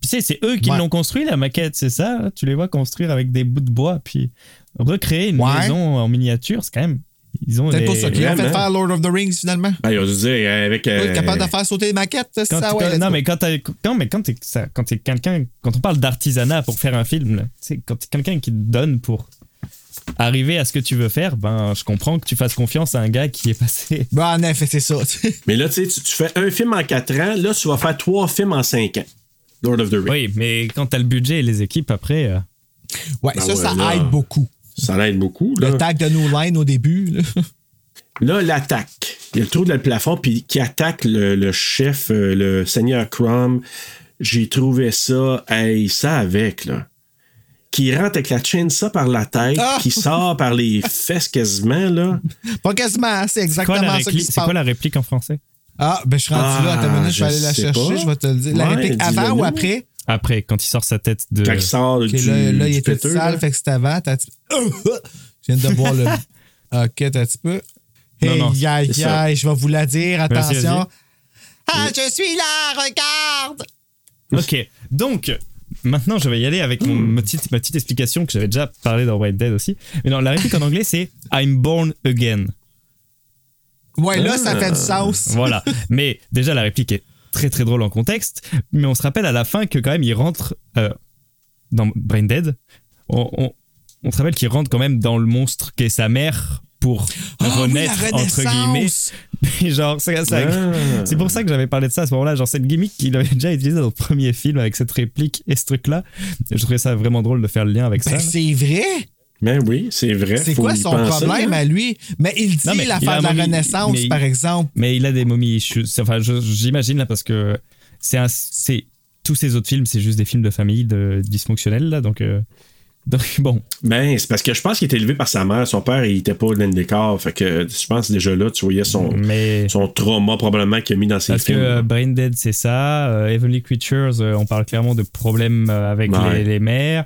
[SPEAKER 3] Puis, Tu sais, c'est eux qui
[SPEAKER 4] Ouais.
[SPEAKER 3] l'ont construit, la maquette, c'est ça. hein Tu les vois construire avec des bouts de bois, puis recréer une
[SPEAKER 4] Ouais.
[SPEAKER 3] maison en miniature, c'est quand même. Ils ont
[SPEAKER 4] Peut-être
[SPEAKER 3] des-
[SPEAKER 4] pour ça qu'ils ont fait
[SPEAKER 1] vraiment.
[SPEAKER 4] faire Lord of the Rings, finalement.
[SPEAKER 1] Ben, ils ont dû dire, euh, avec.
[SPEAKER 4] Faut
[SPEAKER 1] euh,
[SPEAKER 4] être capable de faire sauter les maquettes, c'est
[SPEAKER 3] Quand
[SPEAKER 4] ça,
[SPEAKER 3] tu-
[SPEAKER 4] ouais. let's
[SPEAKER 3] non,
[SPEAKER 4] go.
[SPEAKER 3] mais quand, t'as- non, mais quand t'es ça- quand t'es quelqu'un, quand on parle d'artisanat pour faire un film, là, tu sais, quand t'es quelqu'un qui te donne pour arriver à ce que tu veux faire, ben je comprends que tu fasses confiance à un gars qui est passé.
[SPEAKER 4] Ben, en effet, c'est ça. <laughs>
[SPEAKER 1] Mais là, tu sais, tu- tu fais un film en quatre ans, là, tu vas faire trois films en cinq ans. Lord of the Rings.
[SPEAKER 3] Oui, mais quand t'as le budget et les équipes après, euh,
[SPEAKER 4] Ouais,
[SPEAKER 1] Ben
[SPEAKER 4] ça, ça
[SPEAKER 1] ouais, là.
[SPEAKER 4] aide beaucoup.
[SPEAKER 1] Ça l'aide beaucoup. Là.
[SPEAKER 4] Le tag de New Line au début. là. <laughs>
[SPEAKER 1] Là, l'attaque. Il y a le trou dans le plafond puis qui attaque le, le chef, euh, le seigneur Crumb. J'ai trouvé ça, hey, ça avec, là. Qui rentre avec la ça par la tête,
[SPEAKER 4] Ah!
[SPEAKER 1] qui sort par
[SPEAKER 4] <laughs>
[SPEAKER 1] les fesses quasiment, là.
[SPEAKER 3] Euh,
[SPEAKER 4] Pas quasiment, hein, c'est
[SPEAKER 3] c'est quoi, la
[SPEAKER 4] exactement ça
[SPEAKER 3] réplique-
[SPEAKER 4] qui se
[SPEAKER 3] c'est quoi
[SPEAKER 4] passe.
[SPEAKER 3] la réplique en français
[SPEAKER 4] Ah, ben, je suis rendu là. Attends une minute, je
[SPEAKER 1] Ah,
[SPEAKER 4] vais aller la
[SPEAKER 1] je sais
[SPEAKER 4] chercher,
[SPEAKER 1] pas.
[SPEAKER 4] je vais te le dire. La
[SPEAKER 1] Ouais,
[SPEAKER 4] réplique avant
[SPEAKER 1] dis-le-nous.
[SPEAKER 4] ou après?
[SPEAKER 3] Après, quand il sort sa tête de.
[SPEAKER 1] Quand il sort
[SPEAKER 4] Ok,
[SPEAKER 1] du,
[SPEAKER 4] là, là,
[SPEAKER 1] du
[SPEAKER 4] il était
[SPEAKER 1] péteux,
[SPEAKER 4] sale,
[SPEAKER 1] là.
[SPEAKER 4] fait que c'était avant. T'as un <laughs> petit peu- Je viens de voir
[SPEAKER 1] <laughs>
[SPEAKER 4] le. Ok, t'as un petit peu.
[SPEAKER 3] Non,
[SPEAKER 4] Hey,
[SPEAKER 3] non,
[SPEAKER 4] aïe,
[SPEAKER 1] c'est
[SPEAKER 4] aïe,
[SPEAKER 1] ça.
[SPEAKER 4] aïe, je vais vous la dire,
[SPEAKER 3] Vas-y,
[SPEAKER 4] attention.
[SPEAKER 3] vas-y.
[SPEAKER 4] Ah, je suis là, regarde!
[SPEAKER 3] Ok, donc maintenant je vais y aller avec mon,
[SPEAKER 4] Hmm.
[SPEAKER 3] ma, petite, ma petite explication que j'avais déjà parlé dans White Dead aussi. Mais non, la réplique en anglais c'est I'm born again.
[SPEAKER 4] Ouais, là, ça fait du
[SPEAKER 1] Ah.
[SPEAKER 4] sens.
[SPEAKER 3] <laughs> Voilà. Mais déjà, la réplique est très très drôle en contexte. Mais on se rappelle à la fin que quand même, il rentre euh, dans Brain Dead. On, on- on se rappelle qu'il rentre quand même dans le monstre qu'est sa mère pour
[SPEAKER 4] Ah oui, la
[SPEAKER 3] renaître, entre guillemets. <laughs>
[SPEAKER 4] Renaissance!
[SPEAKER 3] Mais genre, c'est ça-
[SPEAKER 4] <laughs>
[SPEAKER 1] Ah.
[SPEAKER 3] c'est pour ça que j'avais parlé de ça à ce moment-là. Genre, cette gimmick qu'il avait déjà utilisée dans le premier film avec cette réplique et ce truc-là. Je trouvais ça vraiment drôle de faire le lien avec
[SPEAKER 4] Ben,
[SPEAKER 3] ça.
[SPEAKER 4] c'est vrai.
[SPEAKER 1] Mais Ben oui, c'est vrai.
[SPEAKER 4] C'est
[SPEAKER 1] faut
[SPEAKER 4] quoi
[SPEAKER 1] y
[SPEAKER 4] son
[SPEAKER 1] penser,
[SPEAKER 4] problème
[SPEAKER 1] hein.
[SPEAKER 4] à lui? Mais il dit
[SPEAKER 3] Non, mais il a
[SPEAKER 4] l'affaire de la
[SPEAKER 3] un momie,
[SPEAKER 4] Renaissance,
[SPEAKER 3] mais-
[SPEAKER 4] par exemple.
[SPEAKER 3] Mais il a des momies issues. Enfin, je- j'imagine là parce que c'est un- c'est tous ces autres films, c'est juste des films de famille de dysfonctionnels là. Donc, euh, donc bon,
[SPEAKER 1] Ben, c'est parce que je pense qu'il était élevé par sa mère. Son père, il était pas dans le décor. Fait que je pense déjà là, tu voyais son,
[SPEAKER 3] mais
[SPEAKER 1] son trauma probablement qu'il a mis dans ses
[SPEAKER 3] Mm. parce que
[SPEAKER 1] films.
[SPEAKER 3] euh, Brain Dead c'est ça, euh, Heavenly Creatures, euh, on parle clairement de problèmes euh, avec
[SPEAKER 1] Bah Ouais.
[SPEAKER 3] les, les mères.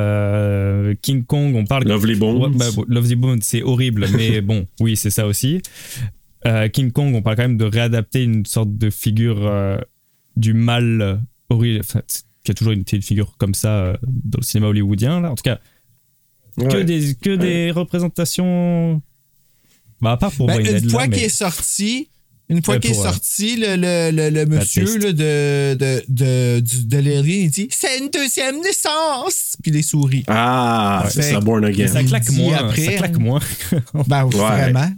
[SPEAKER 3] Euh, King Kong, on parle
[SPEAKER 1] Lovely Bones.
[SPEAKER 3] Ouais, bah, bon, Love the Bone,
[SPEAKER 1] <laughs>
[SPEAKER 3] c'est horrible, mais bon, oui, c'est ça aussi. Euh, King Kong, on parle quand même de réadapter une sorte de figure euh, du mal euh, horrible, enfin, c'est- qui a toujours été une figure comme ça euh, dans le cinéma hollywoodien. Là. En tout cas, que
[SPEAKER 1] Ouais.
[SPEAKER 3] des, que des représentations. Bah, à part pour
[SPEAKER 4] Ben,
[SPEAKER 3] Brain
[SPEAKER 4] une
[SPEAKER 3] Dead, là,
[SPEAKER 4] fois
[SPEAKER 3] mais-
[SPEAKER 4] qu'il est sorti, une fois
[SPEAKER 3] Ouais,
[SPEAKER 4] qu'il est
[SPEAKER 3] pour, euh,
[SPEAKER 4] sorti, le, le, le, le monsieur
[SPEAKER 3] piste.
[SPEAKER 4] là, de, de, de, du- de l'alien, il dit C'est une deuxième naissance Puis les souris.
[SPEAKER 1] Ah,
[SPEAKER 4] Ouais. Ben,
[SPEAKER 1] c'est ça, Born Again.
[SPEAKER 3] ça claque
[SPEAKER 4] dit
[SPEAKER 3] moins.
[SPEAKER 4] après,
[SPEAKER 3] ça claque
[SPEAKER 4] hein.
[SPEAKER 3] moins. <laughs>
[SPEAKER 4] Ben, vraiment.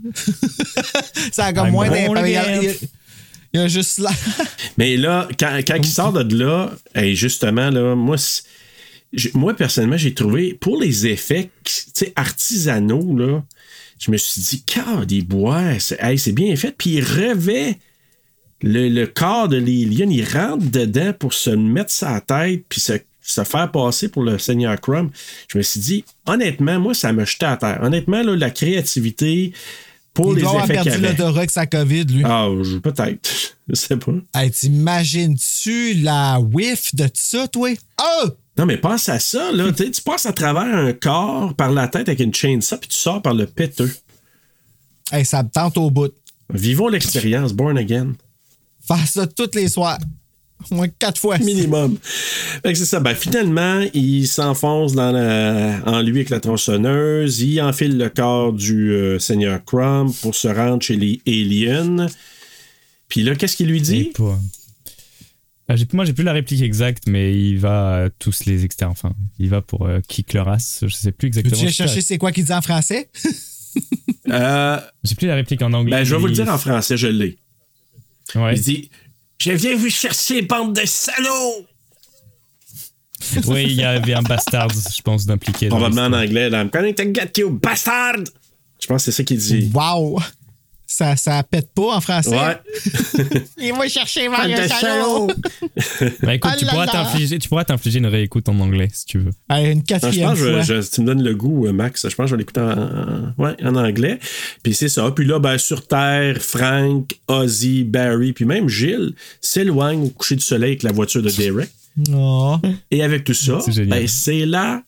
[SPEAKER 4] ça a comme
[SPEAKER 3] I'm
[SPEAKER 4] moins
[SPEAKER 3] born
[SPEAKER 4] d'impact. Il y a-
[SPEAKER 3] again.
[SPEAKER 4] Il, y a- il y a juste là.
[SPEAKER 1] Mais là, quand, quand il sort de là, et justement, là, moi, c'est- j'ai- moi personnellement, j'ai trouvé pour les effets tu sais, artisanaux, là, je me suis dit, car des bois, c'est hey, c'est bien fait. Puis il revêt le, le corps de l'Alien, il rentre dedans pour se mettre sa tête, puis se, se faire passer pour le Seigneur Crumb. Je me suis dit, honnêtement, moi, ça me jetait à terre. Honnêtement, là, la créativité pour
[SPEAKER 4] Il
[SPEAKER 1] les
[SPEAKER 4] doit avoir
[SPEAKER 1] effets qu'il y
[SPEAKER 4] perdu
[SPEAKER 1] avait.
[SPEAKER 4] l'odorat avec sa COVID, lui.
[SPEAKER 1] Ah, je- peut-être. <laughs> Je sais pas.
[SPEAKER 4] Hey, T'imagines-tu la whiff de ça, toi? Oh!
[SPEAKER 1] Non, mais pense à ça, là. Tu sais, tu passes à travers un corps par la tête avec une chainsaw, puis tu sors par le péteux.
[SPEAKER 4] Hey, ça me tente au bout.
[SPEAKER 1] Vivons l'expérience, born again.
[SPEAKER 4] Faire ça toutes les soirs. Au moins quatre fois.
[SPEAKER 1] Minimum. Fait que c'est ça. Ben, finalement, il s'enfonce dans la- en lui avec la tronçonneuse. Il enfile le corps du euh, seigneur Crumb pour se rendre chez les aliens. Puis là, qu'est-ce qu'il lui
[SPEAKER 3] Et
[SPEAKER 1] dit?
[SPEAKER 3] pour- Ah, j'ai- moi, j'ai plus la réplique exacte, mais il va euh, tous les externes. Enfin, il va pour euh, kick leur ass. Je sais plus exactement.
[SPEAKER 4] Peux-tu aller
[SPEAKER 3] ce qu'il a-
[SPEAKER 4] chercher c'est quoi qu'il dit en français?
[SPEAKER 1] Euh,
[SPEAKER 3] J'ai plus la réplique en anglais.
[SPEAKER 1] ben, je vais vous le
[SPEAKER 3] mais-
[SPEAKER 1] dire en français, je l'ai.
[SPEAKER 3] Ouais.
[SPEAKER 1] Il dit Je viens vous chercher, bande de salauds!
[SPEAKER 3] Oui, il y avait un bastard, je pense, d'impliqué. dans
[SPEAKER 1] Probablement en
[SPEAKER 3] l'histoire.
[SPEAKER 1] anglais, là. I'm going to get you, bastard! Je pense que c'est ça qu'il dit.
[SPEAKER 4] Wow! Ça, ça pète pas en français.
[SPEAKER 1] Ouais.
[SPEAKER 4] Il va chercher vers
[SPEAKER 1] Pas
[SPEAKER 4] le
[SPEAKER 1] de
[SPEAKER 4] <laughs> salon.
[SPEAKER 3] Bah, écoute,
[SPEAKER 4] Ah
[SPEAKER 3] tu
[SPEAKER 4] là
[SPEAKER 3] pourras
[SPEAKER 4] là.
[SPEAKER 3] t'infliger, tu pourras t'infliger une réécoute en anglais si tu veux.
[SPEAKER 4] Hey, une
[SPEAKER 1] Non, je
[SPEAKER 4] quatrième
[SPEAKER 1] pense que
[SPEAKER 4] fois.
[SPEAKER 1] je- je- tu me donnes le goût, euh, Max. Je pense que je vais l'écouter en, en- ouais, en anglais. Puis c'est ça. Puis là, ben, sur Terre, Frank, Ozzy, Barry, puis même Gilles s'éloignent au coucher du soleil avec la voiture de Derek.
[SPEAKER 4] Non.
[SPEAKER 1] Et avec tout ça,
[SPEAKER 3] C'est génial.
[SPEAKER 1] ben, c'est là.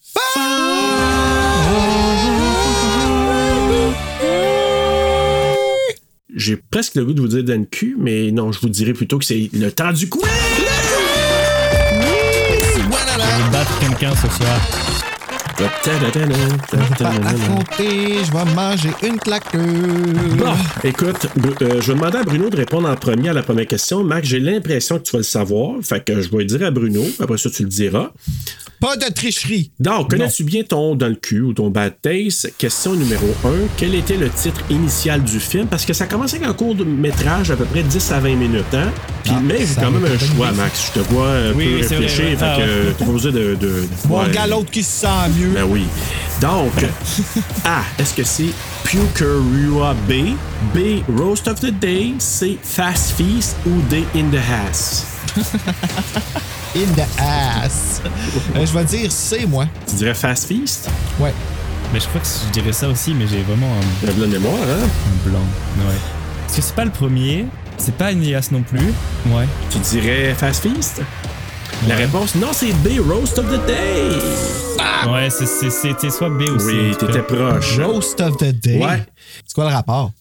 [SPEAKER 1] J'ai presque le goût de vous dire dans le cul, mais non, je vous dirais plutôt que c'est le temps du coup.
[SPEAKER 3] Je vais battre quelqu'un ce soir.
[SPEAKER 4] Pas affronter, je vais manger une claque.
[SPEAKER 1] Bon, écoute, Bru- euh, je vais demander à Bruno de répondre en premier à la première question. Max, j'ai l'impression que tu vas le savoir. Fait que je vais le dire à Bruno, puis après ça, tu le diras.
[SPEAKER 4] Pas de tricherie.
[SPEAKER 1] Donc, connais-tu bien ton dans le cul ou ton bad taste? Question numéro 1. Quel était le titre initial du film? Parce que ça commençait avec un court de métrage à peu près 10 à 20 minutes, hein? Puis,
[SPEAKER 4] Ah,
[SPEAKER 1] mais j'ai
[SPEAKER 4] ça
[SPEAKER 1] quand même
[SPEAKER 4] m'a
[SPEAKER 1] un
[SPEAKER 4] donné
[SPEAKER 1] choix,
[SPEAKER 4] des-
[SPEAKER 1] Max. Je te vois un
[SPEAKER 3] Oui,
[SPEAKER 1] peu
[SPEAKER 3] oui, c'est vrai,
[SPEAKER 1] réfléchir.
[SPEAKER 3] ouais.
[SPEAKER 1] fait
[SPEAKER 3] Ah,
[SPEAKER 1] que
[SPEAKER 3] ouais.
[SPEAKER 1] t'as pas besoin de. de, de-
[SPEAKER 4] Bon,
[SPEAKER 1] ouais.
[SPEAKER 4] regarde l'autre qui se sent mieux.
[SPEAKER 1] Ben oui. Donc, <laughs> A, est-ce que c'est Pukerua B, B, Roast of the Day, C, Fast Feast ou D, In the House?
[SPEAKER 4] In the ass. Euh, je vais dire c'est moi.
[SPEAKER 1] Tu dirais Fast Feast?
[SPEAKER 4] Ouais.
[SPEAKER 3] Mais je crois que je dirais ça aussi, mais j'ai vraiment un,
[SPEAKER 1] T'as de la mémoire, hein?
[SPEAKER 3] un blanc. Ouais. Parce que c'est pas le premier, c'est pas Elias non plus. Ouais.
[SPEAKER 1] Tu dirais Fast Feast? La réponse, non, c'est B, Roast of the Day!
[SPEAKER 4] Ah.
[SPEAKER 3] Ouais, c'est- c'est- c'était soit B ou C. en
[SPEAKER 1] Oui,
[SPEAKER 3] tout cas.
[SPEAKER 1] t'étais proche. hein?
[SPEAKER 4] Roast of the day.
[SPEAKER 1] Ouais.
[SPEAKER 4] C'est quoi le rapport?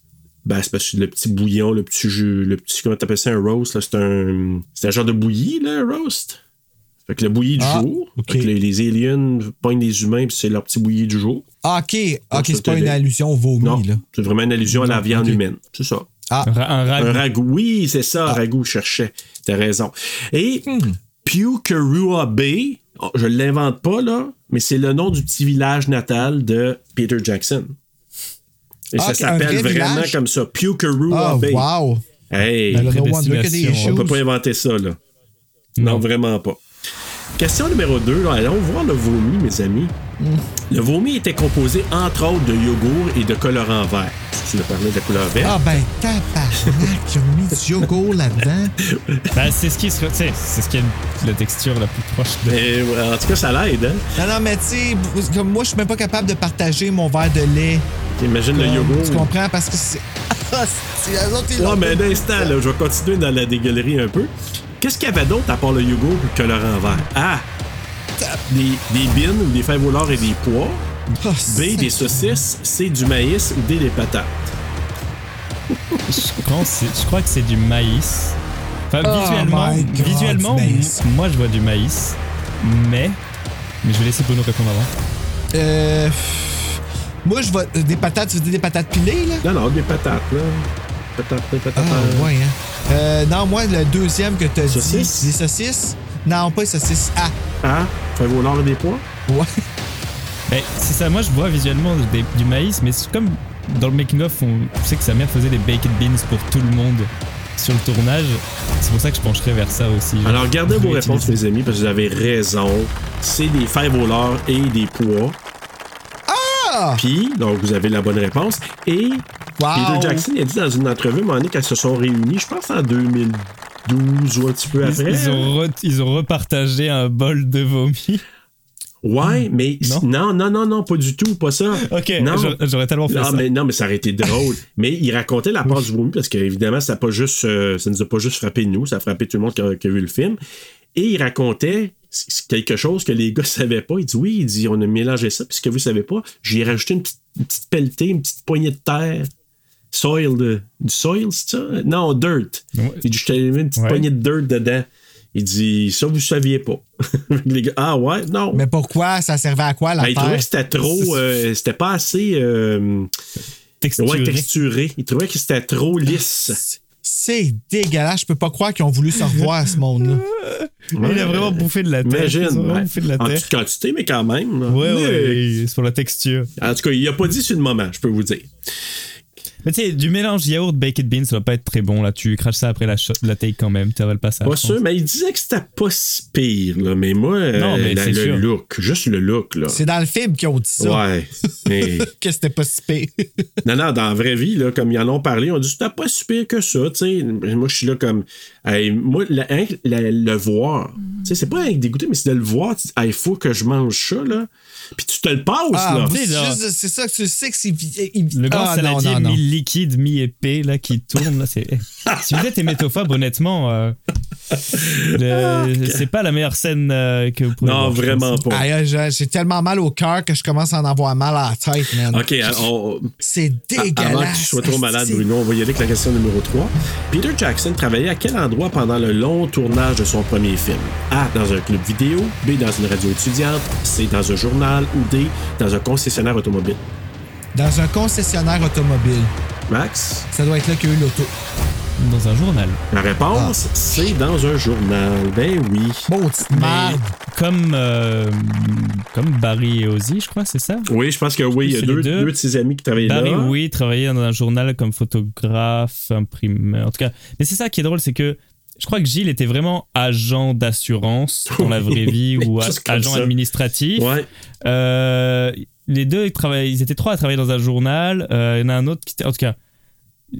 [SPEAKER 1] Ben, c'est parce que le petit bouillon, le petit jus, le petit, comment t'appelles ça, un roast, là, c'est un, c'est un genre de bouilli, là, un roast. Fait que le bouilli du
[SPEAKER 4] Ah,
[SPEAKER 1] jour.
[SPEAKER 4] ok.
[SPEAKER 1] Fait que les, les aliens pognent des humains, puis c'est leur petit bouilli du jour.
[SPEAKER 4] Ah, Ok, ok,
[SPEAKER 1] Roast of
[SPEAKER 4] c'est pas
[SPEAKER 1] the
[SPEAKER 4] une
[SPEAKER 1] day.
[SPEAKER 4] allusion au vomi,
[SPEAKER 1] Non,
[SPEAKER 4] là.
[SPEAKER 1] c'est vraiment une allusion à la viande humaine. C'est ça.
[SPEAKER 3] Un, ra- un
[SPEAKER 1] Un
[SPEAKER 3] ragoût.
[SPEAKER 1] ragoût. Oui, c'est ça,
[SPEAKER 4] Ah.
[SPEAKER 1] un ragoût, je cherchais. T'as raison. Et
[SPEAKER 4] Hmm.
[SPEAKER 1] Pukerua Bay, oh, je l'invente pas, là, mais c'est le nom du petit village natal de Peter Jackson. Et ça
[SPEAKER 4] Ah, un
[SPEAKER 1] s'appelle
[SPEAKER 4] vrai
[SPEAKER 1] vraiment
[SPEAKER 4] village?
[SPEAKER 1] comme ça, Pukeru
[SPEAKER 4] Oh,
[SPEAKER 1] Abbey.
[SPEAKER 4] wow.
[SPEAKER 1] Hey,
[SPEAKER 4] Alors, no wonder que
[SPEAKER 3] prédestination.
[SPEAKER 4] des
[SPEAKER 1] on peut
[SPEAKER 4] issues.
[SPEAKER 1] pas inventer ça, là. Non, vraiment pas. Question numéro 2, allons voir le vomi, mes amis.
[SPEAKER 4] Hmm.
[SPEAKER 1] Le vomi était composé entre autres de yogourt et de colorant vert. Tu nous parlais de la couleur verte.
[SPEAKER 4] Ah ben, tabarnak, ils ont mis du yogourt là-dedans.
[SPEAKER 3] Bah, c'est ce qui se. tu sais, C'est ce qui a une- la texture la plus proche de.
[SPEAKER 1] Et, en tout cas, ça l'aide, hein?
[SPEAKER 4] Non, non, mais tu sais, comme moi, je suis même pas capable de partager mon verre de lait.
[SPEAKER 1] Imagine le
[SPEAKER 4] Comme,
[SPEAKER 1] yogourt.
[SPEAKER 4] Tu comprends? Parce que c'est. <laughs> Ah, c'est les autres, ils
[SPEAKER 1] Ouais,
[SPEAKER 4] l'ont
[SPEAKER 1] mais
[SPEAKER 4] pas.
[SPEAKER 1] d'un instant, là, je vais continuer dans la dégueulerie un peu. Qu'est-ce qu'il y avait d'autre à part le yogourt et le colorant vert? A. Des, des bines ou des fèves au lard et des pois.
[SPEAKER 4] Ah,
[SPEAKER 1] B. Des saucisses. C. Du maïs. Ou D. Des patates.
[SPEAKER 3] Je, pense que c'est- je crois que c'est du maïs. Enfin,
[SPEAKER 4] Oh
[SPEAKER 3] visuellement,
[SPEAKER 4] my God,
[SPEAKER 3] visuellement
[SPEAKER 4] du maïs.
[SPEAKER 3] m- moi je vois du maïs. Mais. Mais je vais laisser Bruno répondre avant.
[SPEAKER 4] Euh. Moi, je vais. euh, Des patates, tu veux dire des patates pilées, là?
[SPEAKER 1] Non, non, des patates, là. Patates, des
[SPEAKER 4] Ah,
[SPEAKER 1] patates. euh,
[SPEAKER 4] ouais, hein. Euh, non, moi, le deuxième que t'as dit,
[SPEAKER 1] Saucisses?
[SPEAKER 4] c'est les saucisses. Non, pas les saucisses. Ah,
[SPEAKER 1] Ah, fèves au lard et des pois.
[SPEAKER 4] ouais.
[SPEAKER 3] Mais c'est ça, moi je vois visuellement des- du maïs, mais c'est comme dans le making-of, on sait que sa mère faisait des baked beans pour tout le monde sur le tournage. C'est pour ça que je pencherais vers ça aussi. genre.
[SPEAKER 1] Alors, gardez vos
[SPEAKER 3] Réutiliser.
[SPEAKER 1] réponses, mes amis, parce que vous avez raison. C'est des fèves au lard et des pois.
[SPEAKER 4] Ah!
[SPEAKER 1] Puis, donc, vous avez la bonne réponse. Et
[SPEAKER 4] Wow!
[SPEAKER 1] Peter Jackson il a dit dans une entrevue, à un moment donné, qu'elles se sont réunies, je pense en 2012 ou un petit peu
[SPEAKER 3] Ils,
[SPEAKER 1] après.
[SPEAKER 3] ils ont re- ils ont repartagé un bol de vomi. <laughs>
[SPEAKER 1] Ouais, mais
[SPEAKER 3] Non?
[SPEAKER 1] non, non, non, non, pas du tout, pas ça.
[SPEAKER 3] Ok,
[SPEAKER 1] non.
[SPEAKER 3] j'aurais- j'aurais tellement fait
[SPEAKER 1] Non
[SPEAKER 3] ça.
[SPEAKER 1] mais, non, mais ça aurait été
[SPEAKER 3] <laughs>
[SPEAKER 1] drôle. mais il racontait la part du vomi parce qu'évidemment, ça, a pas juste, euh, ça nous a pas juste frappé nous, ça a frappé tout le monde qui a, qui a vu le film. Et il racontait c- c- quelque chose que les gars <laughs> savaient pas. Il dit oui, il dit on a mélangé ça, puis ce que vous savez pas, j'ai rajouté une petite, une petite pelletée, une petite poignée de terre. Soil, de- du soil, c'est ça? Non, dirt.
[SPEAKER 3] Ouais.
[SPEAKER 1] Il dit, je t'ai mis une petite
[SPEAKER 3] Ouais.
[SPEAKER 1] poignée de dirt dedans. Il dit, ça, vous saviez pas. <laughs> Les gars, ah ouais? Non.
[SPEAKER 4] Mais pourquoi? Ça servait à quoi, la
[SPEAKER 1] Ben, il trouvait que c'était trop. euh, c'était pas assez. euh,
[SPEAKER 3] Texturé. Ah,
[SPEAKER 1] Ouais, texturé. Il trouvait que c'était trop lisse.
[SPEAKER 4] C'est dégueulasse. Je peux pas croire qu'ils ont voulu se revoir à ce monde-là.
[SPEAKER 1] Ouais.
[SPEAKER 3] Il a vraiment bouffé de la terre.
[SPEAKER 1] Imagine.
[SPEAKER 3] Ils ont vraiment
[SPEAKER 1] ouais.
[SPEAKER 3] bouffé de la
[SPEAKER 1] En
[SPEAKER 3] terre.
[SPEAKER 1] petite quantité, mais quand même. là.
[SPEAKER 3] Ouais,
[SPEAKER 1] Mais-
[SPEAKER 3] ouais, sur la texture.
[SPEAKER 1] En tout cas, il a pas dit sur le moment, je peux vous dire.
[SPEAKER 3] Mais tu sais, du mélange yaourt baked beans, ça va pas être très bon là. Tu craches ça après la, cho- la take quand même, tu avales pas ça.
[SPEAKER 1] Pas
[SPEAKER 3] je pense.
[SPEAKER 1] sûr, mais il disait que c'était pas si pire, là. Mais moi,
[SPEAKER 3] Non,
[SPEAKER 1] euh,
[SPEAKER 3] mais
[SPEAKER 1] la-
[SPEAKER 3] c'est
[SPEAKER 1] le
[SPEAKER 3] sûr.
[SPEAKER 1] look, juste le look, là.
[SPEAKER 4] C'est dans le film qu'ils ont dit ça.
[SPEAKER 3] <laughs>
[SPEAKER 1] Ouais. Mais-
[SPEAKER 4] <laughs> Que c'était pas si pire.
[SPEAKER 1] non, non, dans la vraie vie, là, comme ils en ont parlé, on dit c'était pas si pire que ça, tu sais. Moi, je suis là comme. hey, moi, la- hein, la- le voir, tu sais, c'est pas avec dégoûté, mais c'est de le voir, tu dis, Hey, faut que je mange ça, là. Puis tu te le passes, là.
[SPEAKER 4] Ah,
[SPEAKER 3] Tu sais,
[SPEAKER 4] c'est
[SPEAKER 3] genre-
[SPEAKER 4] juste- c'est ça que tu sais que c'est. il-
[SPEAKER 3] Le grand
[SPEAKER 4] ah, non,
[SPEAKER 3] saladier
[SPEAKER 4] non, non.
[SPEAKER 3] mi-liquide, mi-épais, là, qui tourne,
[SPEAKER 1] <laughs>
[SPEAKER 3] là, c'est... si vous êtes hémétophobe, honnêtement, euh, le- c'est pas la meilleire scène euh, que vous pouvez
[SPEAKER 1] Ah, Non,
[SPEAKER 3] voir, je
[SPEAKER 1] vraiment
[SPEAKER 3] pense.
[SPEAKER 1] pas.
[SPEAKER 4] Aïe, aïe, j'ai- J'ai tellement mal au cœur que je commence à en avoir mal à la tête, man.
[SPEAKER 1] OK, euh, on-
[SPEAKER 4] C'est dégueulasse.
[SPEAKER 1] avant que tu sois trop malade,
[SPEAKER 4] C'est-
[SPEAKER 1] Bruno, on va y aller avec la question numéro 3. Peter Jackson travaillait à quel endroit pendant le long tournage de son premier film? A. Dans un club vidéo. B. Dans une radio étudiante. C. Dans un journal. Ou D. Dans un concessionnaire automobile.
[SPEAKER 4] Dans un concessionnaire automobile.
[SPEAKER 1] Max,
[SPEAKER 4] Ça doit être là qu'il y a eu l'auto.
[SPEAKER 3] Dans un journal.
[SPEAKER 1] la réponse, c'est dans un journal. Ben oui.
[SPEAKER 4] Bon, petite
[SPEAKER 3] Mais
[SPEAKER 4] merde.
[SPEAKER 3] Comme, euh, comme Barry et Ozzy, je crois, c'est ça
[SPEAKER 1] Oui, je pense que oui, il y a
[SPEAKER 3] C'est les
[SPEAKER 1] deux,
[SPEAKER 3] deux.
[SPEAKER 1] deux de ses amis qui travaillaient
[SPEAKER 3] Barry,
[SPEAKER 1] là.
[SPEAKER 3] oui, travaillait dans un journal comme photographe, imprimeur, en tout cas. Mais c'est ça qui est drôle, c'est que je crois que Gilles était vraiment agent d'assurance dans la vraie vie
[SPEAKER 1] <laughs>
[SPEAKER 3] ou a-
[SPEAKER 1] Quelque chose comme
[SPEAKER 3] agent
[SPEAKER 1] ça.
[SPEAKER 3] administratif.
[SPEAKER 1] Ouais.
[SPEAKER 3] Euh, les deux, ils, travaillaient- ils étaient trois à travailler dans un journal. Euh, il y en a un autre qui était. En tout cas,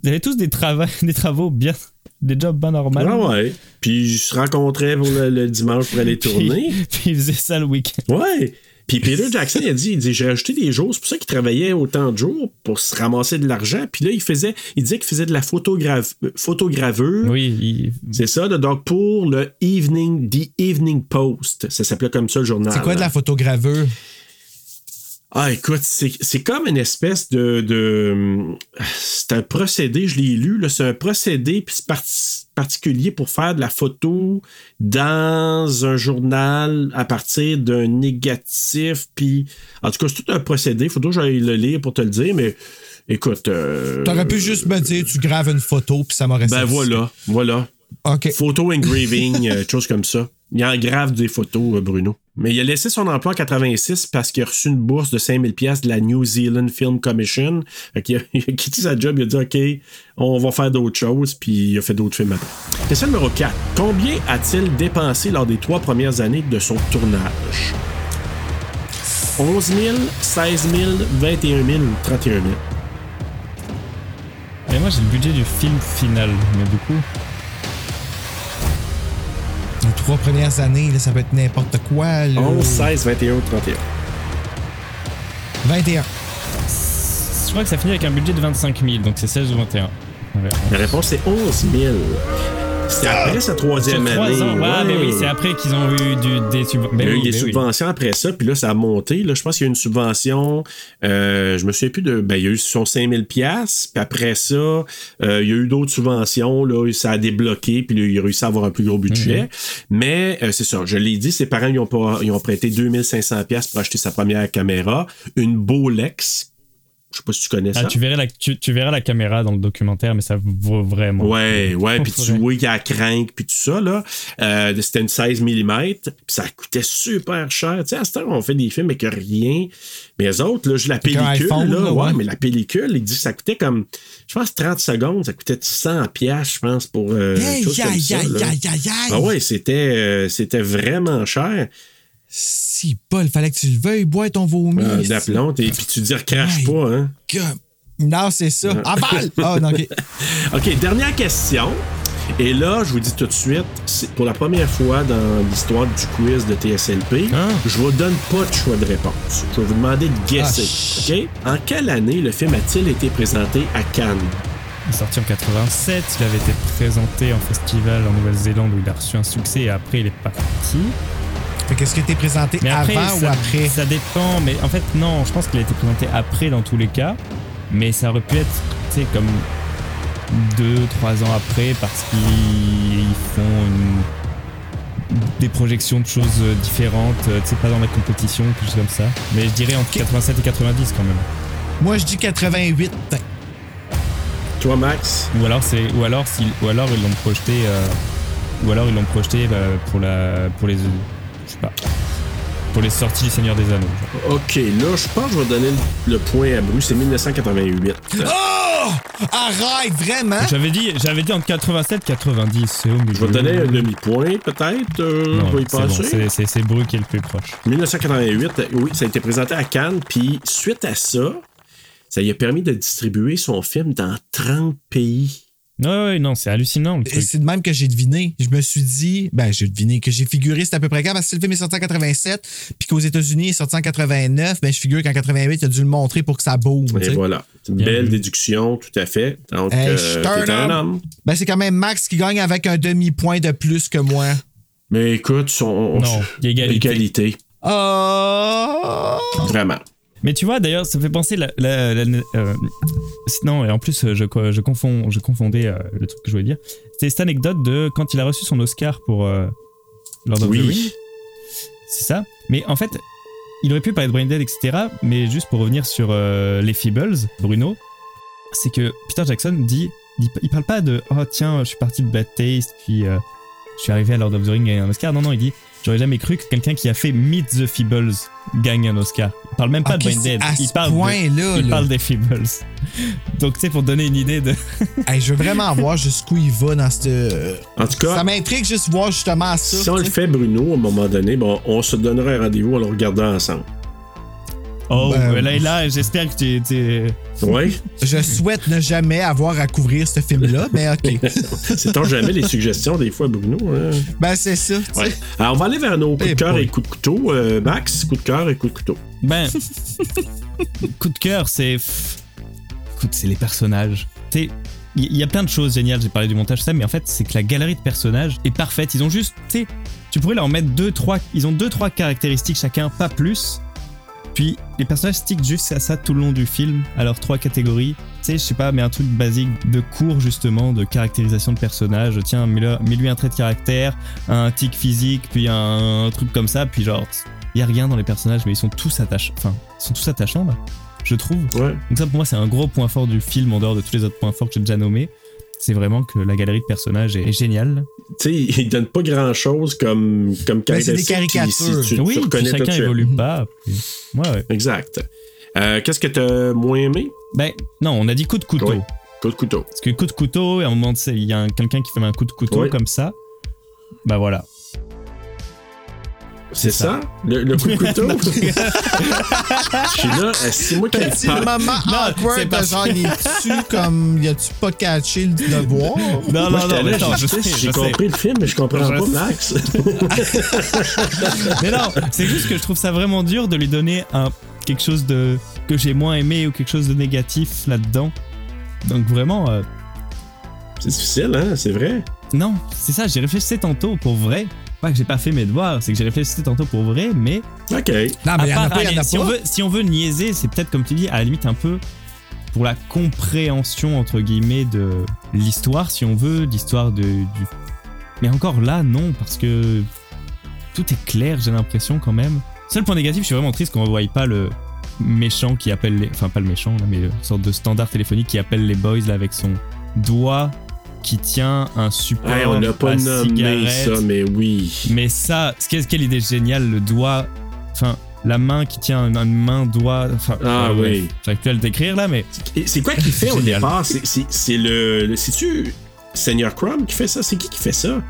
[SPEAKER 3] ils avaient tous des, travaux <laughs> des travaux bien. Des jobs bien normaux.
[SPEAKER 1] Ah ouais. Puis ils se rencontraient pour le, le dimanche pour aller tourner.
[SPEAKER 3] Puis, puis ils faisaient ça le week-end.
[SPEAKER 1] Ouais. Puis Peter Jackson il a dit, il dit j'ai acheté des jours, c'est pour ça qu'il travaillait autant de jours pour se ramasser de l'argent. Puis là il faisait, il disait qu'il faisait de la photograve- euh, photogravure.
[SPEAKER 3] Oui, ils-
[SPEAKER 1] C'est ça, là. donc pour le Evening, The Evening Post, ça s'appelait comme ça le journal.
[SPEAKER 4] C'est quoi de
[SPEAKER 1] hein.
[SPEAKER 4] la photogravure?
[SPEAKER 1] Ah, écoute, c'est c'est comme une espèce de. de- c'est un procédé, je l'ai lu, là, c'est un procédé puis c'est parti- particulier pour faire de la photo dans un journal à partir d'un négatif. Puis, en tout cas, c'est tout un procédé. Il faut que j'aille le lire pour te le dire, mais écoute. euh,
[SPEAKER 4] T'aurais pu juste me dire, tu graves une photo, puis ça m'aurait
[SPEAKER 1] Ben
[SPEAKER 4] satisfait.
[SPEAKER 1] voilà, voilà.
[SPEAKER 4] OK.
[SPEAKER 1] Photo engraving, euh, <laughs> chose comme ça. Il engrave des photos, euh, Bruno. Mais il a laissé son emploi en 86 parce qu'il a reçu une bourse de 5000 pièces de la New Zealand Film Commission. Fait qu'il a, <laughs> il a quitté sa job, il a dit OK, on va faire d'autres choses, puis il a fait d'autres films après. Question numéro 4. Combien a-t-il dépensé lors des trois premières années de son tournage 11 000, 16 000, 21 000 ou 31 000
[SPEAKER 3] Mais moi, j'ai le budget du film final, mais du coup.
[SPEAKER 4] Les trois premières années, là, ça peut être n'importe quoi. là.
[SPEAKER 1] 11, 16, 21 ou 31 Euh,
[SPEAKER 4] 21.
[SPEAKER 3] Je crois que ça finit avec un budget de 25 000, donc c'est 16 ou 21. On verra.
[SPEAKER 1] La réponse est 11 000. C'était après sa
[SPEAKER 3] Ah. Sur
[SPEAKER 1] troisième
[SPEAKER 3] trois
[SPEAKER 1] année.
[SPEAKER 3] ans, ouais, mais
[SPEAKER 1] ouais.
[SPEAKER 3] oui, c'est après qu'ils ont eu du, des, sub- ben
[SPEAKER 1] Il y a eu
[SPEAKER 3] oui,
[SPEAKER 1] des
[SPEAKER 3] ben oui.
[SPEAKER 1] subventions après ça, puis là, ça a monté. Là, je pense qu'il y a eu une subvention, euh, je me souviens plus de. Ben, il y a eu son 5000$, puis après ça, euh, il y a eu d'autres subventions, là, ça a débloqué, puis là, il a réussi à avoir un plus gros
[SPEAKER 3] Mhm.
[SPEAKER 1] budget. Mais euh, c'est ça, je l'ai dit, ses parents, ils ont, pas- ils ont prêté 2500$ pour acheter sa première caméra, une Bolex. Je sais pas si tu connais
[SPEAKER 3] Ah,
[SPEAKER 1] ça.
[SPEAKER 3] tu, verrais la, tu, tu verras la caméra dans le documentaire, mais ça vaut vraiment.
[SPEAKER 1] Ouais, ouais,
[SPEAKER 4] <laughs>
[SPEAKER 1] puis tu
[SPEAKER 3] Ouais.
[SPEAKER 1] vois qu'il y a la crinque, puis tout ça, là. Euh, c'était une 16 mm, puis ça coûtait super cher. Tu sais, à cette heure, on fait des films avec rien. Mais les autres, là, je- la
[SPEAKER 4] Avec un
[SPEAKER 1] pellicule,
[SPEAKER 4] iPhone,
[SPEAKER 1] là,
[SPEAKER 4] là,
[SPEAKER 1] ouais,
[SPEAKER 4] ouais.
[SPEAKER 1] mais la pellicule, il dit que ça coûtait comme, je pense, 30 secondes, ça coûtait 100 piastres, je pense, pour. euh,
[SPEAKER 4] Hey,
[SPEAKER 1] quelque chose
[SPEAKER 4] aïe,
[SPEAKER 1] comme
[SPEAKER 4] aïe,
[SPEAKER 1] ça,
[SPEAKER 4] aïe,
[SPEAKER 1] là.
[SPEAKER 4] aïe, aïe,
[SPEAKER 1] Ah ouais, c'était, euh, c'était vraiment cher.
[SPEAKER 4] Si, Paul, fallait que tu le veuilles, bois ton vomi.
[SPEAKER 1] Euh, d'aplomb, et puis tu dis, crache
[SPEAKER 4] Aïe.
[SPEAKER 1] pas, hein.
[SPEAKER 4] Que- Non, c'est ça.
[SPEAKER 1] <laughs>
[SPEAKER 4] En balle! Ah, non, ok.
[SPEAKER 1] OK, dernière question. Et là, je vous dis tout de suite, c'est pour la première fois dans l'histoire du quiz de TSLP,
[SPEAKER 3] Ah.
[SPEAKER 1] je vous donne pas de choix de réponse. Je vais vous demander de guesser. OK? En quelle année le film a-t-il été présenté à Cannes?
[SPEAKER 3] Il est sorti en 87, il avait été présenté en festival en Nouvelle-Zélande où il a reçu un succès et après il est parti.
[SPEAKER 4] Fait qu'est-ce que t'es présenté
[SPEAKER 3] Mais après,
[SPEAKER 4] avant
[SPEAKER 3] ça,
[SPEAKER 4] ou après?
[SPEAKER 3] ça dépend, mais en fait, non, je pense qu'il a été présenté après dans tous les cas, mais ça aurait pu être, tu sais, comme 2-3 ans après parce qu'ils ils font une- des projections de choses différentes, euh, tu sais, pas dans la compétition, quelque chose comme ça. Mais je dirais entre 87 et 90 quand même.
[SPEAKER 4] Moi, je dis 88.
[SPEAKER 1] Toi, Max?
[SPEAKER 3] Ou alors c'est ou alors s'ils- ou alors ils l'ont projeté euh, ou alors ils l'ont projeté bah, pour la pour les je sais pas pour les sorties du Seigneur des Anneaux. genre.
[SPEAKER 1] OK, là, je pense que je vais donner le- le point à Bruce. C'est 1988.
[SPEAKER 4] Oh! Arrête, vraiment?
[SPEAKER 3] J'avais dit j'avais dit entre 87 90 c'est au milieu.
[SPEAKER 1] Je vais donner un demi-point, peut-être. euh,
[SPEAKER 3] Non,
[SPEAKER 1] on va y
[SPEAKER 3] c'est bon,
[SPEAKER 1] passer.
[SPEAKER 3] c'est- c'est c'est Bru qui est le plus proche.
[SPEAKER 1] 1988, euh, oui, ça a été présenté à Cannes, puis suite à ça, ça lui a permis de distribuer son film dans 30 pays.
[SPEAKER 3] Ouais, ouais, non, c'est hallucinant le
[SPEAKER 4] Et
[SPEAKER 3] truc.
[SPEAKER 4] C'est de même que j'ai deviné. Je me suis dit, ben j'ai deviné que j'ai figuré, c'est à peu près quand, parce que si le film est sorti en 87, puis qu'aux États-Unis, il est sorti en 89, ben je figure qu'en 88, il a dû le montrer pour que ça bouge.
[SPEAKER 1] Et
[SPEAKER 4] tu sais.
[SPEAKER 1] voilà. C'est une
[SPEAKER 3] Bien
[SPEAKER 1] belle
[SPEAKER 3] vu.
[SPEAKER 1] déduction, tout à fait. Donc,
[SPEAKER 4] Hey,
[SPEAKER 1] euh,
[SPEAKER 4] je suis
[SPEAKER 1] t'es un
[SPEAKER 4] un homme.
[SPEAKER 1] homme.
[SPEAKER 4] Ben c'est quand même Max qui gagne avec un demi-point de plus que moi.
[SPEAKER 1] Mais écoute, son, on-
[SPEAKER 3] Non, égalité.
[SPEAKER 1] égalité,
[SPEAKER 4] Oh!
[SPEAKER 1] Vraiment.
[SPEAKER 3] Mais tu vois d'ailleurs ça me fait penser la, la- la- euh, c'est- non et en plus euh, je co- je confonds je confondais euh, le truc que je voulais dire. C'est cette anecdote de quand il a reçu son Oscar pour euh, Lord of the Rings.
[SPEAKER 1] Oui.
[SPEAKER 3] C'est ça. Mais en fait, il aurait pu parler de Brain Dead, etc. Mais juste pour revenir sur euh, les Feebles, Bruno, c'est que Peter Jackson dit. Il, il parle pas de Oh tiens, je suis parti de Bad Taste, puis euh, je suis arrivé à Lord of the Ring et un Oscar. Non, non, il dit J'aurais jamais cru que quelqu'un qui a fait Meet the Feebles gagne un Oscar. Il parle même
[SPEAKER 4] Ah,
[SPEAKER 3] pas
[SPEAKER 4] Ok,
[SPEAKER 3] de Brain
[SPEAKER 4] c'est
[SPEAKER 3] Dead.
[SPEAKER 4] à
[SPEAKER 3] Il
[SPEAKER 4] ce
[SPEAKER 3] parle, de-
[SPEAKER 4] point-là,
[SPEAKER 3] il
[SPEAKER 4] là.
[SPEAKER 3] parle des Feebles. <laughs> Donc tu sais, pour donner une idée de.
[SPEAKER 4] Hey, je veux vraiment voir jusqu'où il va dans cette. euh,
[SPEAKER 1] En tout
[SPEAKER 4] Ça
[SPEAKER 1] cas,
[SPEAKER 4] m'intrigue juste voir justement ça.
[SPEAKER 1] si on le
[SPEAKER 4] tu sais.
[SPEAKER 1] fait, Bruno, à un moment donné, bon, on se donnera un rendez-vous en le regardant ensemble.
[SPEAKER 3] Oh,
[SPEAKER 4] Ben,
[SPEAKER 3] là, là, j'espère que tu. tu-
[SPEAKER 1] Oui?
[SPEAKER 4] Je souhaite ne jamais avoir à couvrir ce film-là, mais
[SPEAKER 1] <laughs>
[SPEAKER 4] ok.
[SPEAKER 1] C'est tant jamais les suggestions, des fois, Bruno.
[SPEAKER 4] <laughs>
[SPEAKER 1] hein.
[SPEAKER 4] Ben c'est ça. tu sais.
[SPEAKER 1] Ouais. Alors, on va aller vers nos coups de
[SPEAKER 4] Eh
[SPEAKER 1] cœur
[SPEAKER 4] boy.
[SPEAKER 1] et coups de couteau. Euh, Max, coup de cœur et coup de couteau.
[SPEAKER 3] Ben, coup de cœur, c'est. pff, Écoute, c'est les personnages. Tu sais, il y, y a plein de choses géniales. J'ai parlé du montage, ça, mais en fait, c'est que la galerie de personnages est parfaite. Ils ont juste, tu sais, tu pourrais leur mettre deux, trois. Ils ont deux, trois caractéristiques chacun, pas plus. Puis les personnages stickent juste à ça tout le long du film, à leurs trois catégories. Tu sais, je sais pas, mais un truc basique de cours justement, de caractérisation de personnages. Tiens, mets-le- mets-lui un trait de caractère, un tic physique, puis un, truc comme ça, puis genre, il y a rien dans les personnages, mais ils sont tous attachants. Enfin, ils sont tous attachants là, je trouve.
[SPEAKER 1] Ouais.
[SPEAKER 3] Donc ça pour moi c'est un gros point fort du film en dehors de tous les autres points forts que j'ai déjà nommés. c'est vraiment que la galerie de personnages est, est géniale.
[SPEAKER 1] Tu sais, ils donnent pas grand-chose comme, comme
[SPEAKER 4] Ben, c'est des
[SPEAKER 1] caractéristiques, puis
[SPEAKER 4] caricatures.
[SPEAKER 1] Si tu,
[SPEAKER 3] oui,
[SPEAKER 1] tu
[SPEAKER 3] puis
[SPEAKER 1] reconnais tout de
[SPEAKER 3] chacun
[SPEAKER 1] suite.
[SPEAKER 3] évolue pas. puis- Mhm. Ouais, ouais.
[SPEAKER 1] Exact. Euh, Qu'est-ce que t'as moins aimé?
[SPEAKER 3] Ben, non, on a dit coup de couteau.
[SPEAKER 1] Oui. Coup de couteau.
[SPEAKER 3] Parce que coup de couteau, et à un moment, tu sais, il y a un- quelqu'un qui fait un coup de couteau
[SPEAKER 1] Oui.
[SPEAKER 3] comme ça. Bah voilà.
[SPEAKER 1] C'est ça? Le, le coup de
[SPEAKER 3] <laughs>
[SPEAKER 1] couteau? Je suis là, euh, c'est moi qui le
[SPEAKER 4] Petit
[SPEAKER 1] parle.
[SPEAKER 4] moment
[SPEAKER 3] c'est
[SPEAKER 4] awkward de
[SPEAKER 3] parce- <laughs>
[SPEAKER 4] genre, il est-tu comme, il a-tu pas catché le devoir?
[SPEAKER 1] Moi,
[SPEAKER 3] Non, non,
[SPEAKER 1] j'étais
[SPEAKER 3] non, mais
[SPEAKER 1] là,
[SPEAKER 3] attends,
[SPEAKER 1] j'ai-
[SPEAKER 3] je sais, je
[SPEAKER 1] j'ai
[SPEAKER 3] sais.
[SPEAKER 1] compris le film, mais je comprends
[SPEAKER 3] Je
[SPEAKER 1] pas
[SPEAKER 3] sais.
[SPEAKER 1] Max.
[SPEAKER 3] Mais non, c'est juste que je trouve ça vraiment dur de lui donner un quelque chose de que j'ai moins aimé ou quelque chose de négatif là-dedans. Donc vraiment, euh,
[SPEAKER 1] C'est difficile, hein? C'est vrai?
[SPEAKER 3] non, c'est ça. J'ai réfléchi tantôt pour vrai. Pas que j'ai pas fait mes devoirs, c'est que j'ai réfléchi tantôt pour vrai, mais
[SPEAKER 1] OK.
[SPEAKER 4] Non,
[SPEAKER 3] à
[SPEAKER 4] Ah, mais il y en a
[SPEAKER 3] part,
[SPEAKER 4] pas, il y
[SPEAKER 3] allez,
[SPEAKER 4] en a
[SPEAKER 3] si,
[SPEAKER 4] pas.
[SPEAKER 3] On veut, si on veut niaiser, c'est peut-être comme tu dis, à la limite un peu pour la compréhension entre guillemets de l'histoire, si on veut, l'histoire de, du. Mais encore là, non, parce que tout est clair, j'ai l'impression quand même. Seul point négatif, je suis vraiment triste qu'on ne voie pas le méchant qui appelle les. Enfin, pas le méchant, là, mais une sorte de standard téléphonique qui appelle les boys là avec son doigt qui tient un support
[SPEAKER 1] Hey, on n'a pas
[SPEAKER 3] à
[SPEAKER 1] nommé
[SPEAKER 3] Ah, cigarette.
[SPEAKER 1] ça, mais oui.
[SPEAKER 3] Mais ça, ce qu'est- quelle idée géniale, le doigt, enfin, la main qui tient une, une main, doigt, enfin,
[SPEAKER 1] Ah
[SPEAKER 3] ouais,
[SPEAKER 1] oui.
[SPEAKER 3] ouais, J'arrive plus à le décrire là, mais
[SPEAKER 1] Et C'est quoi qui fait au
[SPEAKER 3] Génial.
[SPEAKER 1] départ? C'est- C'est c'est le. le- C'est-tu Seigneur Crumb qui fait ça? C'est qui qui fait ça?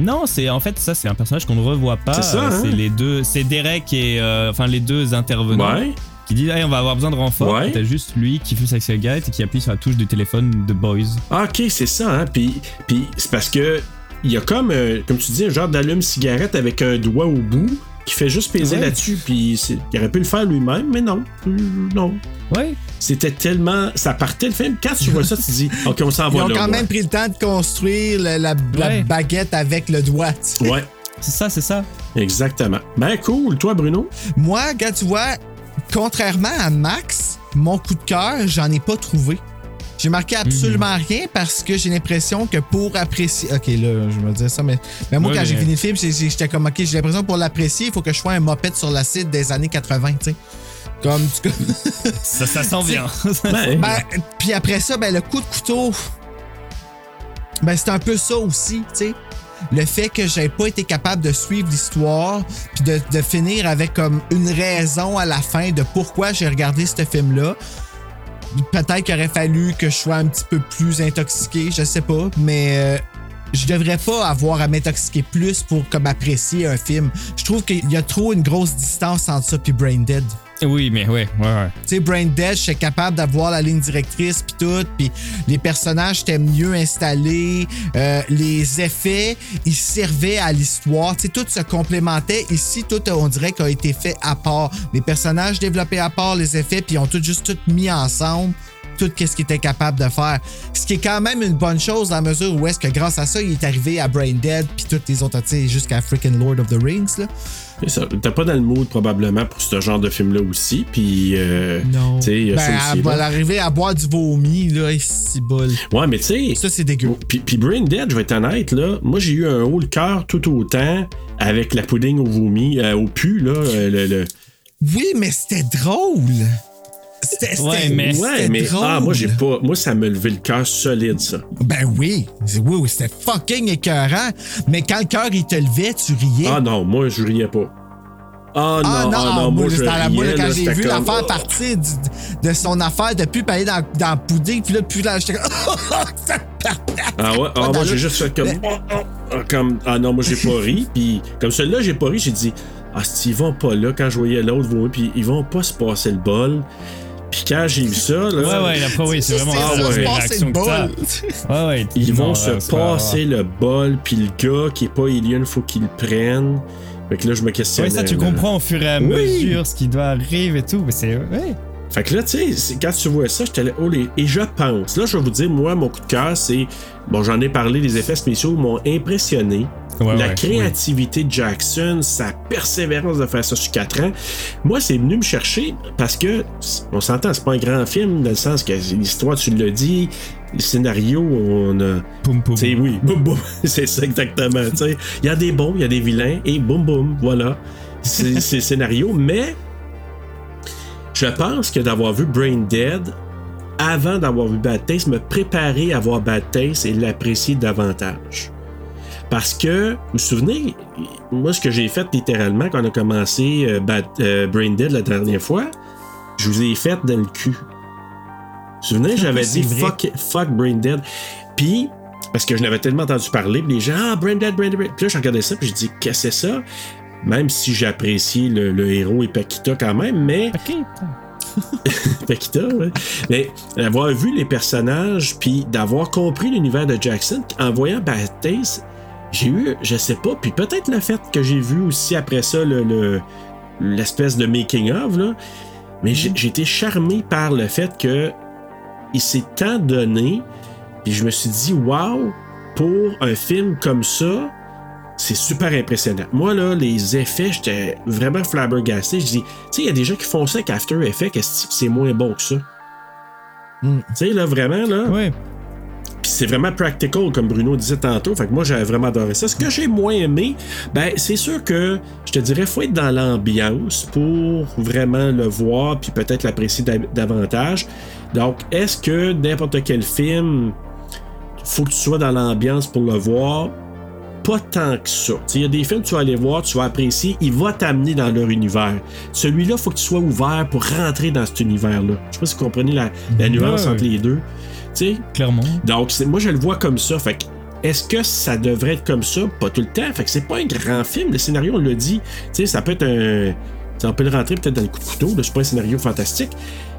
[SPEAKER 3] non, c'est en fait ça, c'est un personnage qu'on ne revoit pas.
[SPEAKER 1] C'est ça,
[SPEAKER 3] Euh,
[SPEAKER 1] hein.
[SPEAKER 3] C'est les deux, c'est Derek et euh, enfin les deux intervenants
[SPEAKER 1] Ouais.
[SPEAKER 3] qui disent, hey, on va avoir besoin de renfort.
[SPEAKER 1] Ouais.
[SPEAKER 3] T'as juste lui qui fume sa cigarette et qui appuie sur la touche du téléphone de Boys.
[SPEAKER 1] Ah, ok, c'est ça, hein? Puis, puis c'est parce que il y a comme, euh, comme tu dis, un genre d'allume-cigarette avec un doigt au bout qui fait juste peser
[SPEAKER 3] Ouais.
[SPEAKER 1] là-dessus. Puis c'est- il aurait pu le faire lui-même, mais non. Euh, Non.
[SPEAKER 3] Ouais.
[SPEAKER 1] C'était tellement. Ça partait le film. Quand tu vois ça, tu
[SPEAKER 4] <laughs>
[SPEAKER 1] dis, OK, on s'en
[SPEAKER 4] Ils
[SPEAKER 1] va
[SPEAKER 4] ont
[SPEAKER 1] là.
[SPEAKER 4] quand
[SPEAKER 1] ouais.
[SPEAKER 4] même pris le temps de construire le- la, la
[SPEAKER 3] Ouais.
[SPEAKER 4] baguette avec le doigt. tu sais.
[SPEAKER 1] Ouais,
[SPEAKER 3] C'est ça, c'est ça.
[SPEAKER 1] exactement. Ben cool, toi, Bruno.
[SPEAKER 4] Moi, quand tu vois, contrairement à Max, mon coup de cœur, j'en ai pas trouvé. J'ai marqué absolument
[SPEAKER 3] Mhm.
[SPEAKER 4] rien parce que j'ai l'impression que pour apprécier. Ok, là, je me disais ça, mais, mais moi,
[SPEAKER 3] Ouais,
[SPEAKER 4] quand
[SPEAKER 3] mais-
[SPEAKER 4] j'ai fini le film, j'ai- j'ai- j'étais comme, ok, j'ai l'impression que pour l'apprécier, il faut que je sois un mopette sur l'acide des années 80, tu sais. Comme, tu-
[SPEAKER 3] Ça, ça s'en vient.
[SPEAKER 1] Ben,
[SPEAKER 4] <laughs> Ben, puis après ça, ben, le coup de couteau, ben, c'est un peu ça aussi, tu sais. Le fait que j'ai pas été capable de suivre l'histoire, puis de, de finir avec comme une raison à la fin de pourquoi j'ai regardé ce film-là. Peut-être qu'il aurait fallu que je sois un petit peu plus intoxiqué, je sais pas, mais euh, je devrais pas avoir à m'intoxiquer plus pour comme apprécier un film. Je trouve qu'il y a trop une grosse distance entre ça puis Brain Dead.
[SPEAKER 3] oui, mais ouais, ouais, ouais.
[SPEAKER 4] Tu sais, Brain Dead, j'étais capable d'avoir la ligne directrice puis tout, puis les personnages étaient mieux installés, euh, les effets, ils servaient à l'histoire, tu sais, tout se complémentait. Ici, tout, euh, on dirait, a été fait à part. Les personnages développés à part, les effets, puis ils ont tout juste tout mis ensemble, tout ce qu'ils étaient capables de faire. Ce qui est quand même une bonne chose dans la mesure où est-ce que grâce à ça, il est arrivé à Brain Dead puis toutes les autres, tu sais, jusqu'à freaking Lord of the Rings, là.
[SPEAKER 1] c'est ça. t'es pas dans le mood probablement pour ce genre de film-là aussi. Puis, euh,
[SPEAKER 4] Non.
[SPEAKER 1] tu sais, il y a
[SPEAKER 4] Ben,
[SPEAKER 1] ça aussi.
[SPEAKER 4] à-
[SPEAKER 1] là.
[SPEAKER 4] à l'arrivée à boire du vomi, là, et si bol.
[SPEAKER 1] Ouais, mais tu sais,
[SPEAKER 4] Ça, c'est dégueu.
[SPEAKER 1] Puis, puis Brain Dead, je vais être honnête, là, moi j'ai eu un haut le cœur tout autant avec la pudding au vomi, euh, au pu, là. euh, le, le-
[SPEAKER 4] Oui, mais c'était drôle. C'était
[SPEAKER 3] Ouais,
[SPEAKER 4] c'était-
[SPEAKER 3] mais-
[SPEAKER 4] Eh, c'était
[SPEAKER 1] Ouais, mais
[SPEAKER 4] drôle.
[SPEAKER 1] ah, moi j'ai pas. Moi ça me levait le cœur solide, ça.
[SPEAKER 4] Ben oui, oui, oui, c'était fucking écœurant. Mais quand le cœur, il te levait, tu riais.
[SPEAKER 1] Ah non, moi je riais pas. Ah non, ah non, moi, je
[SPEAKER 4] dans la
[SPEAKER 1] riais,
[SPEAKER 4] boule,
[SPEAKER 1] là,
[SPEAKER 4] quand j'ai
[SPEAKER 1] c'était
[SPEAKER 4] vu
[SPEAKER 1] comme,
[SPEAKER 4] l'affaire
[SPEAKER 1] oh.
[SPEAKER 4] partir du- de son affaire de pub aller dans, dans le pudding, puis là, puis là, j'étais comme. <laughs> Ah,
[SPEAKER 3] Ah
[SPEAKER 4] ça partait.
[SPEAKER 1] Ah ouais, ah,
[SPEAKER 4] dans
[SPEAKER 1] moi j'ai
[SPEAKER 4] le-
[SPEAKER 1] juste fait comme. oh, oh, oh, comme ah non, moi j'ai pas ri. Puis comme celui-là, j'ai pas ri, j'ai dit Ah, si ils vont pas là, quand je voyais l'autre vomir, puis ils vont pas se passer le bol. Puis quand j'ai vu ça, là.
[SPEAKER 3] Ouais, ouais, la pro, oui, c'est vraiment
[SPEAKER 1] ça,
[SPEAKER 3] la
[SPEAKER 1] se
[SPEAKER 3] même
[SPEAKER 4] passer
[SPEAKER 3] réaction
[SPEAKER 4] le
[SPEAKER 3] que ça. Ouais, ouais.
[SPEAKER 1] Ils
[SPEAKER 3] non,
[SPEAKER 1] vont
[SPEAKER 3] euh,
[SPEAKER 1] se
[SPEAKER 3] c'est pas-
[SPEAKER 1] passer le bol, puis le gars qui est pas alien, faut qu'il le prenne. Fait que là, je me questionne.
[SPEAKER 3] Ouais, ça, tu comprends au fur et à
[SPEAKER 1] Oui.
[SPEAKER 3] mesure ce qui doit arriver et tout, mais c'est. Ouais.
[SPEAKER 1] Fait que là, tu sais, c'est- quand tu vois ça, j'étais là, oh, les... et je pense. Là, je vais vous dire, moi, mon coup de cœur, c'est. Bon, j'en ai parlé, les effets spéciaux m'ont impressionné.
[SPEAKER 3] Ouais,
[SPEAKER 1] la
[SPEAKER 3] ouais,
[SPEAKER 1] créativité de Jackson, sa persévérance de faire ça sur 4 ans. Moi, c'est venu me chercher parce que, on s'entend, c'est pas un grand film, dans le sens que l'histoire, tu l'as dit, le scénario, on a.
[SPEAKER 3] oui. Poum, poum.
[SPEAKER 1] C'est oui, boum boum, <laughs> c'est ça exactement. tu sais. Il y a des bons, il y a des vilains, et boum boum, voilà. C'est c'est le scénario, mais je pense que d'avoir vu Brain Dead, avant d'avoir vu Bad Taste, me préparer à voir Bad Taste et l'apprécier davantage. Parce que, vous vous souvenez, moi, ce que j'ai fait littéralement quand on a commencé euh, Bad- euh, Brain Dead la dernière fois, je vous ai fait dans le cul. Vous vous souvenez, j'avais
[SPEAKER 4] c'est
[SPEAKER 1] dit
[SPEAKER 4] vrai.
[SPEAKER 1] fuck, fuck Brain Dead. Puis, parce que je n'avais tellement entendu parler, puis les gens, ah, Brain Dead, Brain Dead, Brain Dead. Puis là, je regardais ça, puis je dis, qu'est-ce que c'est ça? Même si j'appréciais le, le héros et Paquita quand même,
[SPEAKER 4] <laughs>
[SPEAKER 1] mais. Paquita, ouais. Mais avoir vu les personnages, puis d'avoir compris l'univers de Jackson, en voyant Baptiste, j'ai eu, je sais pas, puis peut-être le fait que j'ai vu aussi après ça le- le- l'espèce de making of là, mais j'ai j'ai été charmé par le fait que il s'est tant donné, puis je me suis dit waouh pour un film comme ça. C'est super impressionnant. Moi, là, les effets, j'étais vraiment flabbergasté. Je dis, tu sais, il y a des gens qui font ça avec After Effects, est-ce que c'est moins bon que ça?
[SPEAKER 4] Mm.
[SPEAKER 1] Tu sais, là, vraiment, là.
[SPEAKER 3] Ouais.
[SPEAKER 1] Puis c'est vraiment practical, comme Bruno disait tantôt. Fait que moi, j'avais vraiment adoré ça. Ce que j'ai moins aimé, ben, c'est sûr que je te dirais, faut être dans l'ambiance pour vraiment le voir, puis peut-être l'apprécier da- davantage. Donc, est-ce que n'importe quel film, faut que tu sois dans l'ambiance pour le voir? Pas tant que ça. Tu sais, Il y a des films que tu vas aller voir, tu vas apprécier, il va t'amener dans leur univers. Celui-là, faut que tu sois ouvert pour rentrer dans cet univers-là. Je sais pas si vous comprenez la, la nuance
[SPEAKER 3] Ouais.
[SPEAKER 1] entre les deux. Tu sais,
[SPEAKER 3] Clairement.
[SPEAKER 1] donc, c'est- moi, je le vois comme ça. Fait que, est-ce que ça devrait être comme ça? Pas tout le temps. Fait que c'est pas un grand film. Le scénario, on le dit. Tu sais, ça peut être un. Ça, on peut le rentrer peut-être dans le coup de couteau. là. C'est pas un scénario fantastique.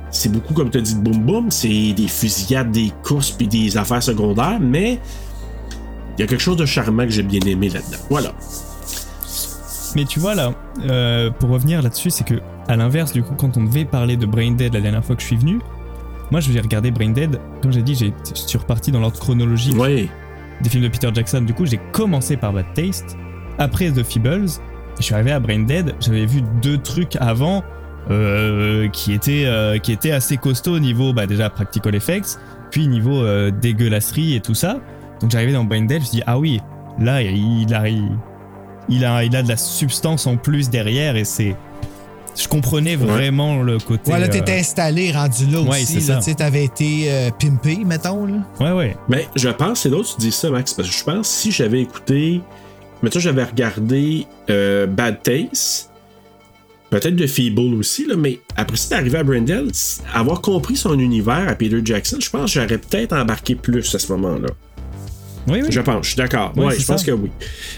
[SPEAKER 1] C'est beaucoup, comme tu as dit, de boum boum. C'est des fusillades, des courses, puis des affaires secondaires. Mais il y a quelque chose de charmant que j'ai bien aimé là-dedans. Voilà.
[SPEAKER 3] Mais tu vois là, euh, pour revenir là-dessus, c'est que à l'inverse du coup, quand on devait parler de Brain Dead la dernière fois que je suis venu, moi je vais regarder Brain Dead. Comme j'ai dit, j'ai- je suis reparti dans l'ordre chronologique
[SPEAKER 1] Ouais.
[SPEAKER 3] des films de Peter Jackson. Du coup, j'ai commencé par Bad Taste, après The Feebles. Je suis arrivé à Brain Dead. J'avais vu deux trucs avant euh, qui étaient euh, qui étaient assez costauds au niveau bah déjà practical effects, puis niveau euh, dégueulasserie et tout ça. Donc j'arrivais dans Brain Dead, je me suis dit ah oui, là il a il a il a de la substance en plus derrière et c'est je comprenais
[SPEAKER 1] Ouais.
[SPEAKER 3] vraiment le côté.
[SPEAKER 4] Ouais, là, t'étais
[SPEAKER 3] euh,
[SPEAKER 4] installé, rendu là
[SPEAKER 3] Ouais,
[SPEAKER 4] aussi.
[SPEAKER 3] c'est
[SPEAKER 4] là,
[SPEAKER 3] ça.
[SPEAKER 4] Tu sais, t'avais été euh, pimpé, mettons. Là.
[SPEAKER 3] euh, ouais ouais.
[SPEAKER 1] Mais je pense, c'est d'autres tu dis ça, Max, parce que je pense si j'avais écouté, mettons, j'avais regardé euh, Bad Taste, peut-être de Feeble aussi, là, mais après ça, d'arriver à Brindle, c- avoir compris son univers à Peter Jackson, je pense que j'aurais peut-être embarqué plus à ce moment-là.
[SPEAKER 3] Oui oui.
[SPEAKER 1] Je pense, je suis d'accord.
[SPEAKER 3] Ouais,
[SPEAKER 1] Ouais,
[SPEAKER 3] c'est
[SPEAKER 1] je pense
[SPEAKER 3] ça.
[SPEAKER 1] que oui.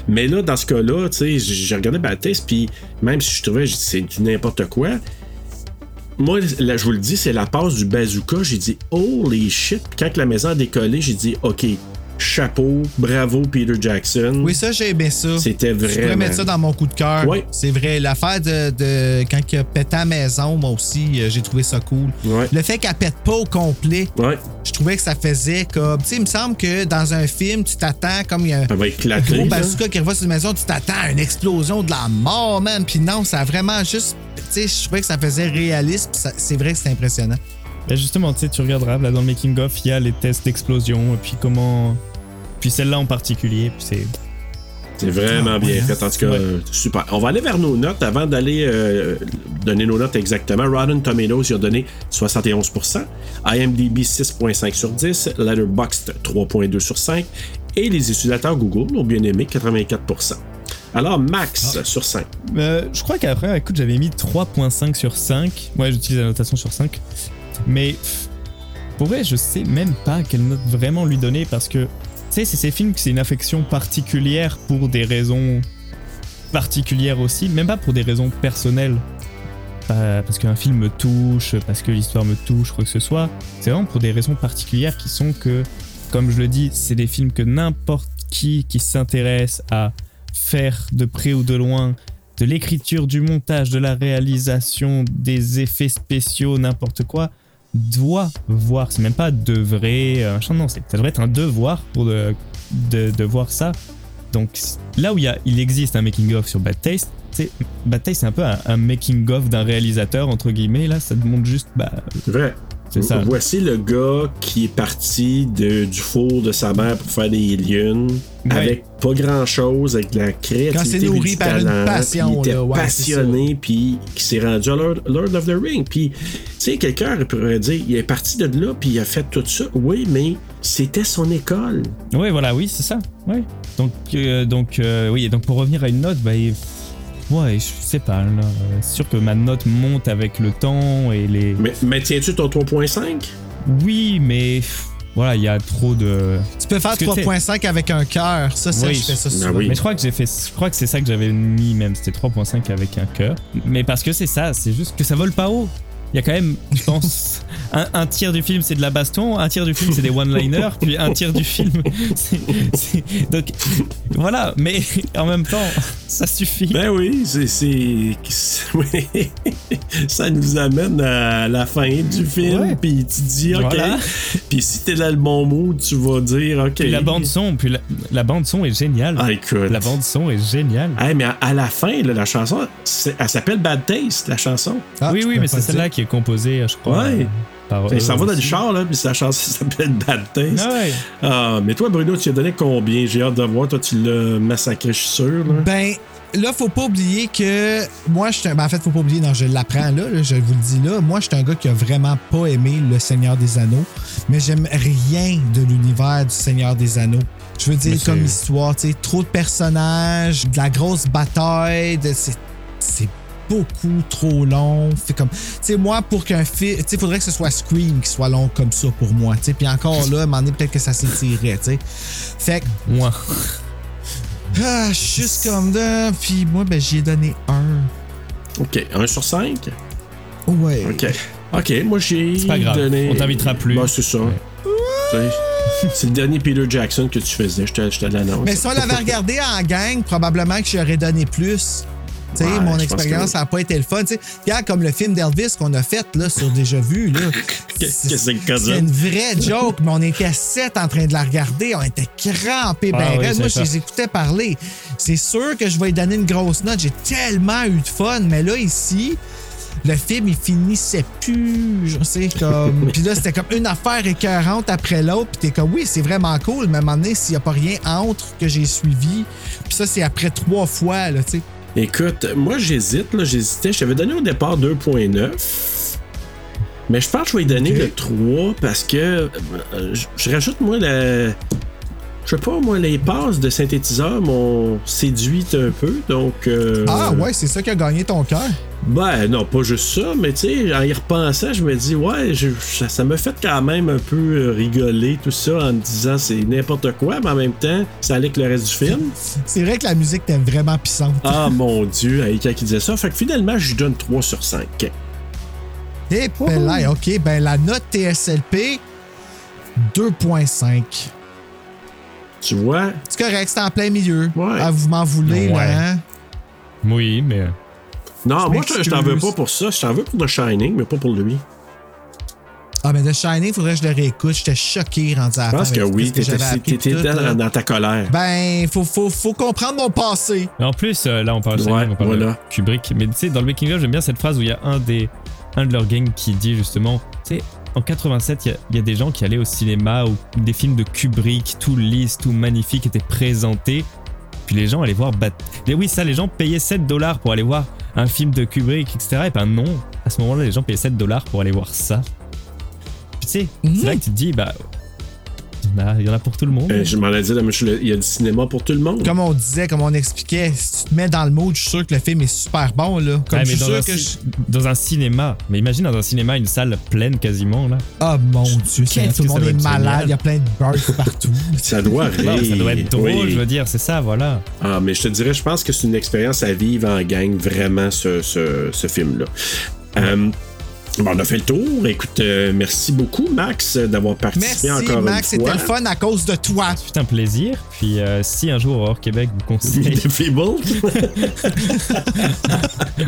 [SPEAKER 1] Mais là, dans ce cas-là, tu sais, j'ai j'ai regardé Bad Taste, puis même si je trouvais que c'est du n'importe quoi, moi, là, je vous le dis, c'est la passe du bazooka. J'ai dit, holy shit. Quand que la maison a décollé, j'ai dit, OK, chapeau, bravo, Peter Jackson.
[SPEAKER 4] Oui, ça, j'ai aimé ça.
[SPEAKER 1] C'était
[SPEAKER 4] Je pourrais
[SPEAKER 1] vraiment.
[SPEAKER 4] mettre ça dans mon coup de cœur.
[SPEAKER 1] Ouais.
[SPEAKER 4] C'est vrai. L'affaire de, de- quand il a pété à la maison, moi aussi, euh, j'ai trouvé ça cool.
[SPEAKER 1] Ouais.
[SPEAKER 4] Le fait qu'elle pète pas au complet,
[SPEAKER 1] Ouais,
[SPEAKER 4] je trouvais que ça faisait comme. Tu sais, il me semble que dans un film, tu t'attends comme il y a un
[SPEAKER 1] ça va éclater.
[SPEAKER 4] gros
[SPEAKER 1] là.
[SPEAKER 4] bazooka qui revoit sur une maison, tu t'attends à une explosion de la mort, man. Puis non, ça a vraiment juste. Tu sais, je trouvais que ça faisait réaliste. puis ça- c'est vrai que c'est impressionnant.
[SPEAKER 3] Bah, justement, tu sais, tu regarderas là dans le making of, il y a les tests d'explosion et puis comment, puis celle-là en particulier, puis c'est
[SPEAKER 1] C'est vraiment bien fait. En tout cas,
[SPEAKER 3] Ah, Ouais.
[SPEAKER 1] euh, super. On va aller vers nos notes avant d'aller euh, donner nos notes exactement. Rotten Tomatoes il a donné 71%, IMDb 6.5 sur 10, Letterboxd 3.2 sur 5 et les utilisateurs Google l'ont bien aimé 84%. Alors Max
[SPEAKER 3] Ah.
[SPEAKER 1] sur 5.
[SPEAKER 3] Euh, je crois qu'après, écoute, j'avais mis 3.5 sur 5. Ouais, j'utilise la notation sur 5. Mais pff, pour vrai, je sais même pas quelle note vraiment lui donner parce que, tu sais, c'est ces films que c'est une affection particulière pour des raisons particulières aussi, même pas pour des raisons personnelles. Pas parce qu'un film me touche, parce que l'histoire me touche, quoi que ce soit. C'est vraiment pour des raisons particulières qui sont que, comme je le dis, c'est des films que n'importe qui qui s'intéresse à faire de près ou de loin de l'écriture, du montage, de la réalisation, des effets spéciaux, n'importe quoi, doit voir. C'est même pas devrait, euh, machin, non, c'est- ça devrait être un devoir pour de, de- de voir ça. Donc c- là où il, y a, il existe un making-of sur Bad Taste, c'est- Bad Taste c'est un peu un, un making-of d'un réalisateur, entre guillemets, là, ça te montre juste bah,
[SPEAKER 1] C'est vrai.
[SPEAKER 3] C'est ça.
[SPEAKER 1] Voici le gars qui est parti de- du four de sa mère pour faire des aliens
[SPEAKER 3] Ouais.
[SPEAKER 1] avec pas grand chose, avec de la créativité.
[SPEAKER 4] Quand c'est
[SPEAKER 1] puis
[SPEAKER 4] nourri
[SPEAKER 1] du
[SPEAKER 4] par une
[SPEAKER 1] talent,
[SPEAKER 4] passion,
[SPEAKER 1] puis Il était
[SPEAKER 4] là, ouais,
[SPEAKER 1] passionné, puis qui s'est rendu à Lord, Lord of the Ring. Puis, tu sais, quelqu'un pourrait dire il est parti de là, puis il a fait tout ça. Oui, mais c'était son école.
[SPEAKER 3] Oui, voilà, oui, c'est ça. Ouais. Donc, euh, donc euh, oui, et donc pour revenir à une note, bah, il- ouais, je sais pas. là. Euh, C'est sûr que ma note monte avec le temps et les.
[SPEAKER 1] Mais, mais tiens-tu ton 3.5
[SPEAKER 3] Oui, mais pff, voilà, il y a trop de.
[SPEAKER 4] Tu peux faire
[SPEAKER 3] Parce que
[SPEAKER 4] 3.5 avec un cœur. Ça, ça,
[SPEAKER 3] Oui.
[SPEAKER 4] je fais ça souvent.
[SPEAKER 1] Ah oui.
[SPEAKER 3] Mais je crois que j'ai fait, je crois que c'est ça que j'avais mis même, c'était 3.5 avec un cœur. Mais parce que c'est ça, c'est juste que ça vole pas haut. Il y a quand même, je pense, <laughs> un, un tiers du film c'est de la baston, un tiers du film c'est des one-liners, puis un tiers du film. <laughs> c'est- c'est- Donc voilà, mais en même temps, ça suffit.
[SPEAKER 1] Ben oui, c'est- c'est. oui. <laughs> ça nous amène à la fin du
[SPEAKER 3] Ouais.
[SPEAKER 1] film, puis tu dis OK.
[SPEAKER 3] Voilà.
[SPEAKER 1] Puis si t'es dans le bon mood, tu vas dire OK.
[SPEAKER 3] Puis la bande son, puis la, la bande son est géniale.
[SPEAKER 1] Ah, écoute.
[SPEAKER 3] La bande son est géniale.
[SPEAKER 1] Hey, mais à, à la fin, là, la chanson, c'est- elle s'appelle Bad Taste, la chanson.
[SPEAKER 4] Ah,
[SPEAKER 3] oui,
[SPEAKER 4] je
[SPEAKER 3] oui,
[SPEAKER 4] peux
[SPEAKER 3] mais
[SPEAKER 4] pas
[SPEAKER 3] c'est
[SPEAKER 4] le
[SPEAKER 3] celle-là qui est composée, je crois.
[SPEAKER 1] Ouais.
[SPEAKER 3] euh, par
[SPEAKER 1] ça
[SPEAKER 3] eux
[SPEAKER 1] va dans le
[SPEAKER 3] aussi.
[SPEAKER 1] char, là, puis la chanson s'appelle Bad Taste.
[SPEAKER 3] Ah ouais.
[SPEAKER 1] Ah, mais toi, Bruno, tu as donné combien J'ai hâte de voir. Toi, tu l'as massacré, je suis sûr. là.
[SPEAKER 4] dire. Ben, là, faut pas oublier que. Moi, je suis un- ben, en fait, faut pas oublier, non, je l'apprends là, là, je vous le dis là. Moi, je suis un gars qui a vraiment pas aimé Le Seigneur des Anneaux, mais j'aime rien de l'univers du Seigneur des Anneaux. Je veux dire,
[SPEAKER 1] Mais
[SPEAKER 4] comme
[SPEAKER 1] c'est-
[SPEAKER 4] histoire, tu sais, trop de personnages, de la grosse bataille, de- c'est- c'est beaucoup trop long. Fait comme, tu sais, moi, pour qu'un film, tu sais, faudrait que ce soit Scream qui soit long comme ça pour moi, tu sais. Puis encore là, à un moment donné, peut-être que ça s'étirait, tu sais. Fait que
[SPEAKER 3] Ouin.
[SPEAKER 4] ah, je suis juste comme ça. Puis moi, ben, j'y ai donné un.
[SPEAKER 1] OK. 1 sur 5
[SPEAKER 4] Ouais.
[SPEAKER 1] OK. OK, moi, j'ai.
[SPEAKER 3] C'est pas grave,
[SPEAKER 1] donné-
[SPEAKER 3] on t'invitera plus.
[SPEAKER 1] Bah, c'est ça. Tu sais, C'est le dernier Peter Jackson que tu faisais, je te, je te l'annonce.
[SPEAKER 4] Mais si on l'avait regardé en gang, probablement que j'aurais donné plus. Tu sais,
[SPEAKER 1] Ouais, je
[SPEAKER 4] mon
[SPEAKER 1] pense
[SPEAKER 4] expérience
[SPEAKER 1] que oui.
[SPEAKER 4] n'a pas été le fun. Tu sais, regarde comme le film d'Elvis qu'on a fait là, sur Déjà Vu. là.
[SPEAKER 1] <laughs> Qu'est-ce que c'est que ça?
[SPEAKER 4] C'était une vraie joke, mais on était sept en train de la regarder. On était crampés.
[SPEAKER 3] Ah
[SPEAKER 4] ben,
[SPEAKER 3] oui,
[SPEAKER 4] raide.
[SPEAKER 3] c'est
[SPEAKER 4] moi, je
[SPEAKER 3] ça.
[SPEAKER 4] les écoutais parler. C'est sûr que je vais lui donner une grosse note. J'ai tellement eu de fun. Mais là, ici, le film, il finissait plus. Je sais,
[SPEAKER 3] <laughs>
[SPEAKER 4] comme. puis là, c'était comme une affaire écœurante après l'autre. Puis t'es comme, oui, c'est vraiment cool. Mais à un moment donné, s'il n'y a pas rien entre que j'ai suivi, puis ça, c'est après trois fois, là, tu sais.
[SPEAKER 1] Écoute, moi j'hésite, là, j'hésitais. Je t'avais donné au départ 2.9. Mais je pense que je vais lui donner
[SPEAKER 4] Ok.
[SPEAKER 1] le 3 parce que euh, je- je rajoute moi la. Je sais pas, moi, les passes de synthétiseur m'ont séduite un peu, donc. euh,
[SPEAKER 4] Ah, ouais, c'est ça qui a gagné ton cœur.
[SPEAKER 1] Ben non, pas juste ça, mais tu sais, en y repensant, je me dis, ouais, je- ça, ça me fait quand même un peu euh, rigoler, tout ça, en me disant c'est n'importe quoi, mais en même temps, ça allait avec le reste du film.
[SPEAKER 4] C'est vrai que la musique était vraiment puissante.
[SPEAKER 1] Ah mon dieu, Aïka qui disait ça. Fait que finalement, je lui donne 3 sur 5.
[SPEAKER 4] Et ben là, OK, ben la note TSLP, 2.5.
[SPEAKER 1] Tu vois?
[SPEAKER 4] C'est correct, c'est en plein milieu.
[SPEAKER 1] Ouais.
[SPEAKER 4] Ah, vous m'en voulez,
[SPEAKER 3] Ouais.
[SPEAKER 4] là, hein?
[SPEAKER 3] Oui, mais.
[SPEAKER 1] Non,
[SPEAKER 4] Je
[SPEAKER 1] moi, je je t'en veux
[SPEAKER 4] m'excuse.
[SPEAKER 1] pas pour ça. Je t'en veux pour The Shining, mais pas pour lui.
[SPEAKER 4] Ah, mais The Shining, faudrait que je le réécoute. J'étais choqué rendu à la
[SPEAKER 1] Je pense
[SPEAKER 4] fin
[SPEAKER 1] que
[SPEAKER 4] avec
[SPEAKER 1] oui,
[SPEAKER 4] tout ce
[SPEAKER 1] t'étais
[SPEAKER 4] j'avais appris,
[SPEAKER 1] t'étais
[SPEAKER 4] tout, là.
[SPEAKER 1] dans, dans ta colère.
[SPEAKER 4] Ben, faut, faut, faut comprendre mon passé.
[SPEAKER 3] Mais En plus, euh, là, on parle, de
[SPEAKER 1] Ouais,
[SPEAKER 3] Shining, on parle
[SPEAKER 1] voilà.
[SPEAKER 3] de Kubrick. Mais tu sais, dans le Making of, j'aime bien cette phrase où il y a un des un de leurs gangs qui dit justement, tu sais, en 87, il y a- il y, a des gens qui allaient au cinéma où des films de Kubrick, tout lisse, tout magnifique, étaient présentés. Puis les gens allaient voir Bat. Mais oui, ça, les gens payaient 7 dollars pour aller voir un film de Kubrick, etc. Et ben non, à ce moment-là, les gens payaient 7 dollars pour aller voir ça. Puis tu sais,
[SPEAKER 1] Mmh.
[SPEAKER 3] c'est là que tu te dis, bah, il y en a- il y, en a pour tout le monde.
[SPEAKER 1] Euh, je m'en ai dit, là, monsieur, le- il y a du cinéma pour tout le monde.
[SPEAKER 4] Comme on disait, comme on expliquait, si tu te mets dans le mood, je suis sûr que le film est super bon, là. Comme
[SPEAKER 3] Ouais,
[SPEAKER 4] je
[SPEAKER 3] Ah, mais
[SPEAKER 4] suis
[SPEAKER 3] dans,
[SPEAKER 4] sûr
[SPEAKER 3] un
[SPEAKER 4] que je...
[SPEAKER 3] ci- dans un cinéma, mais imagine dans un cinéma une salle pleine quasiment là.
[SPEAKER 4] Ah, mon Dieu, Seigneur,
[SPEAKER 3] Qu'est-ce
[SPEAKER 4] tout le
[SPEAKER 3] que ça
[SPEAKER 4] monde
[SPEAKER 3] doit
[SPEAKER 4] est
[SPEAKER 3] être
[SPEAKER 4] malade.
[SPEAKER 3] génial.
[SPEAKER 4] Il y a plein de birds
[SPEAKER 1] <laughs>
[SPEAKER 4] partout.
[SPEAKER 1] Ça doit
[SPEAKER 3] Non,
[SPEAKER 1] rire.
[SPEAKER 3] Ah, ça doit être drôle,
[SPEAKER 1] Oui.
[SPEAKER 3] je veux dire, c'est ça, voilà.
[SPEAKER 1] Ah, mais je te dirais, je pense que c'est une expérience à vivre en gang, vraiment, ce, ce- ce film-là. Euh, bon, on a fait le tour. Écoute, euh, merci beaucoup, Max, d'avoir participé
[SPEAKER 4] Merci,
[SPEAKER 1] encore
[SPEAKER 4] Max.
[SPEAKER 1] une
[SPEAKER 4] C'était
[SPEAKER 1] fois.
[SPEAKER 3] <laughs>
[SPEAKER 4] le fun à cause de toi.
[SPEAKER 3] C'est un plaisir. Puis euh, si un jour hors Québec vous conseille,
[SPEAKER 1] <laughs> The Feeble,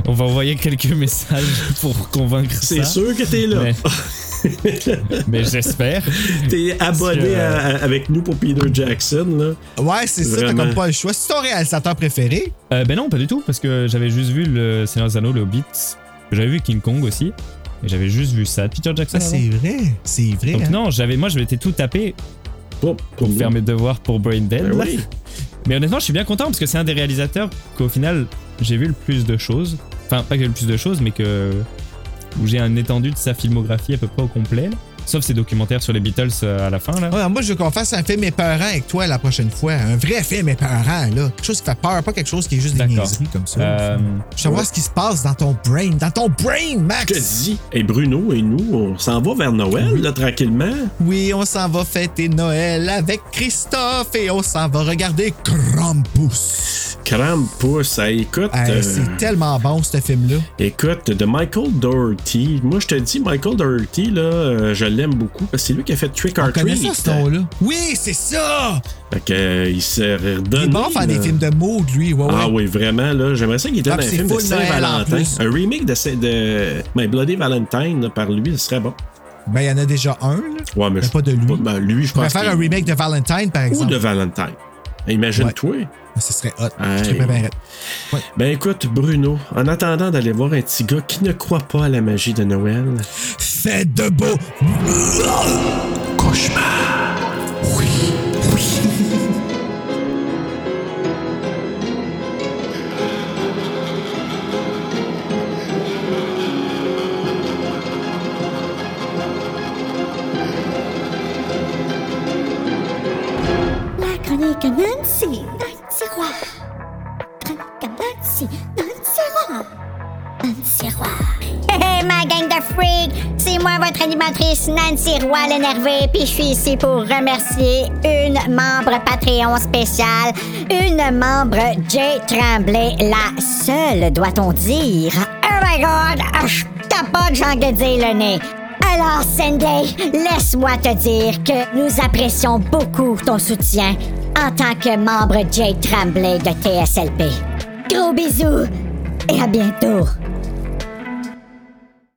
[SPEAKER 3] on va envoyer quelques messages pour convaincre ça.
[SPEAKER 1] c'est sûr que t'es là. <laughs>
[SPEAKER 3] Mais, mais j'espère.
[SPEAKER 1] T'es abonné
[SPEAKER 3] que- euh,
[SPEAKER 1] à- à- avec nous pour Peter Jackson, là.
[SPEAKER 4] Ouais, c'est ça, t'as
[SPEAKER 1] Vraiment.
[SPEAKER 4] comme pas le choix. C'est ton réalisateur préféré.
[SPEAKER 3] Euh, ben non, pas du tout, parce que j'avais juste vu le Seigneur des Anneaux, le Hobbit. J'avais vu King Kong aussi. Et j'avais juste vu ça de Peter Jackson.
[SPEAKER 4] Ah, c'est
[SPEAKER 3] avant.
[SPEAKER 4] vrai. C'est vrai.
[SPEAKER 3] Donc
[SPEAKER 4] hein.
[SPEAKER 3] non, j'avais, moi, je m'étais tout tapé
[SPEAKER 1] Pour,
[SPEAKER 3] pour faire mes devoirs pour Brain Dead.
[SPEAKER 1] Mmh. Ben oui.
[SPEAKER 3] Mais honnêtement, je suis bien content parce que c'est un des réalisateurs qu'au final, j'ai vu le plus de choses. Enfin, pas que j'ai le plus de choses, mais que. où j'ai un étendu de sa filmographie à peu près au complet. là. Sauf ses documentaires sur les Beatles euh, à la fin, là.
[SPEAKER 4] Ouais, moi, je veux qu'on fasse un film épeurant avec toi la prochaine fois. Un vrai film épeurant, là. Quelque chose qui fait peur, pas quelque chose qui est juste des
[SPEAKER 3] D'accord.
[SPEAKER 4] niaiseries comme ça.
[SPEAKER 3] Euh,
[SPEAKER 4] Je veux savoir ce qui se passe dans ton brain. Dans ton brain,
[SPEAKER 1] Je te
[SPEAKER 4] Max!
[SPEAKER 1] dis, et Bruno et nous, on s'en va vers Noël, là, tranquillement.
[SPEAKER 4] Oui, on s'en va fêter Noël avec Christophe et on s'en va regarder Krampus.
[SPEAKER 1] Krampus, hey, écoute.
[SPEAKER 4] Hey,
[SPEAKER 1] euh,
[SPEAKER 4] C'est tellement bon, ce film-là.
[SPEAKER 1] Écoute, de Michael Doherty. Moi, je te dis, Michael Doherty, là, euh, je l'aime beaucoup parce que c'est lui qui a fait Trick or
[SPEAKER 4] On connaît
[SPEAKER 1] Treat.
[SPEAKER 4] ça, ce ton-là? Oui, c'est ça!
[SPEAKER 1] Fait que, euh, il se redonne.
[SPEAKER 4] Il est bon à faire des films de mood, lui. Ouais, ouais.
[SPEAKER 1] Ah oui, vraiment, là. J'aimerais ça qu'il était
[SPEAKER 4] Ah,
[SPEAKER 1] dans un
[SPEAKER 4] puis c'est
[SPEAKER 1] film de
[SPEAKER 4] full Noël en
[SPEAKER 1] Saint-Valentin.
[SPEAKER 4] plus.
[SPEAKER 1] Un remake de, Saint- de My Bloody Valentine là, par lui, ce serait bon.
[SPEAKER 4] Ben, il y en a déjà un, là.
[SPEAKER 1] Ouais, mais
[SPEAKER 4] Mais
[SPEAKER 1] je-
[SPEAKER 4] pas de lui.
[SPEAKER 1] ben, lui, je
[SPEAKER 4] On pourrait
[SPEAKER 1] pense.
[SPEAKER 4] faire
[SPEAKER 1] qu'il-
[SPEAKER 4] un remake de Valentine, par
[SPEAKER 1] Ou
[SPEAKER 4] exemple. Ah,
[SPEAKER 1] de Valentine. Imagine-toi.
[SPEAKER 4] Ce serait hot.
[SPEAKER 1] Hey.
[SPEAKER 4] Je serais bien raide.
[SPEAKER 1] Ben écoute, Bruno, en attendant d'aller voir un petit gars qui ne croit pas à la magie de Noël,
[SPEAKER 4] Faites de beaux cauchemars. Oui, oui.
[SPEAKER 8] La chronique Nancy Nancy Roy. Chronique Nancy Nancy Roy. Nancy Roy. Hey, hey, ma gang de freaks, c'est moi votre animatrice Nancy Roy l'énervée, puis je suis ici pour remercier une membre Patreon spéciale, une membre Jay Tremblay, la seule, doit-on dire. Oh my god, ah, je tapote, j'ai envie de dire le nez. Alors, Sunday, laisse-moi te dire que nous apprécions beaucoup ton soutien en tant que membre Jay Tremblay de TSLP. Gros bisous et à bientôt.